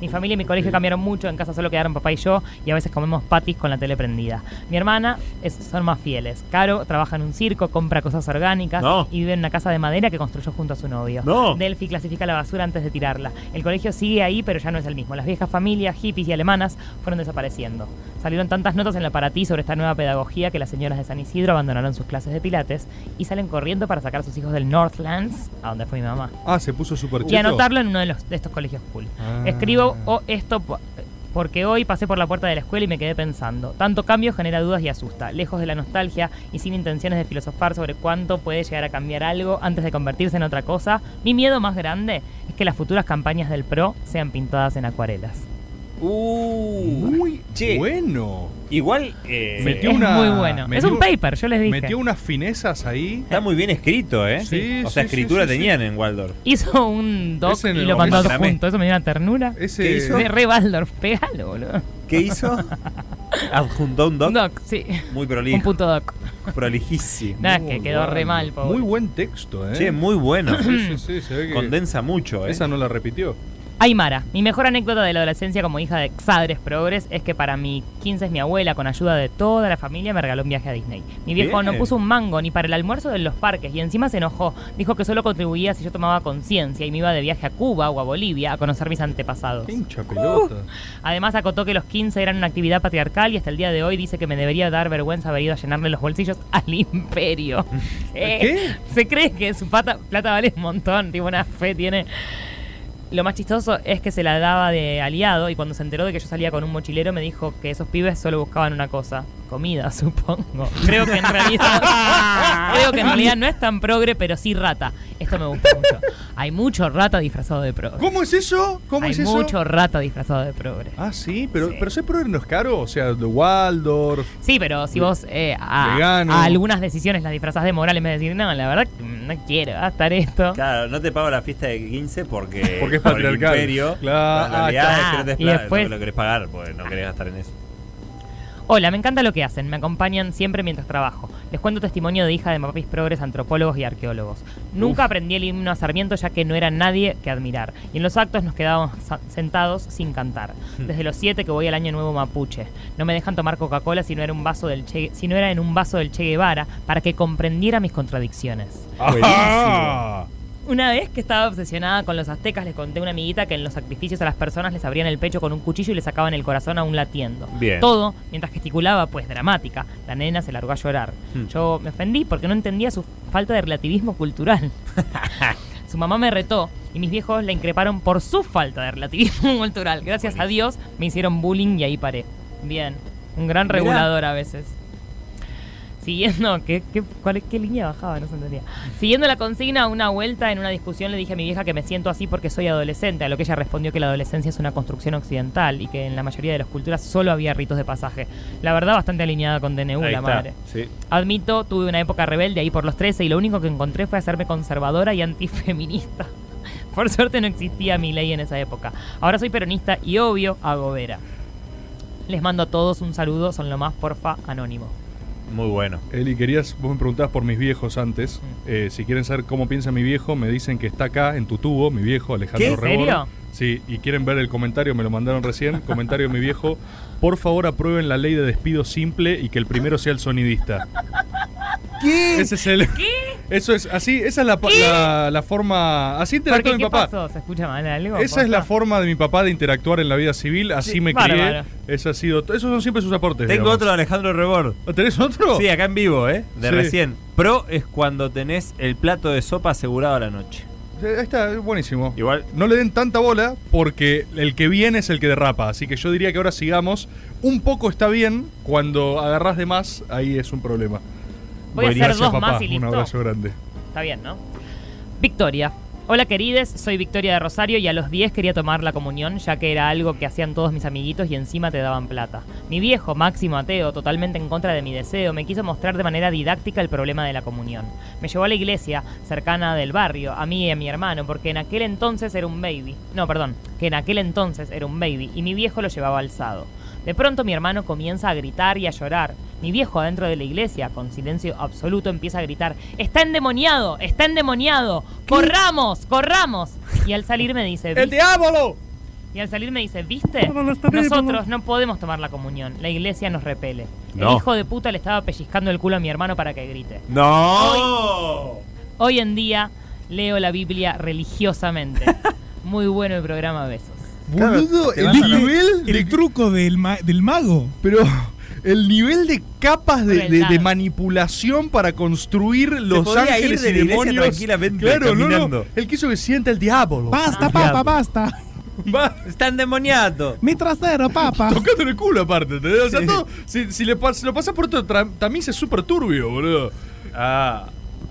Mi familia y mi colegio cambiaron mucho, en casa solo quedaron papá y yo y a veces comemos patis con la tele prendida. Mi hermana es- son más fieles. Caro trabaja en un circo, compra cosas orgánicas
No.
y vive en una casa de madera que construyó junto a su novio.
No.
Delphi clasifica la basura antes de tirarla. El colegio sigue ahí, pero ya no es el mismo. Las viejas familias, hippies y alemanas fueron desapareciendo. Salieron tantas notas en la Paratí sobre esta nueva pedagogía que las señoras de San Isidro abandonaron sus clases de pilates y salen corriendo para sacar a sus hijos del Northlands, a donde fue mi mamá
Ah, se puso super
y anotarlo en uno de, los, de estos colegios cool.
Ah.
Escribo o- esto po- porque hoy pasé por la puerta de la escuela y me quedé pensando. Tanto cambio genera dudas y asusta, lejos de la nostalgia y sin intenciones de filosofar sobre cuánto puede llegar a cambiar algo antes de convertirse en otra cosa. Mi miedo más grande es que las futuras campañas del PRO sean pintadas en acuarelas.
Uh.
Muy bueno.
Igual.
eh,
Sí, es muy bueno. Es un paper, yo les dije.
Metió unas finezas ahí.
Está muy bien escrito, ¿eh?
Sí,
O sea,
sí, sí,
escritura
sí, sí.
tenían
¿eh?
en Waldorf.
Hizo un doc
Ese
y
no,
lo mandó todo
ese-
junto. Eso me dio una ternura.
Ese- ¿Qué hizo?
De Re Waldorf, pégalo, boludo.
¿Qué hizo? Adjuntó un doc.
Doc, sí.
Muy prolijo.
Un punto doc.
Prolijísimo.
Nada, es que quedó re mal, pobre.
Muy buen texto, ¿eh?
Che, muy bueno.
Sí, sí, sí, se ve que
Condensa mucho, ¿eh?
Esa no la repitió.
Aymara, mi mejor anécdota de la adolescencia como hija de Xadres Progres es que para mi 15 es mi abuela, con ayuda de toda la familia, me regaló un viaje a Disney. Mi viejo
Bien.
no puso un mango ni para el almuerzo de los parques y encima se enojó. Dijo que solo contribuía si yo tomaba conciencia y me iba de viaje a Cuba o a Bolivia a conocer mis antepasados.
Pincha pelota.
Uh, Además acotó que los 15 eran una actividad patriarcal y hasta el día de hoy dice que me debería dar vergüenza haber ido a llenarle los bolsillos al imperio. Eh, Se cree que su pata- plata vale un montón, tipo una fe tiene. Lo más chistoso es que se la daba de aliado y cuando se enteró de que yo salía con un mochilero me dijo que esos pibes solo buscaban una cosa, comida, supongo. Creo que en realidad creo que en realidad no es tan progre, pero sí rata. Esto me gusta mucho. Hay mucho rata disfrazado de progre.
¿Cómo es eso? ¿Cómo
Hay
es eso?
mucho rata disfrazado de progre.
Ah, sí, pero, pero ser progre no es caro. O sea, de Waldorf.
Sí, pero si vos eh, a,
Vegano.
a algunas decisiones las disfrazás de moral en vez de decir, no, la verdad mm, no quiero gastar esto.
Claro, no te pago la fiesta de 15 porque.
Porque es
por el
patriarcal.
imperio,
Claro,
la realidad
ah,
es que no te
claro.
pla-
Y después-
no lo querés pagar, porque no querés gastar en eso.
Hola, me encanta lo que hacen. Me acompañan siempre mientras trabajo. Les cuento testimonio de hija de papis progres, antropólogos y arqueólogos. Nunca aprendí el himno a Sarmiento ya que no era nadie que admirar. Y en los actos nos quedábamos sa- sentados sin cantar.
Hmm.
Desde los siete que voy al Año Nuevo Mapuche. No me dejan tomar Coca-Cola si no era un vaso del Che, si no era en un vaso del Che Guevara para que comprendiera mis contradicciones.
Ah.
Una vez que estaba obsesionada con los aztecas, les conté a una amiguita que en los sacrificios a las personas les abrían el pecho con un cuchillo y le sacaban el corazón aún latiendo.
Bien.
Todo mientras gesticulaba, pues dramática. La nena se largó a llorar.
Hmm.
Yo me ofendí porque no entendía su falta de relativismo cultural. su mamá me retó y mis viejos la increparon por su falta de relativismo cultural. Gracias a Dios me hicieron bullying y ahí paré. Bien. Un gran
Mirá.
regulador a veces. Siguiendo, ¿qué, qué, cuál, ¿qué línea bajaba? No se entendía. Siguiendo la consigna, una vuelta en una discusión le dije a mi vieja que me siento así porque soy adolescente, a lo que ella respondió que la adolescencia es una construcción occidental y que en la mayoría de las culturas solo había ritos de pasaje. La verdad, bastante alineada con DNU,
Ahí
la
está,
madre.
sí.
Admito, tuve una época rebelde ahí por los 13 y lo único que encontré fue hacerme conservadora y antifeminista. Por suerte no existía mi ley en esa época. Ahora soy peronista y obvio hago vera. Les mando a todos un saludo, son lo más porfa anónimo.
Muy bueno. Eli, querías, vos me preguntabas por mis viejos antes. Eh, si quieren saber cómo piensa mi viejo, me dicen que está acá en tu tubo, mi viejo Alejandro
¿Qué?
Rebord.
¿Serio?
Sí, y quieren ver el comentario, me lo mandaron recién. Comentario de mi viejo. Por favor, aprueben la ley de despido simple y que el primero sea el sonidista.
¿Qué?
Ese es el. Eso es así, esa es la, pa- la, la forma. Así interactúa mi
Porque, ¿qué
papá.
pasó? ¿Se escucha mal algo?
Esa es
¿Posta?
la forma de mi papá de interactuar en la vida civil, así
Sí,
me crié.
bárbaro.
Ese ha sido, esos son siempre sus aportes.
Tengo
digamos. ¿Ah,
otro de Alejandro Rebord.
¿Tenés otro?
Sí, acá en vivo, ¿eh? De
Sí.
recién. Pro es cuando tenés el plato de sopa asegurado a la noche.
Eh, Ahí está, es buenísimo. Igual. No le den tanta bola porque el que viene es el que derrapa. Así que yo diría que ahora sigamos. Un poco está bien, cuando agarrás de más, ahí es un problema.
Voy a hacer
Gracias,
dos
papá.
más y
Un
listo.
abrazo grande.
Está bien, ¿no? Victoria. Hola querides, soy Victoria de Rosario y a los 10 quería tomar la comunión ya que era algo que hacían todos mis amiguitos y encima te daban plata. Mi viejo, Máximo Ateo, totalmente en contra de mi deseo, me quiso mostrar de manera didáctica el problema de la comunión. Me llevó a la iglesia cercana del barrio, a mí y a mi hermano, porque en aquel entonces era un baby. No, perdón, que en aquel entonces era un baby y mi viejo lo llevaba alzado. De pronto mi hermano comienza a gritar y a llorar. Mi viejo adentro de la iglesia, con silencio absoluto, empieza a gritar, ¡Está endemoniado! ¡Está endemoniado! ¡Corramos! ¡Corramos! Y al salir me dice,
¡El
"¿Viste?".
diablo!
Y al salir me dice, ¿viste?
terrible.
Nosotros no podemos tomar la comunión, la iglesia nos repele.
No.
El hijo de puta le estaba pellizcando el culo a mi hermano para que grite.
¡No!
Hoy en día leo la Biblia religiosamente. Muy bueno el programa, besos.
Boludo,
te
el,
vas a la-
nivel el truco del, ma- del mago.
Pero el nivel de capas de, de- de manipulación para construir los
podría ir
ángeles
de
y
la iglesia
demonios.
tranquilamente,
claro, no, no.
caminando.
Él quiso que sienta el diablo.
Basta, papá, basta.
Está endemoniado.
Mi trasero, papá.
Tocando el culo aparte, ¿entendés? O sea, todo- si, si le pas- si lo pasas por otro tra- tamiz es súper turbio, boludo. Ah.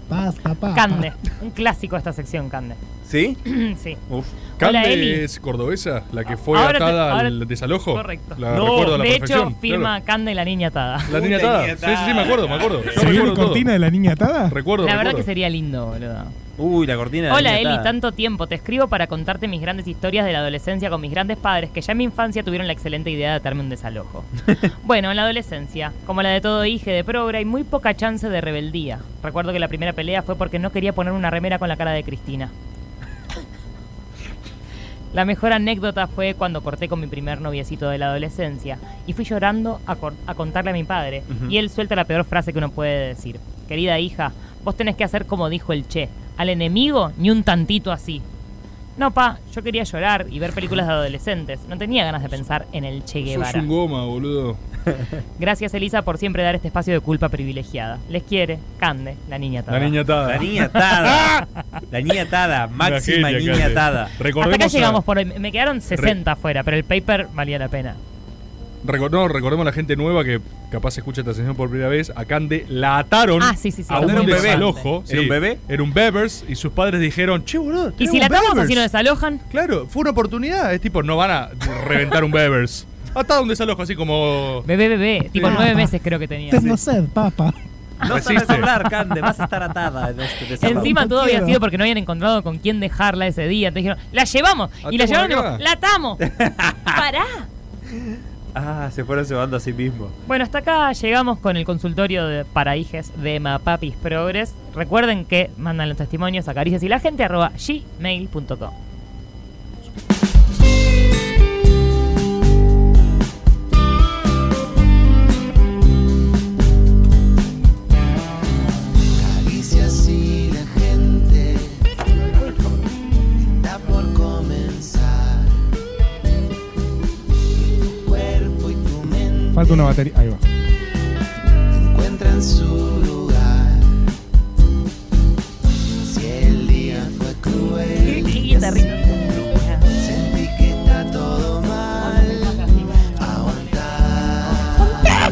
Basta,
Cande, un clásico de esta sección, Cande.
¿Sí?
sí.
Uf.
Hola,
Cande
Eli.
es cordobesa, la que fue
Ahora te-
atada
ahora-
al desalojo.
Correcto.
La recuerdo a la
de
perfección.
hecho, firma Cande la niña atada.
claro. La niña atada. Sí, sí, sí, me acuerdo, me acuerdo. Yo
¿Se viene
Eh, recuerdo todo.
cortina de la niña atada?
Recuerdo,
La verdad que sería lindo, boludo.
Uy, la cortina de
Hola
niña
Eli,
está-
tanto tiempo. Te escribo para contarte mis grandes historias de la adolescencia con mis grandes padres que ya en mi infancia tuvieron la excelente idea de darme un desalojo. bueno, en la adolescencia, como la de todo dije de progre, hay muy poca chance de rebeldía. Recuerdo que la primera pelea fue porque no quería poner una remera con la cara de Cristina. La mejor anécdota fue cuando corté con mi primer noviecito de la adolescencia y fui llorando a, cor- a contarle a mi padre.
Ujú.
Y él suelta la peor frase que uno puede decir. Querida hija, vos tenés que hacer como dijo el che. Al enemigo ni un tantito así. No, pa, yo quería llorar y ver películas de adolescentes. No tenía ganas de pensar en el Che
Sos
Guevara.
un goma, boludo.
Gracias, Elisa, por siempre dar este espacio de culpa privilegiada. Les quiere, Cande, la niña
La
tada.
niña atada.
La niña atada. la niña atada. Máxima
genia,
niña
Cande.
atada.
Recordemos
Hasta acá
a-
llegamos por hoy. Me quedaron 60 afuera, pero el paper valía la pena.
Recor- no, recordemos a la gente nueva que capaz escucha esta sesión por primera vez. A Cande la ataron
Ah, sí, sí, sí,
a
era
un,
un bebé.
desalojo.
¿Era un bebé?
Era un bebers y sus padres dijeron, che, boludo.
Y
tenemos
si la atamos
bebers".
así nos desalojan.
Claro, fue una oportunidad. Es tipo, no van a reventar un bebers. Atado a un desalojo así como...
Bebé, bebé. Tipo
Sí.
nueve meses creo que tenía.
Tengo sed, papá.
No sabes
Resiste.
hablar, Cande. Vas a estar atada. en este desalojo.
Encima todo había sido porque no habían encontrado con quién dejarla
Ah,
ese día. Entonces dijeron, la llevamos. Y la
Atémosla
llevaron y
acá.
dijeron, la atamos. Pará.
Ah, se fueron cebando a sí mismo.
Bueno, hasta acá llegamos con el consultorio de, para hijes de Mapapis Progress. Recuerden que mandan los testimonios a caricias y la gente arroba gmail.com.
Caricias y la gente está por comenzar. Tu cuerpo y tu mente
Falta una batería. Ahí va.
encuentran su lugar. Si el día fue cruel, sentí que está todo mal. Aguantar.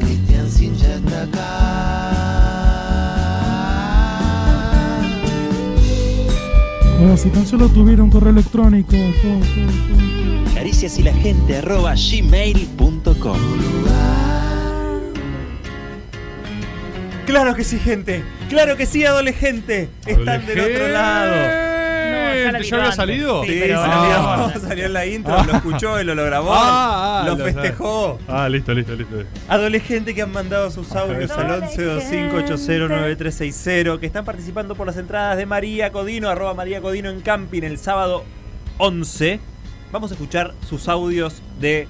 Cristian Sin ya está acá.
si tan solo tuviera un correo electrónico.
Caricias y la gente arroba gmail.com.
Claro que sí, gente. Claro que sí, adolescente. Están del otro lado.
la ¿Ya había antes. salido?
Sí,
Sí, pero-
salió,
Ah.
salió en la intro, lo escuchó, él lo grabó,
Ah, ah,
lo
lo-
festejó.
Ah, listo, listo, listo.
Adolescente que han mandado sus audios al 1125809360, que están participando por las entradas de María Codino, arroba María Codino en Camping el sábado 11. Vamos a escuchar sus audios de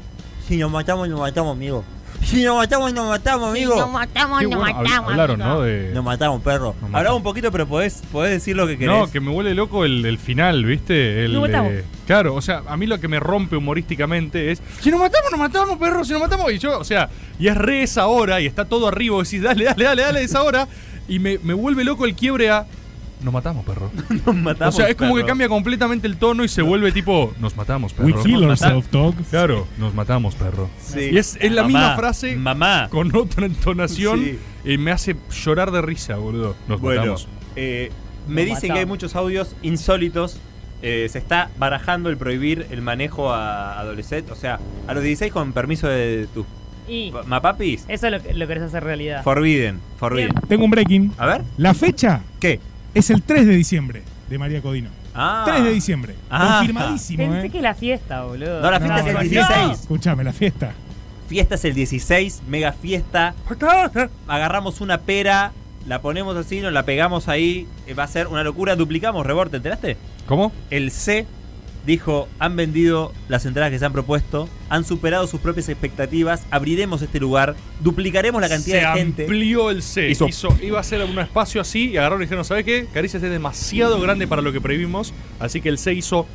Si nos matamos, nos matamos, amigo. Si nos matamos, nos matamos, amigo.
nos matamos,
Qué
nos
bueno,
matamos,
Hablaron,
amigo.
¿no? De...
Nos mataron, perro. Hablaba un poquito, pero podés, podés decir lo que querés.
No, que me vuelve loco el, el final, ¿viste? El,
Nos matamos.
claro, o sea, a mí lo que me rompe humorísticamente es. Si nos matamos, nos matamos, perro, si nos matamos. Y yo, o sea, y es re esa hora y está todo arriba. Y decís, dale, dale, dale, dale, esa hora. Y me, me vuelve loco el quiebre a. Nos matamos, perro.
nos matamos.
o sea, es como
perro.
que cambia completamente el tono y se vuelve tipo. Nos matamos, perro.
We kill
Nos mata-
ourselves,
Claro, nos matamos, perro.
Sí.
Y es, es la
Mamá,
misma frase.
Mamá.
Con otra entonación.
Sí.
Y me hace llorar de risa, boludo. Nos
Bueno,
matamos.
eh,
Nos
me dicen
matamos.
que hay muchos audios insólitos. Eh, se está barajando el prohibir el manejo a adolescentes. O sea, a los 16 con permiso de tus
Y
pa- mapapis.
eso lo, que- lo querés hacer realidad.
Forbidden, forbidden.
Tengo un breaking.
A ver.
La fecha.
¿Qué?
Es el 3 de diciembre de María Codino. 3 de diciembre.
Ah.
Confirmadísimo,
Pensé
¿eh?
que la fiesta, boludo.
No, la fiesta es el 16.
Escuchame, la fiesta.
Fiesta es el 16, mega fiesta. Agarramos una pera, la ponemos así, nos la pegamos ahí. eh, va a ser una locura. Duplicamos, Rebor, ¿te enteraste?
¿Cómo?
El C dijo, han vendido las entradas que se han propuesto, han superado sus propias expectativas, abriremos este lugar, duplicaremos la cantidad
se
de gente.
amplió el C.
Hizo-
Hizo- iba a ser un espacio así y agarraron y dijeron, ¿sabes qué? Caricias es demasiado grande para lo que prohibimos, así que el C hizo...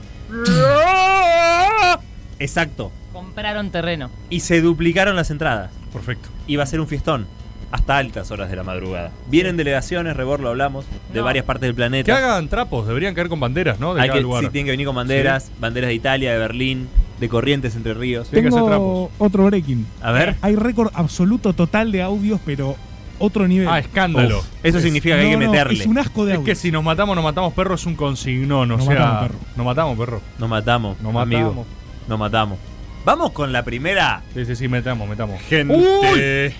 ¡Ah!
Exacto.
Compraron terreno.
Y se duplicaron las entradas.
Perfecto.
Y va a ser un fiestón. Hasta altas horas de la madrugada. Vienen delegaciones, Rebor lo hablamos, de
No.
varias partes del planeta.
Que hagan trapos, deberían caer con banderas, ¿no? De
Hay
cada
que,
lugar.
sí, tienen que venir con banderas,
Sí.
banderas de Italia, de Berlín, de Corrientes, Entre Ríos.
Tengo otro breaking.
A ver.
Hay récord absoluto total de audios, pero otro nivel.
Ah, escándalo.
Uf.
eso significa que hay que
No, no,
meterle.
Es un asco de
Es
audio.
que si nos matamos, nos matamos perro, es un consignón, o
Nos
sea...
matamos, perro.
Nos matamos, perro.
Nos matamos,
Nos
amigo.
matamos.
Nos matamos. Vamos con la primera.
Sí, sí, sí, metamos, metamos.
Gente.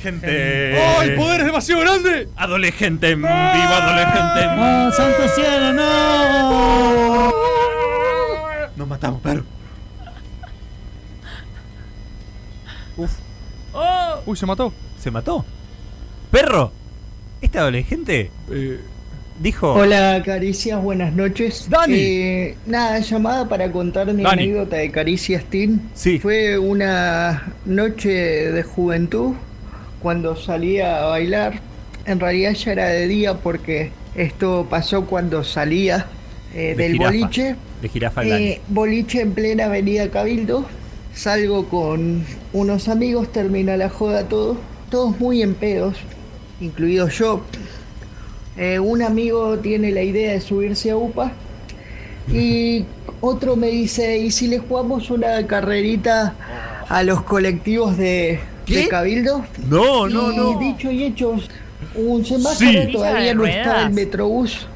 Gente.
¡Oh, el poder es demasiado grande! ¡Ah!
Adolescente en vivo, adolescente en
¡No, santo cielo, no!
Nos matamos, perro.
Uy, se mató.
Se mató. Perro. Este adolescente
Eh.
dijo.
Hola, caricias, buenas noches.
Dani.
Eh, nada, llamada para contar mi
Dani.
anécdota de Caricias Team. Fue una noche de juventud cuando salí a bailar. En realidad ya era de día porque esto pasó cuando salía
De
eh, del
jirafa.
boliche.
De jirafa al
Eh, boliche en plena avenida Cabildo. Salgo con unos amigos, termina la joda todo. Todos muy en pedos, incluido yo. Eh, un amigo tiene la idea de subirse a UPA y otro me dice, ¿y si le jugamos una carrerita a los colectivos de, de Cabildo?
No, no,
Y
no.
dicho y hecho, un semáforo
Sí.
todavía no
Silla de
estaba el
ruedas.
Metrobús.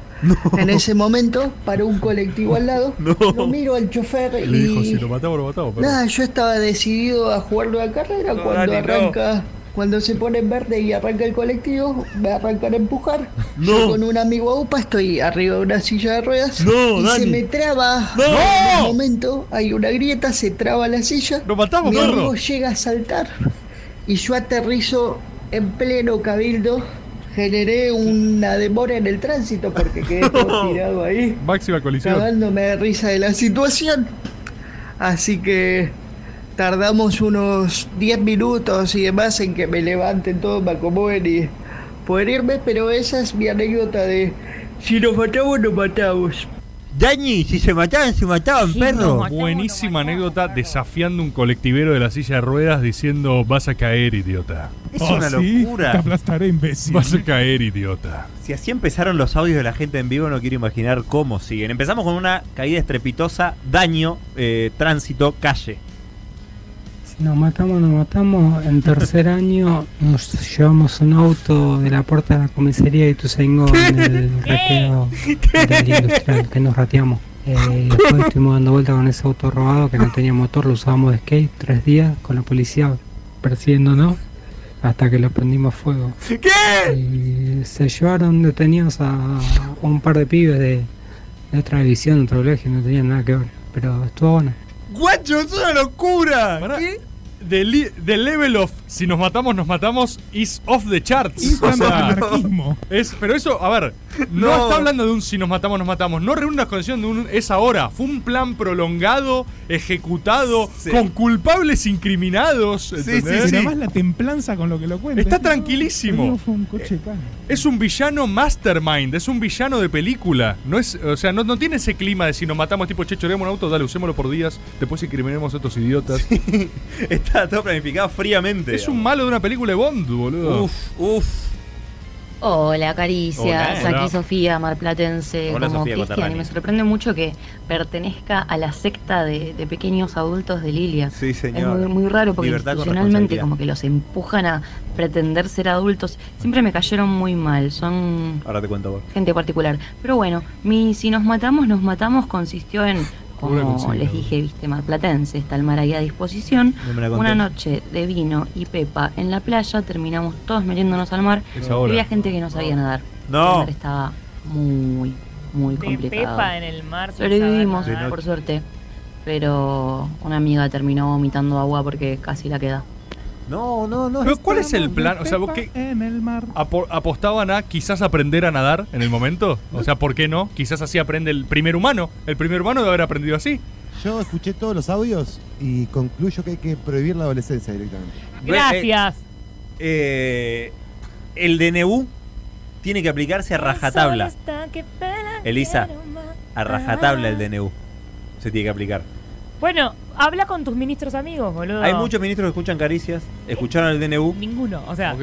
En ese momento, para un colectivo al lado, lo miro al chofer
Le
y
dijo, si lo matamos, lo matamos, perro.
Nada, yo estaba decidido a jugarlo a carrera
No,
cuando
Dani, no.
arranca Cuando se pone en verde y arranca el colectivo, me arrancan a empujar. Yo con un amigo a UPA estoy arriba de una silla de ruedas.
No,
y
Dani.
se me traba.
No.
En un momento hay una grieta, se traba la silla.
Lo matamos,
Mi
gordo.
amigo llega a saltar y yo aterrizo en pleno cabildo. Generé una demora en el tránsito porque quedé todo tirado ahí
Máxima colisión.
cagándome de risa de la situación. Así que tardamos unos 10 minutos y demás en que me levanten todos, me acomoden y poder irme, pero esa es mi anécdota de si nos matamos, nos matamos.
Dani, si se mataban, se mataban, perro.
Buenísima anécdota desafiando un colectivero de la silla de ruedas diciendo vas a caer, idiota.
Es una locura.
Oh, Te aplastaré, imbécil.
Vas a caer, idiota.
Si así empezaron los audios de la gente en vivo, no quiero imaginar cómo siguen. Empezamos con una caída estrepitosa, daño, eh, tránsito, calle.
Nos matamos, nos matamos. En tercer año nos llevamos un auto de la puerta de la comisaría de Ituzaingó en el rateo del industrial que nos rateamos. Eh, después estuvimos dando vuelta con ese auto robado que no tenía motor, lo usábamos de skate tres días con la policía persiguiéndonos hasta que lo prendimos fuego. Y se llevaron detenidos a un par de pibes de, de otra división, de otro colegio, no tenían nada que ver, pero estuvo bueno.
¡Guacho, es una locura! The, li- the level of si nos matamos, nos matamos is off the charts. O sea, es, pero eso, a ver, no,
No.
está hablando de un si nos matamos, nos matamos. No reúne una condición de un es ahora. Fue un plan prolongado, ejecutado, con culpables incriminados. ¿entendés?
Pero además la templanza con lo que lo cuenta.
Está tranquilísimo.
Digo, fue un coche de pan.
Es un villano mastermind, es un villano de película. No es, o sea, no, no tiene ese clima de si nos matamos tipo, che, choremos un auto, dale, usémoslo por días, después incriminemos a estos idiotas.
Está todo planificado fríamente.
Es un malo de una película de Bond, boludo.
Uf, uf.
Hola, Caricias.
¿eh?
Hola.
Aquí
Hola.
Sofía, marplatense,
Hola,
como
Sofía
Cristian.
Cotarrani.
Y me sorprende mucho que pertenezca a la secta de, de pequeños adultos de Lilia.
Sí,
Es
señor.
muy, muy raro porque
Libertad con
institucionalmente
responsabilidad.
como que los empujan a pretender ser adultos. Siempre me cayeron muy mal. Son
Ahora te cuento vos.
gente particular. Pero bueno, mi si nos matamos, nos matamos consistió en,
Una
como
consigna,
les
¿no?
dije, viste, marplatense, está el mar ahí a disposición.
No me la conté.
Una noche de vino y pepa en la playa, terminamos todos metiéndonos al mar.
Es ahora.
Y había gente que no sabía nadar.
No.
El mar estaba muy, muy
De
complicado.
Pepa en el mar. sin
Sobrevivimos,
saber nadar.
por suerte. Pero una amiga terminó vomitando agua porque casi la queda.
No, no, no.
Pero ¿cuál es el plan? O sea, vos qué-
En el mar.
Apo- ¿Apostaban a quizás aprender a nadar en el momento? O sea, ¿por qué no? Quizás así aprende el primer humano. El primer humano debe haber aprendido así.
Yo escuché todos los audios y concluyo que hay que prohibir la adolescencia directamente.
Gracias.
Eh, el DNU tiene que aplicarse a rajatabla. Elisa, a rajatabla
Ah.
el DNU. Se tiene que aplicar.
Bueno, habla con tus ministros amigos, boludo.
Hay muchos ministros que escuchan caricias, escucharon el DNU.
Ninguno, o sea.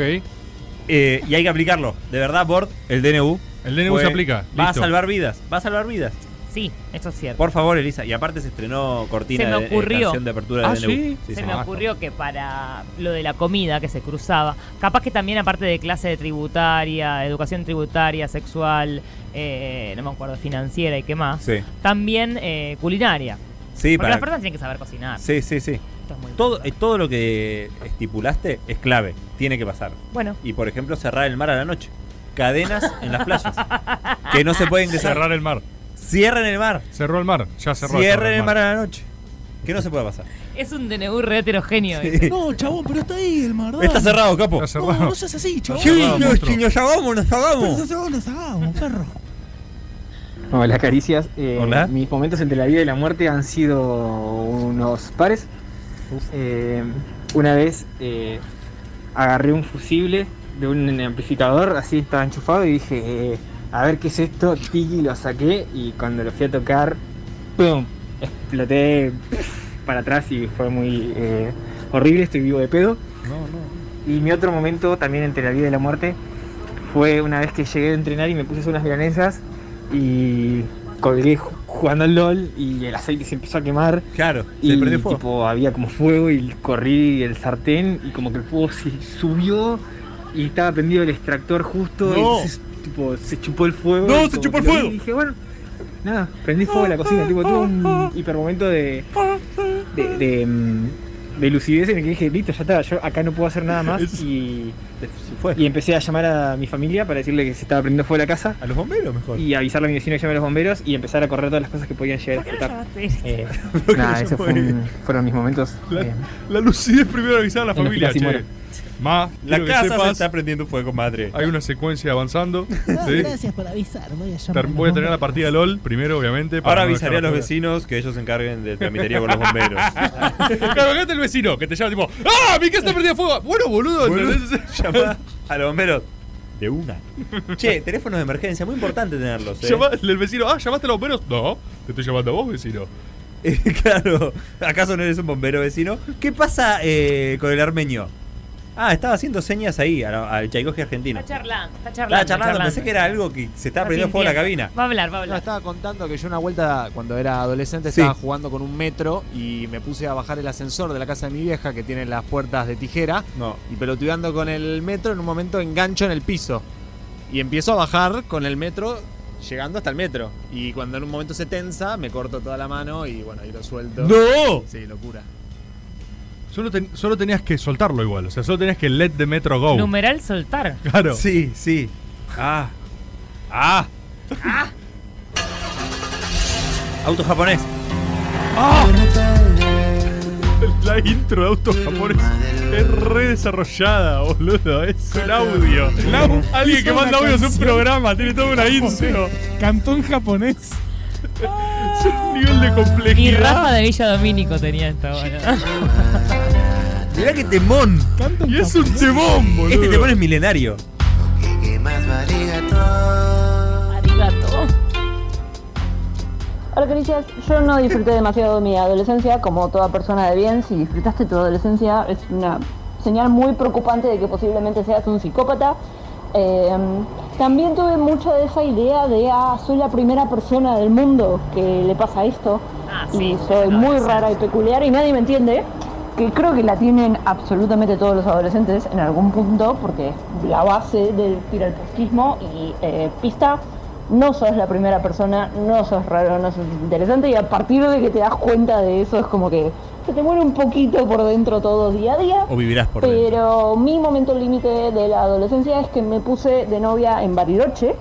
Eh, y hay que aplicarlo. De verdad, Bord, el DNU.
El DNU se aplica,
Va
listo.
a salvar vidas, va a salvar vidas.
Sí, eso es cierto.
Por favor, Elisa. Y aparte se estrenó Cortina
se me
de, eh,
ocurrió. Ah,
canción de apertura
Ah,
del DNU. Sí,
se
sí.
me ocurrió que para lo de la comida que se cruzaba, capaz que también aparte de clase de tributaria, educación tributaria, sexual, eh, no me acuerdo, financiera y qué más,
Sí.
también eh, culinaria.
Sí,
Porque
para-
las personas tienen que saber cocinar.
Sí, sí, sí.
Esto es muy
Todo, eh, todo lo que estipulaste es clave. Tiene que pasar.
Bueno.
Y por ejemplo, cerrar el mar a la noche. Cadenas en las playas. que no se puede ingresar.
Cerrar el mar.
Cierren el mar.
Cerró el mar. Ya cerró.
Cierren el mar a la noche. Que no se puede pasar.
Es un DNU re heterogéneo.
Sí.
ese.
No, chabón, pero está ahí el mar.
Está cerrado, capo.
No, no seas así, chabón.
Sí, no, si nos hagamos, nos
Pero
hagamos.
nosotros nos hagamos, perro.
Hola, caricias. Eh,
Hola.
Mis momentos entre la vida y la muerte han sido unos pares. Eh, una vez eh, agarré un fusible de un amplificador, así estaba enchufado, y dije, eh, a ver qué es esto. Tiki lo saqué y cuando lo fui a tocar, ¡pum! Exploté para atrás y fue muy eh, horrible. Estoy vivo de pedo. Y mi otro momento, también entre la vida y la muerte, fue una vez que llegué a entrenar y me puse a hacer unas milanesas y colgué ju- jugando al LOL y el aceite se empezó a quemar.
Claro,
y
prendió fuego.
tipo había como fuego y corrí el sartén y como que el fuego se subió y estaba prendido el extractor justo y
No.
entonces, tipo se chupó el fuego.
No,
y
se
como
chupó
que
el
lo vi
fuego.
Y dije, bueno, nada, prendí fuego a la cocina, tipo tuve un hipermomento de de, de, mm, de lucidez en el que dije, listo, ya está, yo acá no puedo hacer nada más. y, y empecé a llamar a mi familia para decirle que se estaba prendiendo fuego la casa.
A los bomberos mejor.
Y avisarle a mi vecino que llame a los bomberos y empezar a correr todas las cosas que podían llegar a explotar. Eh,
¿Por qué
nada,
no
esos
llamó
fue un-
él?
fueron mis momentos.
La,
eh,
la lucidez primero avisar a la
En los
familia,
que casi
che.
muero.
Ma,
La
quiero que
casa se
sepas,
está prendiendo fuego, madre.
Hay una secuencia avanzando.
No,
¿sí?
Gracias por avisar. Voy a llamar.
Ter- Voy a tener la partida LOL primero, obviamente. para
Ahora
no
avisaré a
dejarla
los
fuera.
vecinos que ellos se encarguen del tramitería con los bomberos.
Claro, acá está el vecino que te llama tipo ¡Ah! ¡Mi casa está prendida a fuego! Bueno, boludo, ¿entendés?
Llamá a los bomberos de una. Che, teléfonos de emergencia, muy importante tenerlos. ¿eh?
Llamá- el vecino, ah, llamaste a los bomberos. No, te estoy llamando a vos, vecino.
Eh, claro, ¿acaso no eres un bombero vecino? ¿Qué pasa eh, con el armenio? Ah, estaba haciendo señas ahí a la- al Chaikovsky argentino.
Está charlando, está charlando.
Estaba charlando, pensé que era algo que se
Ah,
estaba prendiendo fuego la cabina.
Va a hablar, va a hablar.
No, estaba contando que yo una vuelta, cuando era adolescente,
Sí.
estaba jugando con un metro y me puse a bajar el ascensor de la casa de mi vieja, que tiene las puertas de tijera, y pelotudeando con el metro, en un momento engancho en el piso. Y empiezo a bajar con el metro, llegando hasta el metro. Y cuando en un momento se tensa, me corto toda la mano y bueno, y lo suelto.
¡No!
Sí, locura.
Solo, ten- solo tenías que soltarlo igual, o sea, solo tenías que let the metro go.
Numeral soltar.
Claro.
Sí, sí. Ah. Ah. Auto japonés.
¡Ah! La intro de autos japoneses es re desarrollada, boludo. Es un audio.
El
Lau-
au-
Alguien que
hizo
manda
una
audios es un
canción.
programa, tiene toda una intro.
Cantón japonés.
Nivel de
Y
complejidad.
Rafa de Villa Domínico tenía esta, bueno.
Mirá que temón.
Y
es un temón, boludo.
Este temón es milenario.
¿Qué más
Hola Caricias, yo no disfruté demasiado de mi adolescencia, como toda persona de bien, si disfrutaste tu adolescencia es una señal muy preocupante de que posiblemente seas un psicópata. Eh, también tuve mucho de esa idea de, ah, soy la primera persona del mundo que le pasa esto,
Ah,
y soy muy rara y peculiar y nadie me entiende, que creo que la tienen absolutamente todos los adolescentes en algún punto, porque es la base del piralposquismo y eh, pista no sos la primera persona, no sos raro, no sos interesante y a partir de que te das cuenta de eso es como que se te muere un poquito por dentro todo día a día.
O vivirás por dentro.
Pero mi momento límite de la adolescencia es que me puse de novia en Bariloche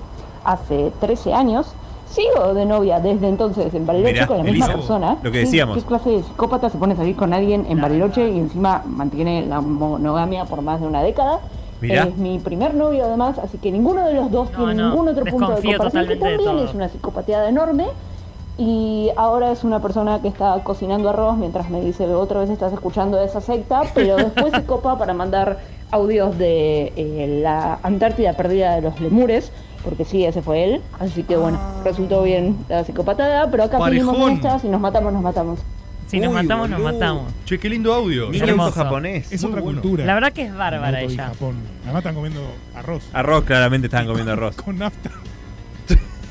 hace 13 años. Sigo de novia desde entonces en Bariloche
Mirá,
con la misma
Elisa,
persona.
lo que
¿Qué-
decíamos.
¿Qué clase de psicópata se pone a salir con alguien en Bariloche y encima mantiene la monogamia por más de una década?
Mirá.
Es mi primer novio además, así que ninguno de los dos tiene
no,
ningún otro punto de comparación
desconfío
que
totalmente de
también
todo.
es una psicopateada enorme. Y ahora es una persona que está cocinando arroz mientras me dice otra vez estás escuchando esa secta, pero después se copa para mandar audios de eh, la Antártida perdida de los lemures, porque sí, ese fue él. Así que bueno,
Ah.
resultó bien la psicopatada, pero acá seguimos
Parejón.
en esta, si nos matamos, nos matamos.
Si nos
Uy,
matamos, nos
boludo.
matamos.
Che, qué lindo audio.
Mini auto japonés.
Es
Muy
otra
bueno.
cultura.
La verdad que es bárbara
El auto de
ella.
Japón. Además están comiendo arroz.
Arroz, claramente estaban comiendo arroz.
Con nafta.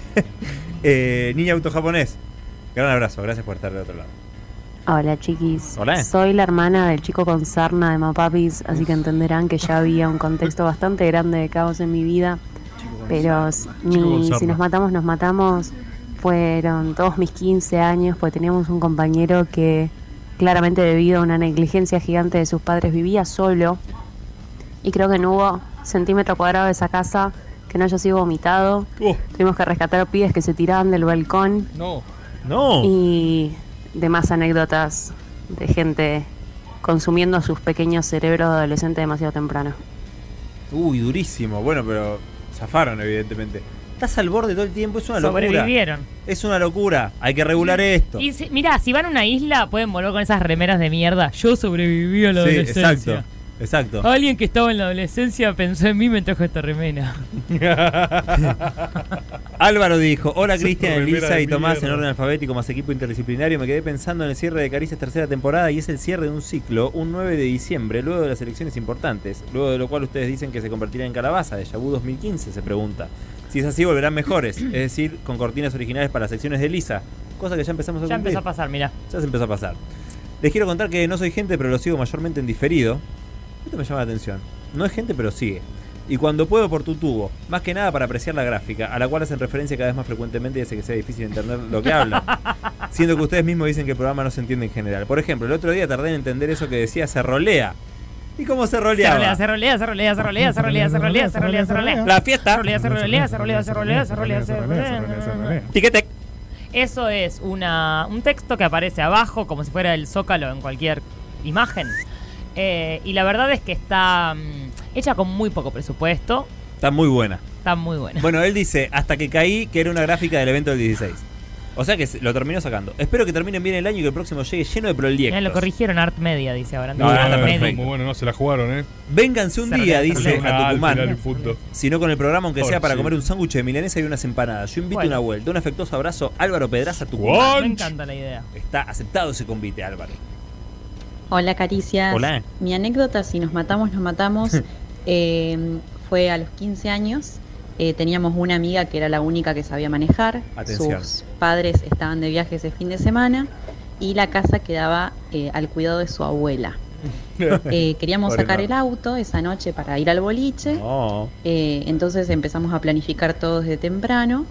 Eh, niña auto japonés. Gran abrazo, gracias por estar de otro lado.
Hola chiquis,
Hola.
soy la hermana del chico con sarna de Mapapis, así que entenderán que ya había un contexto bastante grande de caos en mi vida, pero s-
Chico con
mi-
sarna.
si nos matamos, nos matamos, fueron todos mis 15 años, pues teníamos un compañero que claramente debido a una negligencia gigante de sus padres vivía solo y creo que no hubo centímetro cuadrado de esa casa que no haya sido vomitado,
Oh.
tuvimos que rescatar pibes que se tiraban del balcón.
No.
Y demás anécdotas de gente consumiendo sus pequeños cerebros de adolescente demasiado temprano.
Uy, durísimo. Bueno, pero zafaron, evidentemente. Estás al borde todo el tiempo, es una locura.
Sobrevivieron.
Es una locura. Hay que regular esto.
Y si, mirá, si van a una isla, pueden volver con esas remeras de mierda. Yo sobreviví a la
Sí,
adolescencia.
exacto. Exacto.
Alguien que estaba en la adolescencia pensó en mí y me trajo esta remera.
Álvaro dijo, hola
Esa
Cristian,
remera
Elisa
de
y Tomás
mierda.
en orden alfabético más equipo interdisciplinario. Me quedé pensando en el cierre de Caricias tercera temporada y es el cierre de un ciclo, un 9 de diciembre, luego de las elecciones importantes, luego de lo cual ustedes dicen que se convertirá en calabaza, de Yabu 2015 se pregunta. Si es así volverán mejores, es decir, con cortinas originales para las secciones de Elisa, cosa que ya empezamos a
Ya
cumplir.
empezó a pasar, mirá.
Ya se empezó a pasar. Les quiero contar que no soy gente, pero lo sigo mayormente en diferido. Esto me llama la atención. No es gente, pero sigue. Y cuando puedo por tu tubo, más que nada para apreciar la gráfica, a la cual hacen referencia cada vez más frecuentemente y hace que sea difícil entender lo que hablan. siendo que ustedes mismos dicen que el programa no se entiende en general. Por ejemplo, el otro día tardé en entender eso que decía se rolea. ¿Y cómo se
Se
roleaba?
rolea, se rolea, se rolea, se rolea, se rolea, se rolea, se rolea, se rolea.
La fiesta.
Se rolea, se rolea, se rolea, se rolea, se rolea, se rolea.
Tiquete.
Eso es una, un texto que aparece abajo como si fuera el zócalo en cualquier imagen. Eh, y la verdad es que está mm, hecha con muy poco presupuesto.
Está muy buena.
Está muy buena.
Bueno, él dice, hasta que caí, que era una gráfica del evento del 16. O sea que se- lo terminó sacando. Espero que terminen bien el año y que el próximo llegue lleno de
Mirá, lo
proyectos.
corrigieron Art Media, dice ahora.
No, no,
Art
está
Media.
perfecto.
Muy bueno, no, se la jugaron, ¿eh?
Vénganse un
Se
día,
rolea, se
dice
rolea.
a
Al final,
Tucumán.
el punto.
Sino con el programa, aunque sea para
Pobrecito.
comer un sándwich de milanesa y unas empanadas. Yo invito
Bueno.
una vuelta. Un afectuoso abrazo, Álvaro Pedraza, Tucumán.
Me encanta la idea.
Está aceptado ese convite, Álvaro.
Hola, Caricias.
Hola.
Mi anécdota, si nos matamos, nos matamos, eh, fue a los 15 años. Eh, teníamos una amiga que era la única que sabía manejar.
Atención.
Sus padres estaban de viaje ese fin de semana y la casa quedaba eh, al cuidado de su abuela. Eh, queríamos
Pobre
sacar
madre.
el auto esa noche para ir al boliche.
No.
Eh, entonces empezamos a planificar todo desde temprano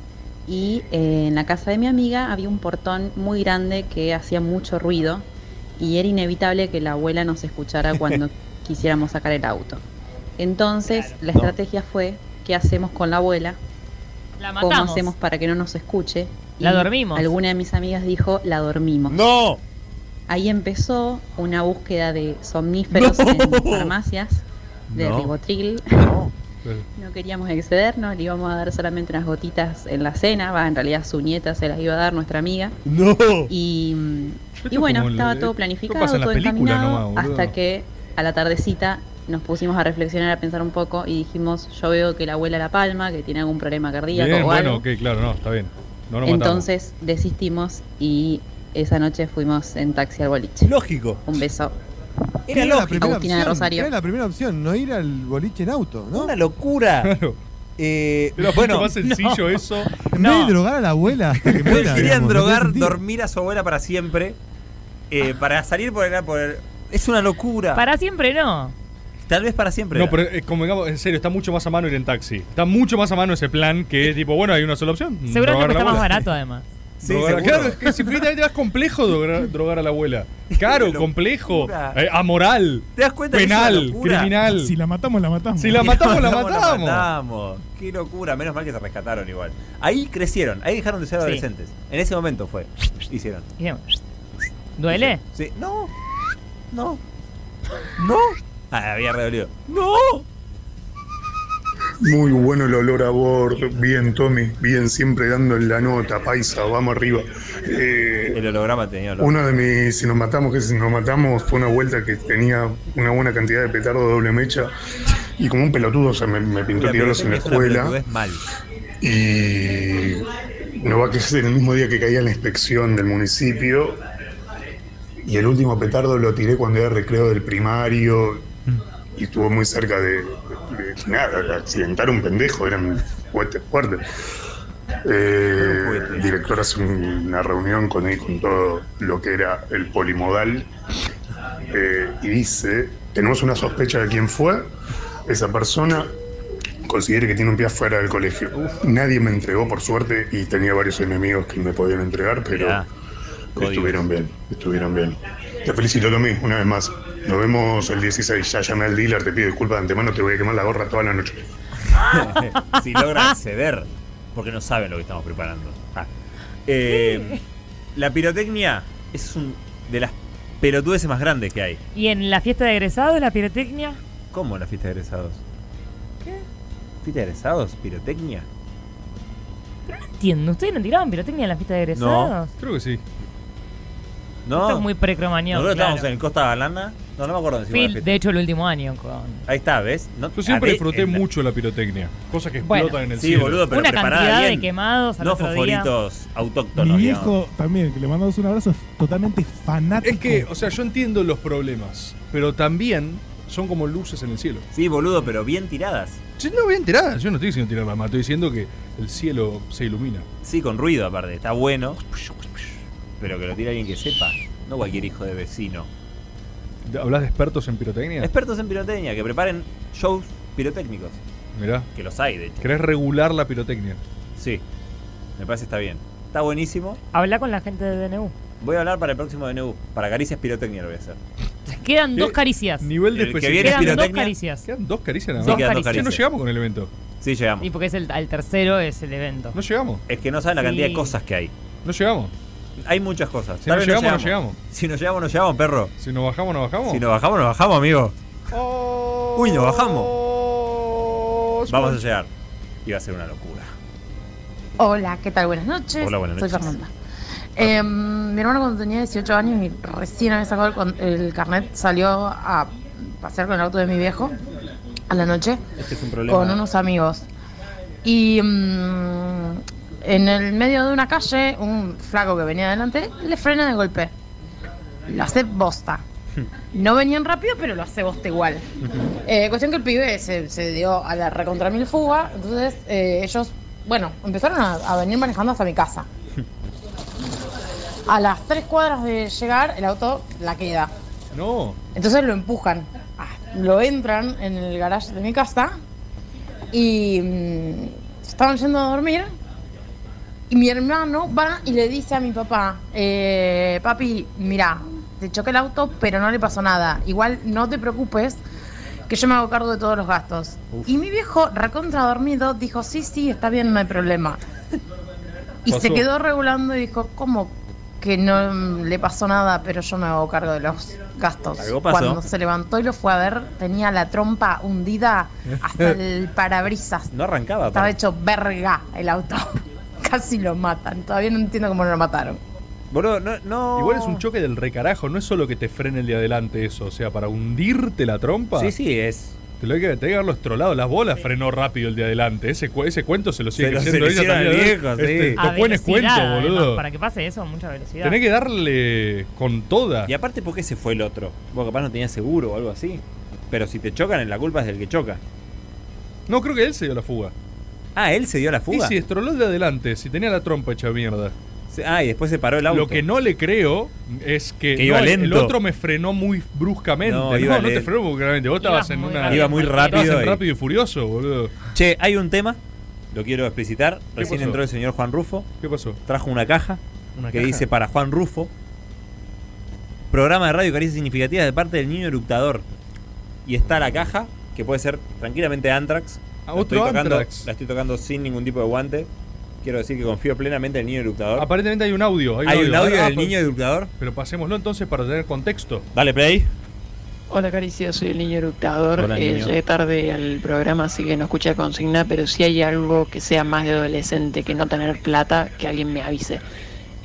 y eh, en la casa de mi amiga había un portón muy grande que hacía mucho ruido y era inevitable que la abuela nos escuchara cuando quisiéramos sacar el auto. Entonces la
No.
estrategia fue, ¿qué hacemos con la abuela?
La
¿Cómo
matamos.
hacemos para que no nos escuche?
La dormimos.
Alguna de mis amigas dijo, la dormimos.
¡No!
Ahí empezó una búsqueda de somníferos en farmacias, de
No.
ribotril,
Eh.
no queríamos excedernos, le íbamos a dar solamente unas gotitas en la cena, va, en realidad su nieta se las iba a dar nuestra amiga.
No.
Y, mm, y
es
bueno,
como el-
estaba
eh,
todo
esto
planificado,
pasa en la
todo
película
encaminado,
nomás, boludo.
hasta que a la tardecita nos pusimos a reflexionar, a pensar un poco y dijimos, yo veo que la abuela la palma, que tiene algún problema cardíaco
Bien,
o
bueno,
algo.
ok, claro, no, está bien. No lo matamos.
Entonces desistimos y esa noche fuimos en taxi al boliche.
Lógico.
Un beso. Agustina
opción,
de Rosario.
Era la primera opción, no ir al boliche en auto, ¿no?
Una locura.
Claro.
Eh,
Era mucho
bueno,
más
no.
sencillo eso. En vez de drogar a la abuela hasta que muera,
Querían
digamos, no tiene
drogar,
sentido.
dormir a su abuela para siempre. eh, para salir por el, por el- Es una locura.
Para siempre no.
Tal vez para siempre.
No,
era.
pero eh, como digamos, en serio, está mucho más a mano ir en taxi. Está mucho más a mano ese plan
Eh,
que es tipo, bueno, hay una sola opción. mm,
Seguramente
drogar a la
está más
abuela.
barato además.
Sí, Drogar-
seguro.
claro, es que es infinitamente más complejo drogar, drogar a la abuela. Caro, complejo,
locura.
eh, amoral,
¿Te das cuenta que es una
penal,
locura?
criminal.
Si la matamos, la matamos.
Si la matamos, la matamos.
matamos. Qué locura, menos mal que se rescataron igual. Ahí crecieron, ahí dejaron de ser
Sí.
adolescentes. En ese momento fue. Hicieron.
Bien. ¿Duele?
Sí. No. No. No. Ah, había redolido.
No.
Muy bueno el olor a bor, bien Tommy, bien siempre dando la nota, paisa, vamos arriba. Eh,
El holograma tenía olor.
uno de mis, si nos matamos, que si nos matamos, fue una vuelta que tenía una buena cantidad de petardo doble mecha y como un pelotudo se me, me pintó
Una
tirarlos en la
pelotudez, una
escuela
pelotudez mal.
y no va a ser el mismo día que caía en la inspección del municipio y el último petardo lo tiré cuando era recreo del primario y estuvo muy cerca de, de- nada, de accidentar un pendejo, eran fuertes, fuertes. Eh, el director hace un- una reunión con él con todo lo que era el polimodal eh, y dice, tenemos una sospecha de quién fue, esa persona considere que tiene un pie afuera del colegio. Nadie me entregó, por suerte, y tenía varios enemigos que me podían entregar, pero estuvieron bien, estuvieron bien. Te felicito, Tommy, una vez más. Nos vemos el 16. Ya llamé al dealer, te pido disculpas de antemano, te voy a quemar la gorra toda la noche.
si logra acceder, porque no saben lo que estamos preparando. Ah. Eh, la pirotecnia es un de las pelotudeces más grandes que hay.
¿Y en la fiesta de egresados, la pirotecnia?
¿Cómo la fiesta de egresados? ¿Qué? ¿Fiesta de egresados? ¿Pirotecnia?
Entiendo, ¿ustedes no tiraban pirotecnia en la fiesta de egresados?
Creo que sí.
No.
Esto es muy precromañón.
Nosotros
claro.
estábamos en el Costa Galana. No, no me acuerdo. dónde hicimos la
Phil,
fiesta.
de hecho, el último año con
Ahí está, ¿ves? No-
Yo siempre
Ah, de-
disfruté
en la-
mucho la pirotecnia. Cosas que
Bueno.
explotan en el
Sí,
cielo.
boludo, pero
una
preparada
cantidad de
bien.
quemados al
No
otro
fosforitos autóctonos.
Mi
digamos.
viejo también, que le mandamos un abrazo, es totalmente fanático.
Es que, o sea, yo entiendo los problemas, pero también son como luces en el cielo.
Sí, boludo, pero bien tiradas.
Sí, no, bien tiradas. Yo no estoy diciendo tirarlas más, estoy diciendo que el cielo se ilumina.
Sí, con ruido aparte. Está bueno. Pero que lo tire alguien que sepa. No cualquier hijo de vecino.
¿Hablas de expertos en pirotecnia?
Expertos en pirotecnia, que preparen shows pirotécnicos.
Mirá.
Que los hay, de hecho.
¿Querés regular la pirotecnia?
Sí. Me parece que está bien. está buenísimo.
Habla con la gente de DNU.
Voy a hablar para el próximo DNU, para Caricias Pirotecnia lo voy a hacer.
Quedan dos caricias.
Nivel de
El que
especificidad.
viene es
Quedan dos
pirotecnia.
caricias.
Quedan dos caricias nada
Sí,
más.
quedan dos
Ya no
caricias.
llegamos con el evento.
Sí, llegamos.
Y porque es el, al tercero es el evento.
No llegamos.
Es que no saben la cantidad
Sí.
de cosas que hay.
No llegamos.
Hay muchas cosas.
Si
Tal
no
vez
llegamos, no llegamos.
Si nos llegamos, no llegamos, perro.
Si nos bajamos, nos bajamos. Oh.
Si nos bajamos, nos bajamos, amigo. Uy, nos bajamos. Vamos a llegar. Y va a ser una locura.
Hola, ¿qué tal? Buenas noches.
Hola, buenas
Soy
noches.
Fernanda. Eh, mi hermano cuando tenía 18 años y recién había sacado el, con- el carnet salió a pasear con el auto de mi viejo a la noche
Este es un
con unos amigos. Y mm, en el medio de una calle, un flaco que venía adelante le frena de golpe. Lo hace bosta. No venían rápido, pero lo hace bosta igual. Eh, cuestión que el pibe se, se dio a la recontra mil fuga, entonces eh, ellos, bueno, empezaron a, a venir manejando hasta mi casa. A las tres cuadras de llegar, el auto la queda.
No.
Entonces lo empujan, Ah, lo entran en el garage de mi casa y mm, se estaban yendo a dormir. Y mi hermano va y le dice a mi papá, eh, papi, mira, te choqué el auto, pero no le pasó nada. Igual no te preocupes, que yo me hago cargo de todos los gastos.
Uf.
Y mi viejo, recontra dormido, dijo, sí, sí, está bien, no hay problema. Y se
Pasó.
quedó regulando y dijo, ¿cómo que no mm, le pasó nada, pero yo me hago cargo de los gastos?
Algo pasó.
Cuando se levantó y lo fue a ver, tenía la trompa hundida hasta el parabrisas.
No arrancaba.
Estaba
aparte.
hecho verga el auto. Casi lo matan. Todavía no entiendo cómo no lo mataron.
Boludo, no, no.
Igual es un choque del recarajo, no es solo que te frene el de adelante eso, o sea, para hundirte la trompa.
Sí, sí, es.
Te lo hay que, te hay que haberlo estrolado, las bolas frenó rápido el de adelante. Ese, cu- ese cuento se lo sigue
Se lo-
creyendo
se lo
ella
hicieron
también.
al viejo,
Este,
sí.
estos buenos cuentos,
velocidad, además,
boludo.
para que pase eso, mucha velocidad.
Tenés que darle con toda.
Y aparte, ¿por qué se fue el otro? Vos capaz no tenías seguro o algo así. Pero si te chocan, la culpa es del que choca.
No, creo que él se dio la fuga.
Ah, él se dio la fuga.
Y si estroló el de adelante, si tenía la trompa hecha mierda.
Ah, y después se paró el auto.
Lo que no le creo es que,
Que iba
no, el
lento.
otro me frenó muy bruscamente.
No,
No,
iba
no, te
lento.
frenó muy bruscamente. Vos estabas en una.
Iba muy
estabas en
rápido.
rápido y furioso, boludo.
Che, hay un tema, lo quiero explicitar. Recién
pasó?
entró el señor Juan Rufo.
¿Qué pasó?
Trajo una caja
¿Una
que
caja?
dice para Juan Rufo. Programa de radio Caricias Significativas de parte del niño eructador. Y está la caja, que puede ser tranquilamente Antrax.
Ah,
La
otro
estoy tocando-
Anthrax.
La estoy tocando sin ningún tipo de guante. Quiero decir que confío plenamente en el niño eructador.
Aparentemente hay un audio. Hay,
¿Hay un audio del niño
educador. Pero pasémoslo entonces para tener contexto.
Dale, play.
Hola Caricia, soy el niño eructador.
Hola,
Eh,
niño.
llegué tarde al programa, así que no escuché la consigna, pero si hay algo que sea más de adolescente que no tener plata, que alguien me avise.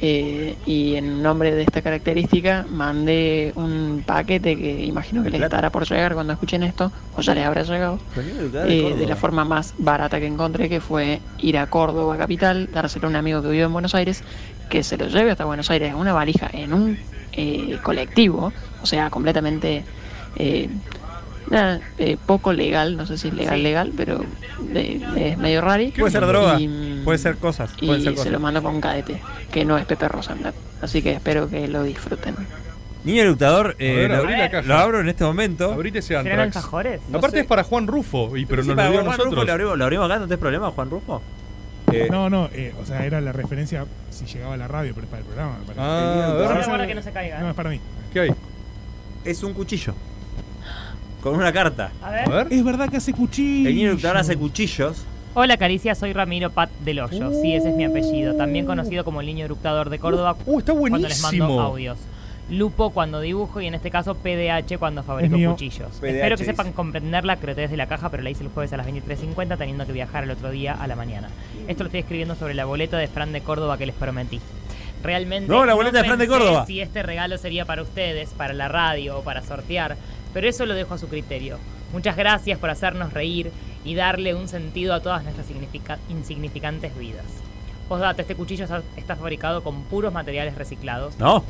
Eh, y en nombre de esta característica mandé un paquete que imagino que les estará por llegar cuando escuchen esto, o ya les habrá llegado,
El niño eructador de
eh, de
Córdoba.
la forma más barata que encontré, que fue ir a Córdoba capital, dárselo a un amigo que vive en Buenos Aires, que se lo lleve hasta Buenos Aires en una valija, en un eh, colectivo, o sea, completamente eh, nada, eh, poco legal, no sé si es legal, legal, pero eh, es medio raro.
Puede ser droga, puede ser cosas.
Y
pueden ser
se
cosas.
lo mando con cadete, que no es Pepe Rosenblatt. Así que espero que lo disfruten.
Niño eructador, eh,
ver,
lo,
abrí la
lo
caja.
abro en este momento.
Abrite ese
¿Serán
Antrax.
alfajores?
No
Aparte
sé.
es para Juan Rufo, y, pero
Sí,
no
para
lo dio a
Juan
nosotros.
Rufo lo abrimos, lo abrimos acá, ¿no tenés problema, Juan Rufo? Eh,
No, no, eh, o sea, era la referencia si llegaba a la radio, pero es para el programa. me parece.
Ah, a ver. Guarda, guarda
que no se caiga, eh.
No, es para mí.
¿Qué hay?
Es un cuchillo. Con una carta.
A ver. A ver.
Es verdad que hace cuchillo.
El niño eructador hace cuchillos.
Hola Caricia, soy Ramiro Pat del Hoyo. Sí, ese es mi apellido. También conocido como el niño eructador de Córdoba.
Uh. está
Cuando les mando
buenísimo.
audios. Lupo cuando dibujo y en este caso PDH cuando
Es
fabrico
mío.
cuchillos.
PDH
Espero que
dice.
sepan comprender la crotez de la caja, pero la hice el jueves a las 23.50 teniendo que viajar el otro día a la mañana. Esto lo estoy escribiendo sobre la boleta de Fran de Córdoba que les prometí. Realmente
No, la boleta de Fran de
pensé
Córdoba.
si este regalo sería para ustedes, para la radio o para sortear, pero eso lo dejo a su criterio. Muchas gracias por hacernos reír y darle un sentido a todas nuestras significa- insignificantes vidas. Postdata, este cuchillo está- está fabricado con puros materiales reciclados.
No.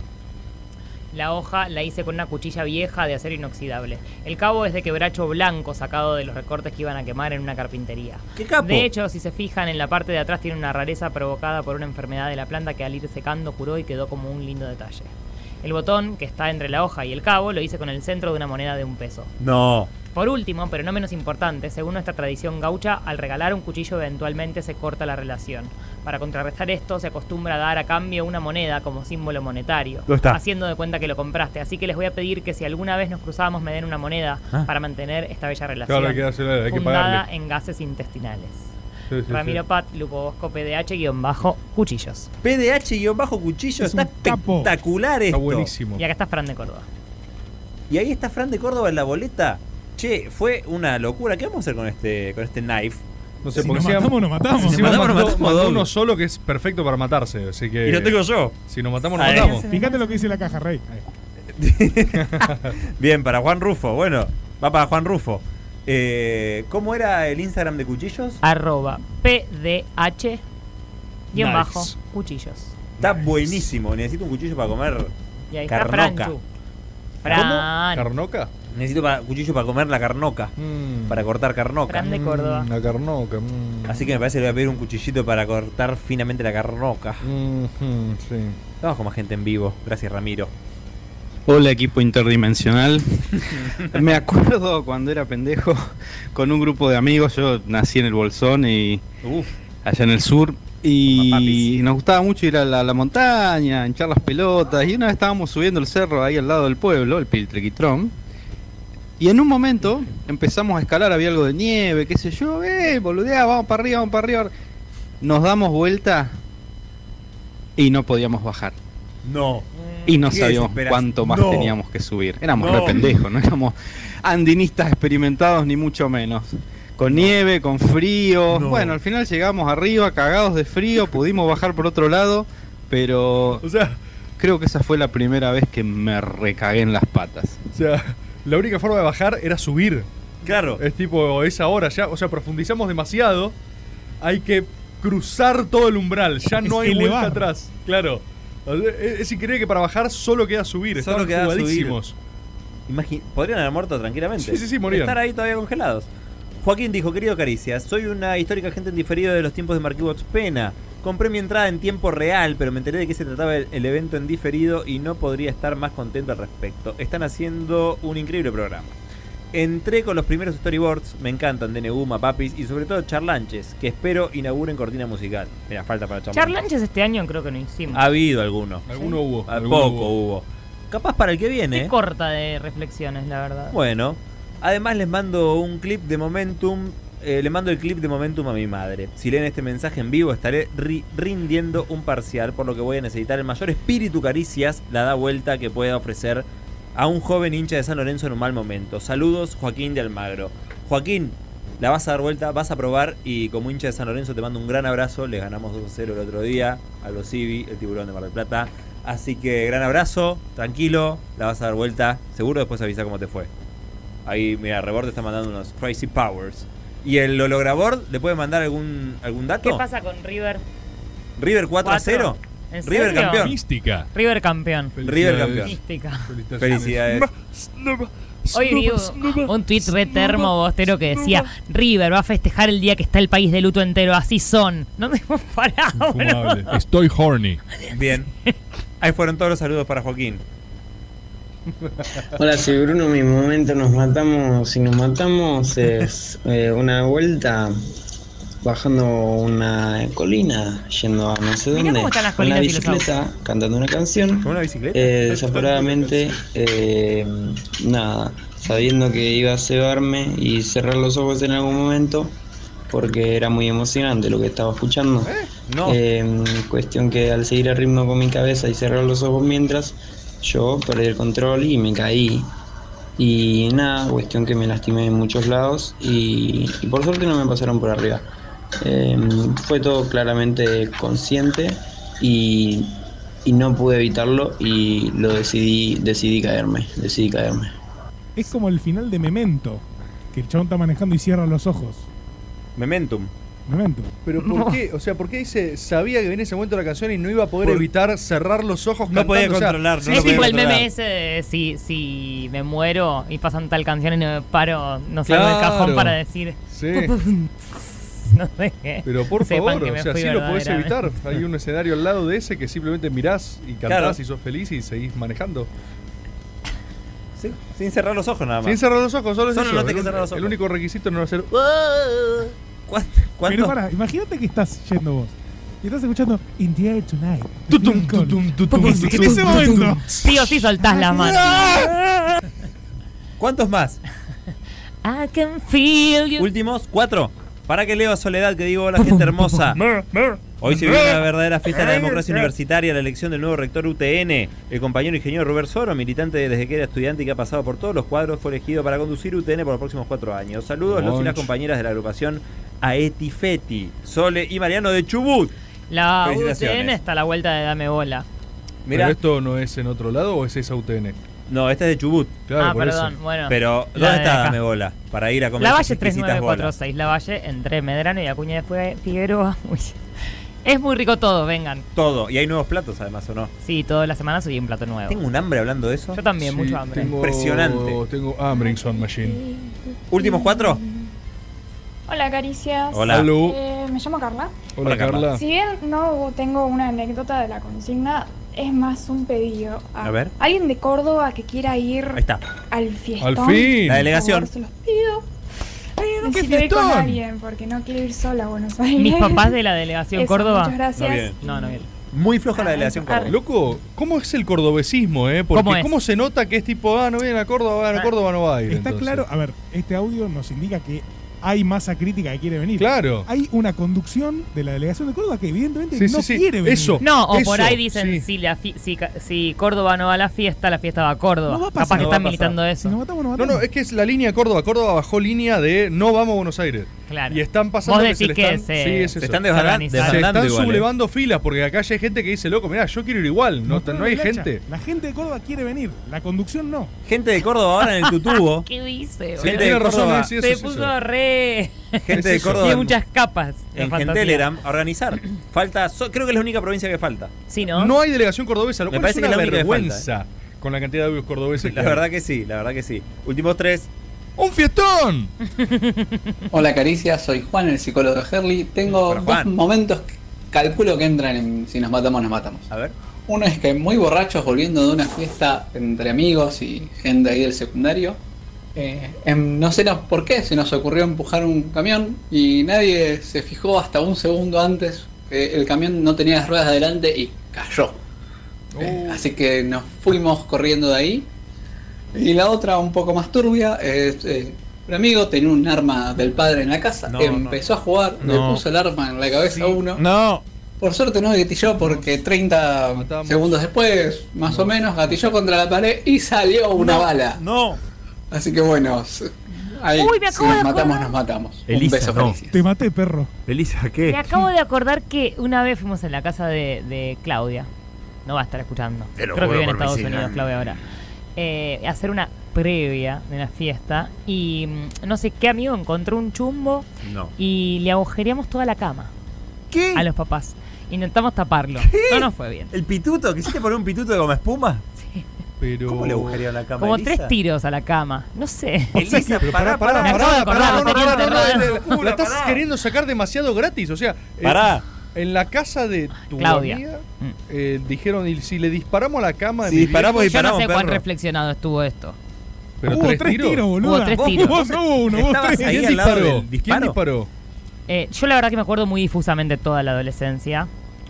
La hoja la hice con una cuchilla vieja de acero inoxidable. El cabo es de quebracho blanco sacado de los recortes que iban a quemar en una carpintería.
¡Qué capo!
De hecho, si se fijan, en la parte de atrás tiene una rareza provocada por una enfermedad de la planta que al ir secando curó y quedó como un lindo detalle. El botón que está entre la hoja y el cabo lo hice con el centro de una moneda de un peso.
No.
Por último, pero no menos importante, según nuestra tradición gaucha, al regalar un cuchillo eventualmente se corta la relación. Para contrarrestar esto, se acostumbra a dar a cambio una moneda como símbolo monetario,
Lo está.
haciendo de cuenta que lo compraste. Así que les voy a pedir que si alguna vez nos cruzamos me den una moneda
Ah.
para mantener esta bella relación
Claro, hay que dársela, hay que
fundada
pagarle.
en gases intestinales.
Sí, sí, sí.
Ramiro Pat, Lupo Bosco, PDH-cuchillos.
PDH-cuchillo está espectacular esto.
Y acá está Fran de Córdoba.
Y ahí está Fran de Córdoba en la boleta. Che, fue una locura. ¿Qué vamos a hacer con este, con este knife?
No sé, porque si am- Si
Si
nos
matamos, nos
mató-
matamos.
mató
doble.
uno solo que es perfecto para matarse. Así que,
Y lo tengo yo.
Si nos matamos, nos
Ahí.
matamos.
Fíjate lo que dice la caja, Rey.
Bien, para Juan Rufo. Bueno, va para Juan Rufo. Eh, ¿Cómo era el Instagram de Cuchillos?
Arroba PDH y en
Nice.
bajo cuchillos.
Está buenísimo. Necesito un cuchillo para comer
Y ahí está
carnoca.
Franchu.
¿Cómo?
Fran.
¿Carnoca? Mm.
Necesito pa- cuchillo para comer la carnoca. Para cortar carnoca.
Fran de Córdoba.
La carnoca. mm.
Así que me parece que le voy a pedir un cuchillito para cortar finamente la carnoca.
Mhm, sí.
Vamos con más gente en vivo. Gracias, Ramiro.
Hola equipo interdimensional. Me acuerdo cuando era pendejo con un grupo de amigos, yo nací en el Bolsón y allá en el sur y nos gustaba mucho ir a la, la montaña, hinchar las pelotas y una vez estábamos subiendo el cerro ahí al lado del pueblo, el Piltrequitrón. Y en un momento empezamos a escalar, había algo de nieve, qué sé yo, eh, boludeá, vamos para arriba, vamos para arriba. Nos damos vuelta y no podíamos bajar.
Mm.
No.
Y no
Qué
sabíamos
desesperación.
cuánto más
No.
teníamos que subir. Éramos
No.
re pendejos, no éramos andinistas experimentados ni mucho menos. Con nieve, con frío. Bueno, al final llegamos arriba, cagados de frío, pudimos bajar por otro lado, pero creo que esa fue la primera vez que me recagué en las patas.
O sea, la única forma de bajar era subir.
Claro.
Es tipo, es ahora ya. O sea, profundizamos demasiado. Hay que cruzar todo el umbral. Ya no
Es
hay
elevar.
vuelta atrás. Claro. O sea, Es, es increíble que para bajar solo queda subir.
Solo
Estaban
queda
jugadísimos.
subir. Imagi- Podrían haber muerto tranquilamente.
Sí, sí, sí, morían.
Estar ahí todavía congelados. Joaquín dijo, querido Caricias, soy una histórica gente en diferido de los tiempos de Marquibox Pena. Compré mi entrada en tiempo real, pero me enteré de que se trataba el, el evento en diferido y no podría estar más contento al respecto. Están haciendo un increíble programa. Entré con los primeros storyboards, me encantan DNU, Mapapis y sobre todo Charlanches, que espero inauguren cortina musical. Mira, falta para Charlanches.
Charlanches este año creo que no hicimos.
Ha habido alguno.
Alguno
hubo.
A
alguno
poco hubo. Capaz para el que viene.
Qué corta de reflexiones, la verdad.
Bueno, además les mando un clip de Momentum. eh, le mando el clip de Momentum a mi madre. Si leen este mensaje en vivo, estaré ri- rindiendo un parcial, por lo que voy a necesitar el mayor espíritu caricias, la da vuelta que pueda ofrecer a un joven hincha de San Lorenzo en un mal momento. Saludos, Joaquín de Almagro. Joaquín, la vas a dar vuelta, vas a probar y como hincha de San Lorenzo te mando un gran abrazo. Le ganamos 2-0 el otro día a los Civi, el tiburón de Mar del Plata. Así que gran abrazo, tranquilo, la vas a dar vuelta. Seguro después avisa cómo te fue. Ahí, mira, Rebord te está mandando unos Crazy Powers. ¿Y el holograbord le puede mandar algún, algún dato?
¿Qué pasa con River?
¿River 4 a 0?
Cuatro. ¿En
River
serio?
campeón.
Mística.
River campeón.
River campeón.
Mística.
Felicidades.
Hoy vi un tweet re termo bostero que decía River va a festejar el día que está el país de luto entero, así son. No me pará,
Infumable.
boludo.
Estoy horny.
Bien. Ahí fueron todos los saludos para Joaquín.
Hola, si Bruno, mi momento nos matamos. Si nos matamos es eh, una vuelta bajando una colina, yendo a no sé
Mirá
dónde.
cómo están las
con la
colinas y los
bicicleta, cantando una canción.
¿Con una bicicleta?
Eh, desaforadamente, eh, nada, sabiendo que iba a cebarme y cerrar los ojos en algún momento, porque era muy emocionante lo que estaba escuchando.
No.
Eh, cuestión que al seguir el ritmo con mi cabeza y cerrar los ojos mientras, yo perdí el control y me caí. Y nada, cuestión que me lastimé en muchos lados y, y por suerte no me pasaron por arriba. Eh, fue todo claramente consciente y, y no pude evitarlo y lo decidí, decidí caerme, decidí caerme.
Es como el final de Memento, que el chabón está manejando y cierra los ojos.
Momentum.
Memento.
Pero ¿por qué? O sea, ¿por qué dice sabía que venía ese momento de la canción y no iba a poder
Por-
evitar cerrar los ojos
No podía
cantando? O sea,
controlar, no
sí,
lo
sí,
podía
igual
El meme ese de si, si me muero y pasan tal canción y no me paro, no salgo del
Claro.
cajón para decir.
Sí.
no sé qué.
Pero por
Sepan
favor,
que me
o sea,
fui
sí lo podés evitar.
verdaderamente.
Hay un escenario al lado de ese que simplemente mirás y cantás
Claro.
y sos feliz y seguís manejando.
Sí, sin cerrar los ojos nada más.
Sin cerrar los ojos, solo, es eso.
no tenés
el,
que cerrar los
el
ojos.
único requisito no es hacer.
Pero pará, imagínate que estás yendo vos. Y estás escuchando In the Air Tonight. En ese momento.
¿eh? Sí o sí soltás la mano.
¿Cuántos más?
I can feel you.
Últimos cuatro. Para que leo a Soledad que digo hola gente hermosa. Hoy se vive una verdadera fiesta de la democracia universitaria, la elección del nuevo rector UTN. El compañero ingeniero Robert Soro, militante desde que era estudiante y que ha pasado por todos los cuadros, fue elegido para conducir UTN por los próximos cuatro años. Saludos los y las
Monch.
compañeras de la agrupación Aeti Feti, Sole y Mariano de Chubut.
La
Felicitaciones.
UTN está a la vuelta de Dame Bola.
Mirá.
¿Pero esto no es en otro lado o es esa UTN?
No, esta es de Chubut.
Claro,
Ah,
por
perdón,
eso.
bueno.
Pero, ¿dónde
La de
está
acá.
Dame Bola? Para ir a comer
La
esas
Valle
exquisitas bolas.
3946, La Valle entre Medrano y Acuña de Fue- Figueroa. Uy. Es muy rico todo, vengan.
Todo. Y hay nuevos platos además, ¿o no?
Sí, todas las semanas subí un plato nuevo.
Tengo un hambre hablando de eso.
Yo también, mucho hambre.
Tengo-
Impresionante.
Tengo hambre, Son Machine.
Últimos cuatro.
Hola, caricias.
Hola. Aló.
Eh, me llamo Carla.
Hola, Carla.
Si bien no tengo una anécdota de la consigna, es más un pedido a,
A ver.
alguien de Córdoba que quiera ir
Ahí está.
al fiestón.
Al fin. La delegación.
Por favor, Se los pido.
¿qué
Necesito ir con
fiestón?
alguien porque no quiero ir sola a Buenos Aires.
Mis papás de la delegación
Eso,
Córdoba.
muchas gracias. No vienen.
No, no vienen.
Muy floja la delegación Córdoba.
Loco, ¿cómo es el cordobesismo, eh? Porque
¿Cómo
¿Cómo,
es?
se nota que es tipo, ah, no viene a Córdoba, bueno, Córdoba no va a ir.
Está
entonces.
claro, a ver, este audio nos indica que hay masa crítica que quiere venir.
Claro.
Hay una conducción de la delegación de Córdoba que evidentemente
Sí, sí,
no
sí.
quiere venir.
Eso.
No, o por ahí dicen, si, la fi- si, ca- si Córdoba no va a la fiesta, la fiesta va a Córdoba.
No va a pasar.
Capaz que
No va
están
a pasar.
militando eso.
No, no, es que es la línea de Córdoba. Córdoba bajó línea de no vamos a Buenos Aires.
Claro.
Y están pasando
Vos
que se
decís
le
que
están,
se-
sí, es
se
eso.
están desbaran-
Se
desbandando
están
igual, eh.
sublevando filas porque acá ya hay gente que dice, loco, mirá, yo quiero ir igual. No, no hay
Lacha,
gente.
La gente de Córdoba quiere venir, la conducción no.
Gente de Córdoba ahora en el tutubo.
¿Qué dice?
Sí,
boludo?
tiene razón, eh, sí, eso,
Se
sí,
puso
eso.
re.
Gente de Córdoba.
Tiene muchas capas. de
En
fantasía.
Telegram a organizar. Falta, so- creo que es la única provincia que falta.
Sí, ¿no?
No hay delegación cordobesa, lo
Me
cual
parece
es
que
una
es la única que
vergüenza
falta, eh.
con la cantidad de audios cordobeses.
La verdad que sí, la verdad que sí. Últimos tres.
¡Un fiestón!
Hola Caricia, soy Juan, el psicólogo de Herley. Tengo
Hola,
dos
Juan.
momentos que calculo que entran en si nos matamos, nos matamos.
A ver.
Uno es que muy borrachos volviendo de una fiesta entre amigos y gente ahí del secundario. eh, em, no sé no- por qué se nos ocurrió empujar un camión y nadie se fijó hasta un segundo antes que el camión no tenía las ruedas adelante y cayó. Eh,
Oh.
así que nos fuimos corriendo de ahí. Y la otra, un poco más turbia, es, eh, un amigo tenía un arma del padre en la casa,
No,
empezó a jugar,
No.
le puso el arma en la cabeza a uno.
No.
Por suerte no gatilló porque 30 segundos después, más o menos, gatilló contra la pared y salió una bala.
No.
Así que bueno, s- ahí
Uy, me
si
acabo de
nos matamos,
acordar.
nos matamos.
Elisa,
un beso
no.
feliz.
Te maté, perro.
Elisa,
Eh,
Me acabo de acordar que una vez fuimos en la casa de, de Claudia. No va a estar escuchando.
Te lo
Creo que
juro
vive en
por mi
Estados
sida.
Unidos, Claudia, ahora. Eh, hacer una previa de una fiesta y mm, no sé qué amigo encontró un chumbo
No.
y le agujereamos toda la cama.
¿Qué?
A los papás. Intentamos taparlo. No nos fue bien.
¿El pituto? ¿Quisiste poner un pituto de goma espuma? Sí. Pero... ¿Cómo le agujerearon la cama?
Como
Elisa?
tres tiros a la cama. No sé.
Elisa, pará, pará,
Me
pará,
acabo de
pará,
acordar,
no, no, pará,
tenía
no, no,
enterrado.
no, no, no,
La estás queriendo sacar demasiado gratis. O sea, eh,
Pará.
en la casa de tu
Claudia. Mm.
amiga eh, dijeron, y si le disparamos a la cama de
Si
mi
disparamos,
viejo,
Yo no sé cuán reflexionado estuvo esto.
Pero Hubo tres tres tiros. tiros, boluda.
Hubo tres
Vos-
tiros.
vos no, uno, vos Estabas tres. ahí ¿Quién al lado disparó? del disparo. ¿Quién disparó?
Eh, yo la verdad que me acuerdo muy difusamente toda la adolescencia.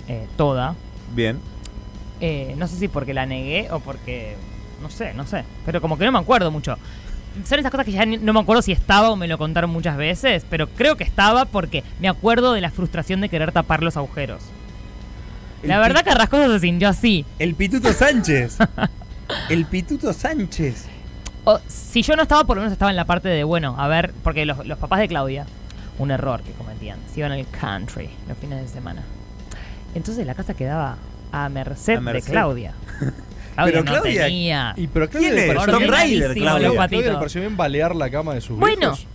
eh, toda.
Bien.
Eh, no sé si porque la negué o porque. No sé, no sé. Pero como que no me acuerdo mucho. Son esas cosas que ya ni- no me acuerdo si estaba o me lo contaron muchas veces, pero creo que estaba porque me acuerdo de la frustración de querer tapar los agujeros. La
El
verdad que Rascoso se sintió así.
El pituto Sánchez. El pituto Sánchez.
O, si yo no estaba, por lo menos estaba en la parte de, bueno, a ver, porque los, los papás de Claudia, un error que cometían, se iban al country los fines de semana. Entonces la casa quedaba a merced,
A merced.
de Claudia. Claudia
Pero
no
Claudia-
tenía.
Y pero Claudia le pareció bien-
Ordenadísimo, los
Claudia
patitos.
le pareció bien balear la cama de sus
Bueno,
viejos.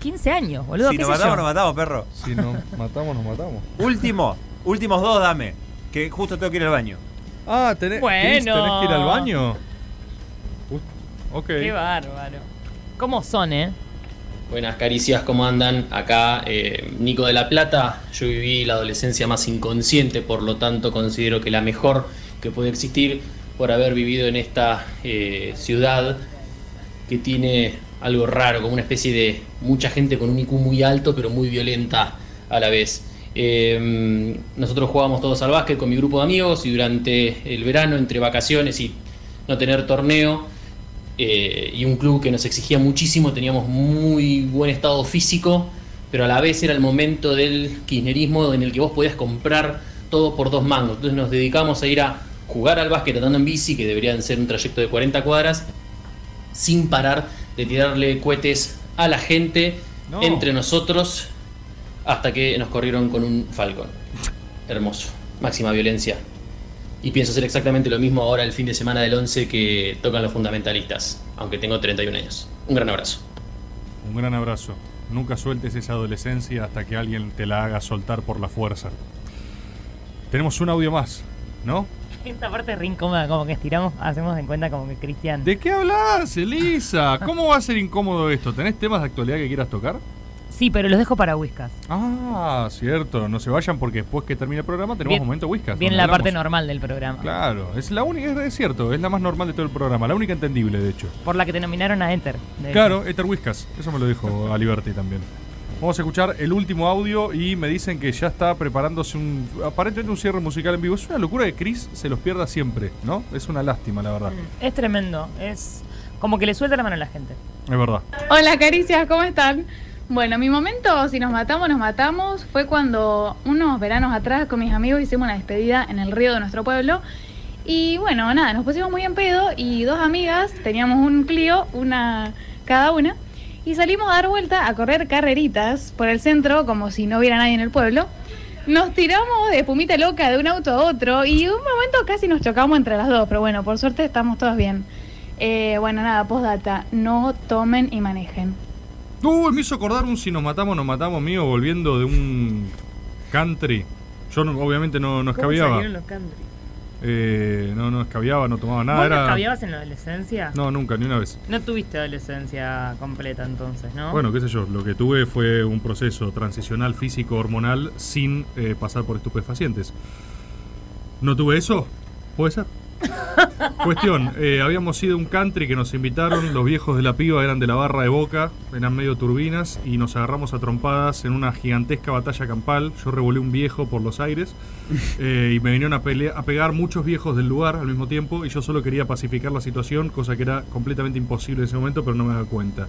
15 años, boludo.
si
¿qué
nos
sé
matamos,
yo?
nos matamos, perro.
Si nos matamos, nos matamos.
Último. Últimos dos, dame. Que justo tengo que ir al baño.
Ah, tenés, Chris,
Bueno.
tenés que ir al baño. Uf, ok.
Qué bárbaro. ¿Cómo son, eh?
Buenas caricias, ¿cómo andan? Acá eh, Nico de la Plata. Yo viví la adolescencia más inconsciente, por lo tanto considero que la mejor que puede existir por haber vivido en esta eh, ciudad que tiene algo raro, como una especie de mucha gente con un IQ muy alto, pero muy violenta a la vez. Eh, nosotros jugábamos todos al básquet con mi grupo de amigos y durante el verano, entre vacaciones y no tener torneo, eh, y un club que nos exigía muchísimo, teníamos muy buen estado físico, pero a la vez era el momento del kirchnerismo en el que vos podías comprar todo por dos mangos. Entonces nos dedicamos a ir a jugar al básquet andando en bici, que deberían ser un trayecto de 40 cuadras, sin parar de tirarle cohetes a la gente
No.
entre nosotros hasta que nos corrieron con un falcón. Hermoso. Máxima violencia. Y pienso hacer exactamente lo mismo ahora el fin de semana del 11 que tocan los fundamentalistas, aunque tengo 31 años. Un gran abrazo.
Un gran abrazo. Nunca sueltes esa adolescencia hasta que alguien te la haga soltar por la fuerza. Tenemos un audio más, ¿no?
Esta parte es re incómoda, como que estiramos, hacemos en cuenta como que Cristian.
¿De qué hablas, Elisa? ¿Cómo va a ser incómodo esto? ¿Tenés temas de actualidad que quieras tocar?
Sí, pero los dejo para Whiskas.
Ah, cierto. No se vayan porque después que termine el programa tenemos
Bien-
un momento Whiskas.
Viene
donde
la
hablamos.
parte normal del programa.
Claro, es la única, es, es cierto, es la más normal de todo el programa, la única entendible, de hecho.
Por la que te nominaron a Enter. de-
Claro, Ether Whiskas, eso me lo dijo Aliberti también. Vamos a escuchar el último audio y me dicen que ya está preparándose un aparentemente un cierre musical en vivo. Es una locura que Chris se los pierda siempre, ¿no? Es una lástima, la verdad.
Es tremendo. Es como que le suelta la mano a la gente.
Es verdad.
Hola caricias, ¿cómo están? Bueno, mi momento, si nos matamos, nos matamos, fue cuando unos veranos atrás con mis amigos hicimos una despedida en el río de nuestro pueblo. Y bueno, nada, nos pusimos muy en pedo y dos amigas, teníamos un Clio, una cada una, y salimos a dar vuelta a correr carreritas por el centro como si no hubiera nadie en el pueblo. Nos tiramos de fumita loca de un auto a otro y un momento casi nos chocamos entre las dos, pero bueno, por suerte estamos todas bien. Eh, bueno, nada, postdata, no tomen y manejen.
Uy, me hizo acordar un si nos matamos, nos matamos mío, volviendo de un country. Yo no- obviamente no, no escabiaba. Eh, no, no escabiaba, no tomaba nada.
¿Vos no
era-
escabiabas en la adolescencia?
No, nunca, ni una vez.
No tuviste adolescencia completa entonces, ¿no?
Bueno, qué sé yo, lo que tuve fue un proceso transicional físico-hormonal sin eh, pasar por estupefacientes. ¿No tuve eso? ¿Puede ser? Cuestión, eh, habíamos ido a un country que nos invitaron, los viejos de la piba eran de la barra de boca, eran medio turbinas y nos agarramos a trompadas en una gigantesca batalla campal. Yo revolé un viejo por los aires eh, y me vinieron a, pelea- a pegar muchos viejos del lugar al mismo tiempo y yo solo quería pacificar la situación, cosa que era completamente imposible en ese momento, pero no me daba cuenta.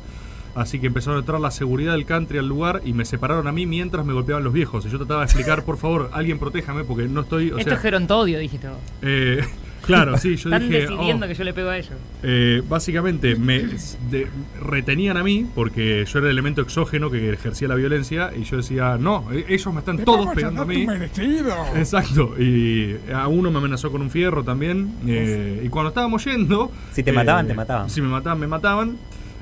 Así que empezaron a entrar la seguridad del country al lugar y me separaron a mí mientras me golpeaban los viejos. Y yo trataba de explicar, por favor, alguien protéjame porque no estoy... O
Esto
sea,
es gerontodio, dijiste vos.
eh, claro, sí, yo
Están
dije.
decidiendo
"Oh".
que yo le pego a ellos.
Eh, básicamente me de- retenían a mí porque yo era el elemento exógeno que ejercía la violencia y yo decía, no, e- ellos me están todos pegando a mí. Exacto, y a uno me amenazó con un fierro también. eh, y cuando estábamos yendo. eh,
Si te mataban, te mataban.
Si me mataban, me mataban.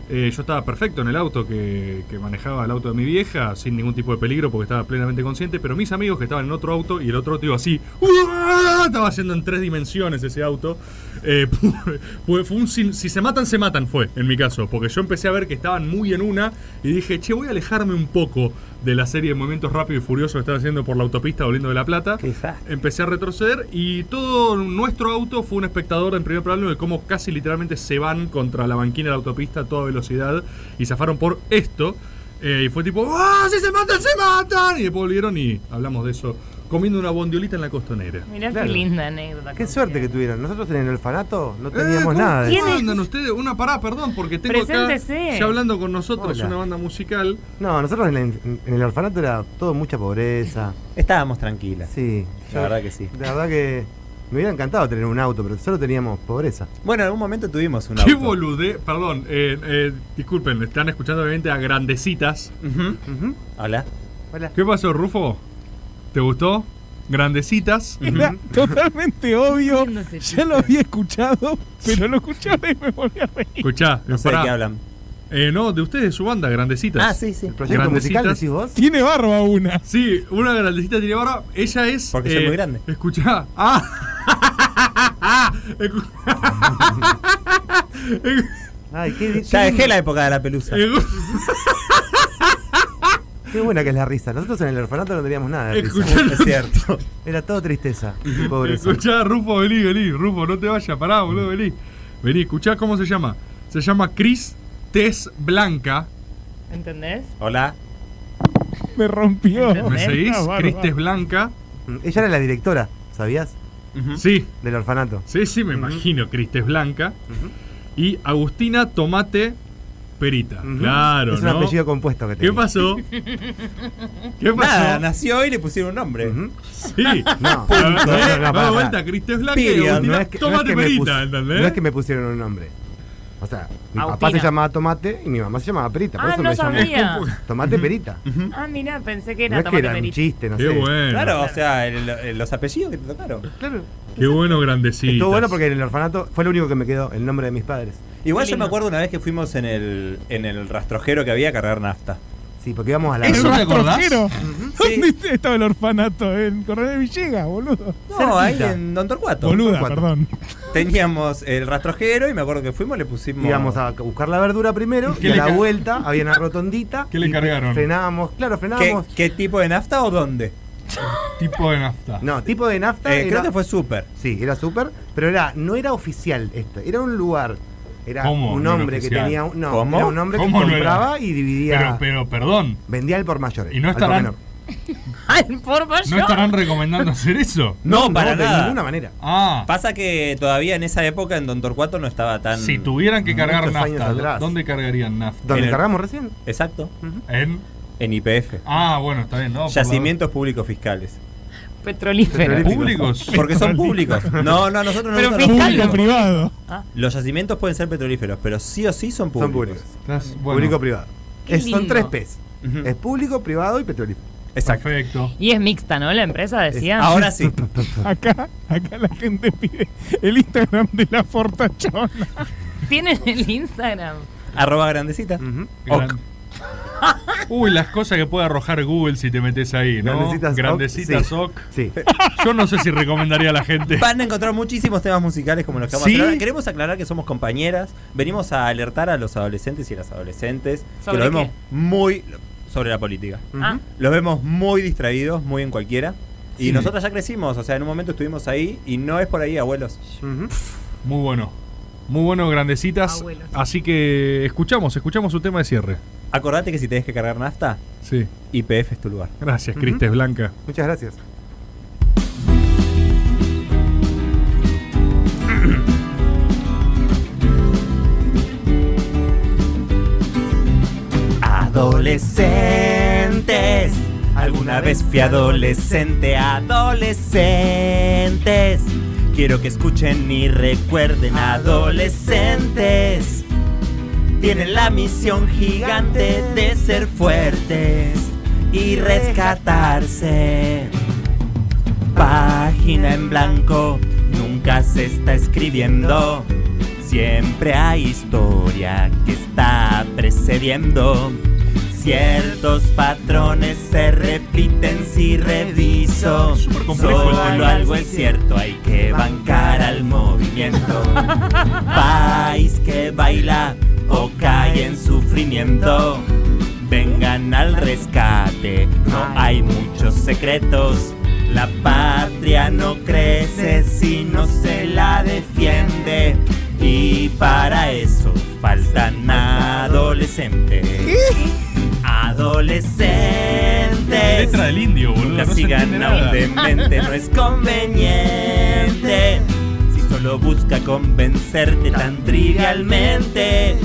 Eh, yo estaba perfecto en el auto que, que manejaba el auto de mi vieja, sin ningún tipo de peligro porque estaba plenamente consciente. Pero mis amigos que estaban en otro auto y el otro tío así, ¡Uah! estaba haciendo en tres dimensiones ese auto. Eh, pu- fue- fue un sin- si se matan, se matan, fue en mi caso. Porque yo empecé a ver que estaban muy en una y dije, che, voy a alejarme un poco de la serie de movimientos rápido y furioso que están haciendo por la autopista volviendo de La Plata. Empecé a retroceder y todo nuestro auto fue un espectador en primer plano de cómo casi literalmente se van contra la banquina de la autopista a toda velocidad y zafaron por esto. Eh, y fue tipo, ¡ah, si se matan, se matan! Y después volvieron y hablamos de eso, comiendo una bondiolita en la costanera.
Mirá
Claro.
qué linda anécdota.
Qué suerte que tuvieron. Nosotros en el orfanato no
Eh,
teníamos
¿cómo-
nada. de
¿Cómo
eso.
andan ustedes? Una pará, perdón, porque tengo
Preséntese.
acá ya hablando con nosotros
Hola.
una banda musical.
No, nosotros en, la in- en el orfanato era todo mucha pobreza.
Estábamos tranquilas.
Sí.
La verdad que sí.
La verdad que me hubiera encantado tener un auto, pero solo teníamos pobreza.
Bueno, en algún momento tuvimos un
Qué bolude, perdón, eh, eh, disculpen, están escuchando obviamente a grandecitas.
Hola.
¿Qué pasó, Rufo? ¿Te gustó? Grandecitas.
Era totalmente obvio. Ya lo había escuchado, pero lo escuchaba y me volví a reír.
Escuchá,
No sé de
pará.
qué hablan.
Eh, no, de ustedes, de su banda, Grandecitas.
Ah, sí, sí. ¿El
proyecto musical decís
vos?
Tiene barba una.
Sí, una grandecita tiene barba. Ella es. eh,
Porque soy muy grande.
Escuchá. ¡Ah! Escu-
Ay, qué
Ya dejé la época de la pelusa.
Qué buena que es la risa. Nosotros en el orfanato no teníamos nada. De risa.
Escuchá, no- Es
cierto. Era todo tristeza. Pobre.
Escuchá, Rufo, vení, vení. Rufo, no te vayas, pará, boludo, vení. Vení, escuchá cómo se llama. Se llama Cris Tess Blanca.
¿Entendés?
Hola.
Me rompió.
¿Me seguís?
Ah, bárbaro.
Cris Tess Blanca.
Mm, Ella era la directora, ¿sabías?
Sí.
Del orfanato.
Sí, sí, me imagino. Cris Tess Blanca. Y Agustina Tomate Perita. Claro,
Es un
¿no?
apellido compuesto que
¿Qué
tenía.
pasó? ¿Qué pasó?
Nada, nació y le pusieron un nombre.
Sí. No, no, no, no, pará, pará. Cristés Blanca y
Period.
Agustina
No es que- no es
Tomate
que me
Perita,
pus-
¿entendés?
No es que me pusieron un nombre. O sea, mi papá
Agustina.
se llamaba Tomate y mi mamá se llamaba Perita. Por
Ah,
eso
no
me
sabía.
llamó Tomate Perita.
Ah, mira, pensé que
No
era
es que
tomate
era un
perita.
chiste, no sé.
Claro, o sea, el- el- los apellidos que te tocaron.
Claro.
Qué bueno, grandecito.
Estuvo bueno porque en el orfanato fue lo único que me quedó, el nombre de mis padres.
Igual yo me acuerdo una vez que fuimos en el, en el rastrojero que había a cargar nafta.
Sí, porque íbamos a
la
¿Eso te acordás? ¿Dónde estaba el orfanato? En Coronel Villegas, boludo.
No, ahí en Don Torcuato.
Boluda, perdón.
Teníamos el rastrojero y me acuerdo que fuimos, le pusimos.
Íbamos a buscar la verdura primero
¿Qué
y a
le
la
ca-
vuelta había una rotondita.
¿Qué le
y
cargaron?
Frenábamos, claro,
¿Qué,
frenábamos.
qué tipo de nafta o dónde?
tipo de nafta.
No, tipo de nafta.
Eh, creo que
fue súper. Sí, era súper, pero era no era oficial esto, era un lugar. Era
¿Cómo
un
no era
hombre que
oficial?
tenía un, no,
¿Cómo?
era un hombre que
¿Cómo no era?
compraba y dividía.
Pero, pero, perdón.
Vendía al por mayor.
¿Y no estarán-
Al por mayor.
¿No estarán recomendando hacer eso?
No, para nada.
manera.
Ah.
Pasa que todavía en esa época en Don Torcuato no estaba tan.
Si tuvieran que cargar
Muchos años
nafta, ¿dó-
atrás.
¿dónde cargarían nafta?
En el-
recién.
Exacto.
¿En?
En IPF.
Ah, bueno, está bien, no. por
Yacimientos públicos fiscales.
Petrolífero.
Públicos.
Porque son públicos. No, no, a nosotros no
Pero
nos
fiscal
gustan los
no.
públicos.
Privado.
Los yacimientos pueden ser petrolíferos, pero sí o sí son públicos.
Estás- bueno.
Público-privado.
Qué
Es- Son
lindo.
tres P's. Es público, privado y petrolífero.
Exacto.
Perfecto.
Y es mixta, ¿no? La empresa decían.
Ahora sí.
Acá, acá la gente pide el Instagram de la fortachona.
Tienen el Instagram.
Arroba grandecita.
Gran- Uy, las cosas que puede arrojar Google si te metes ahí, ¿no?
Grandecitas Oc,
Grandecitas
sí.
Oc.
Sí.
Yo no sé si recomendaría a la gente.
Van a encontrar muchísimos temas musicales como los que vamos
¿Sí?
a tratar. Queremos aclarar que somos compañeras. Venimos a alertar a los adolescentes y las adolescentes. Que
¿Sobre
lo vemos
qué?
muy. sobre la política.
Ah.
Los vemos muy distraídos, muy en cualquiera. Y
Sí.
nosotros ya crecimos, o sea, en un momento estuvimos ahí y no es por ahí, abuelos.
Muy bueno. Muy bueno, grandecitas. Así que escuchamos, escuchamos su tema de cierre.
Acordate que si tenés que cargar nafta,
Sí.
IPF es tu lugar.
Gracias, Cristes Blanca.
Muchas gracias.
Adolescentes, alguna vez fui adolescente, adolescentes. Quiero que escuchen y recuerden, adolescentes. Tienen la misión gigante de ser fuertes y rescatarse. Página en blanco, nunca se está escribiendo. Siempre hay historia que está precediendo. Ciertos patrones se repiten si reviso.
complejo el
Solo
tema.
algo es cierto, hay que bancar al movimiento. País que baila o cae en sufrimiento. Vengan al rescate, no hay muchos secretos. La patria no crece si no se la defiende. Y para eso faltan adolescentes. Adolescentes.
Letra del indio, boludo.
Nunca
no se
sigan
entiende nada.
a un demente, no es conveniente. Si solo busca convencerte tan trivialmente,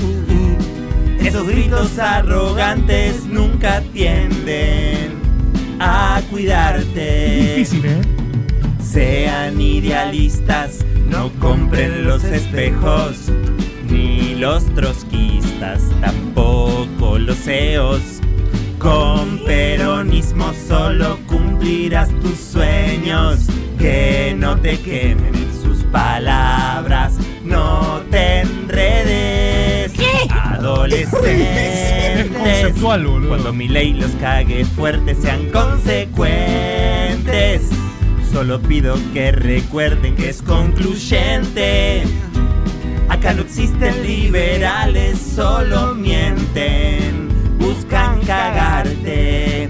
esos gritos arrogantes nunca tienden a cuidarte.
Difícil, ¿eh?
Sean idealistas, no compren los espejos, ni los trotskistas, tampoco los CEOs. Con peronismo solo cumplirás tus sueños, que no te quemen sus palabras, no te enredes. Adolescentes, cuando mi ley los cague fuerte, sean consecuentes. Solo pido que recuerden que es concluyente. Acá no existen liberales, solo mienten. Buscan cagarte.
Qué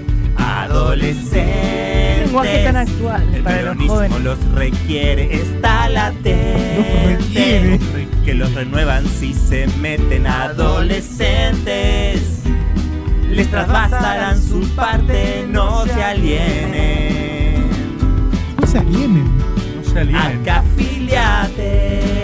adolescentes.
lenguaje tan actual para los jóvenes.
peronismo los requiere, está latente. que los renuevan si se meten adolescentes. Les trasvasarán su parte, no se alienen.
No se alienen.
Acá afiliate.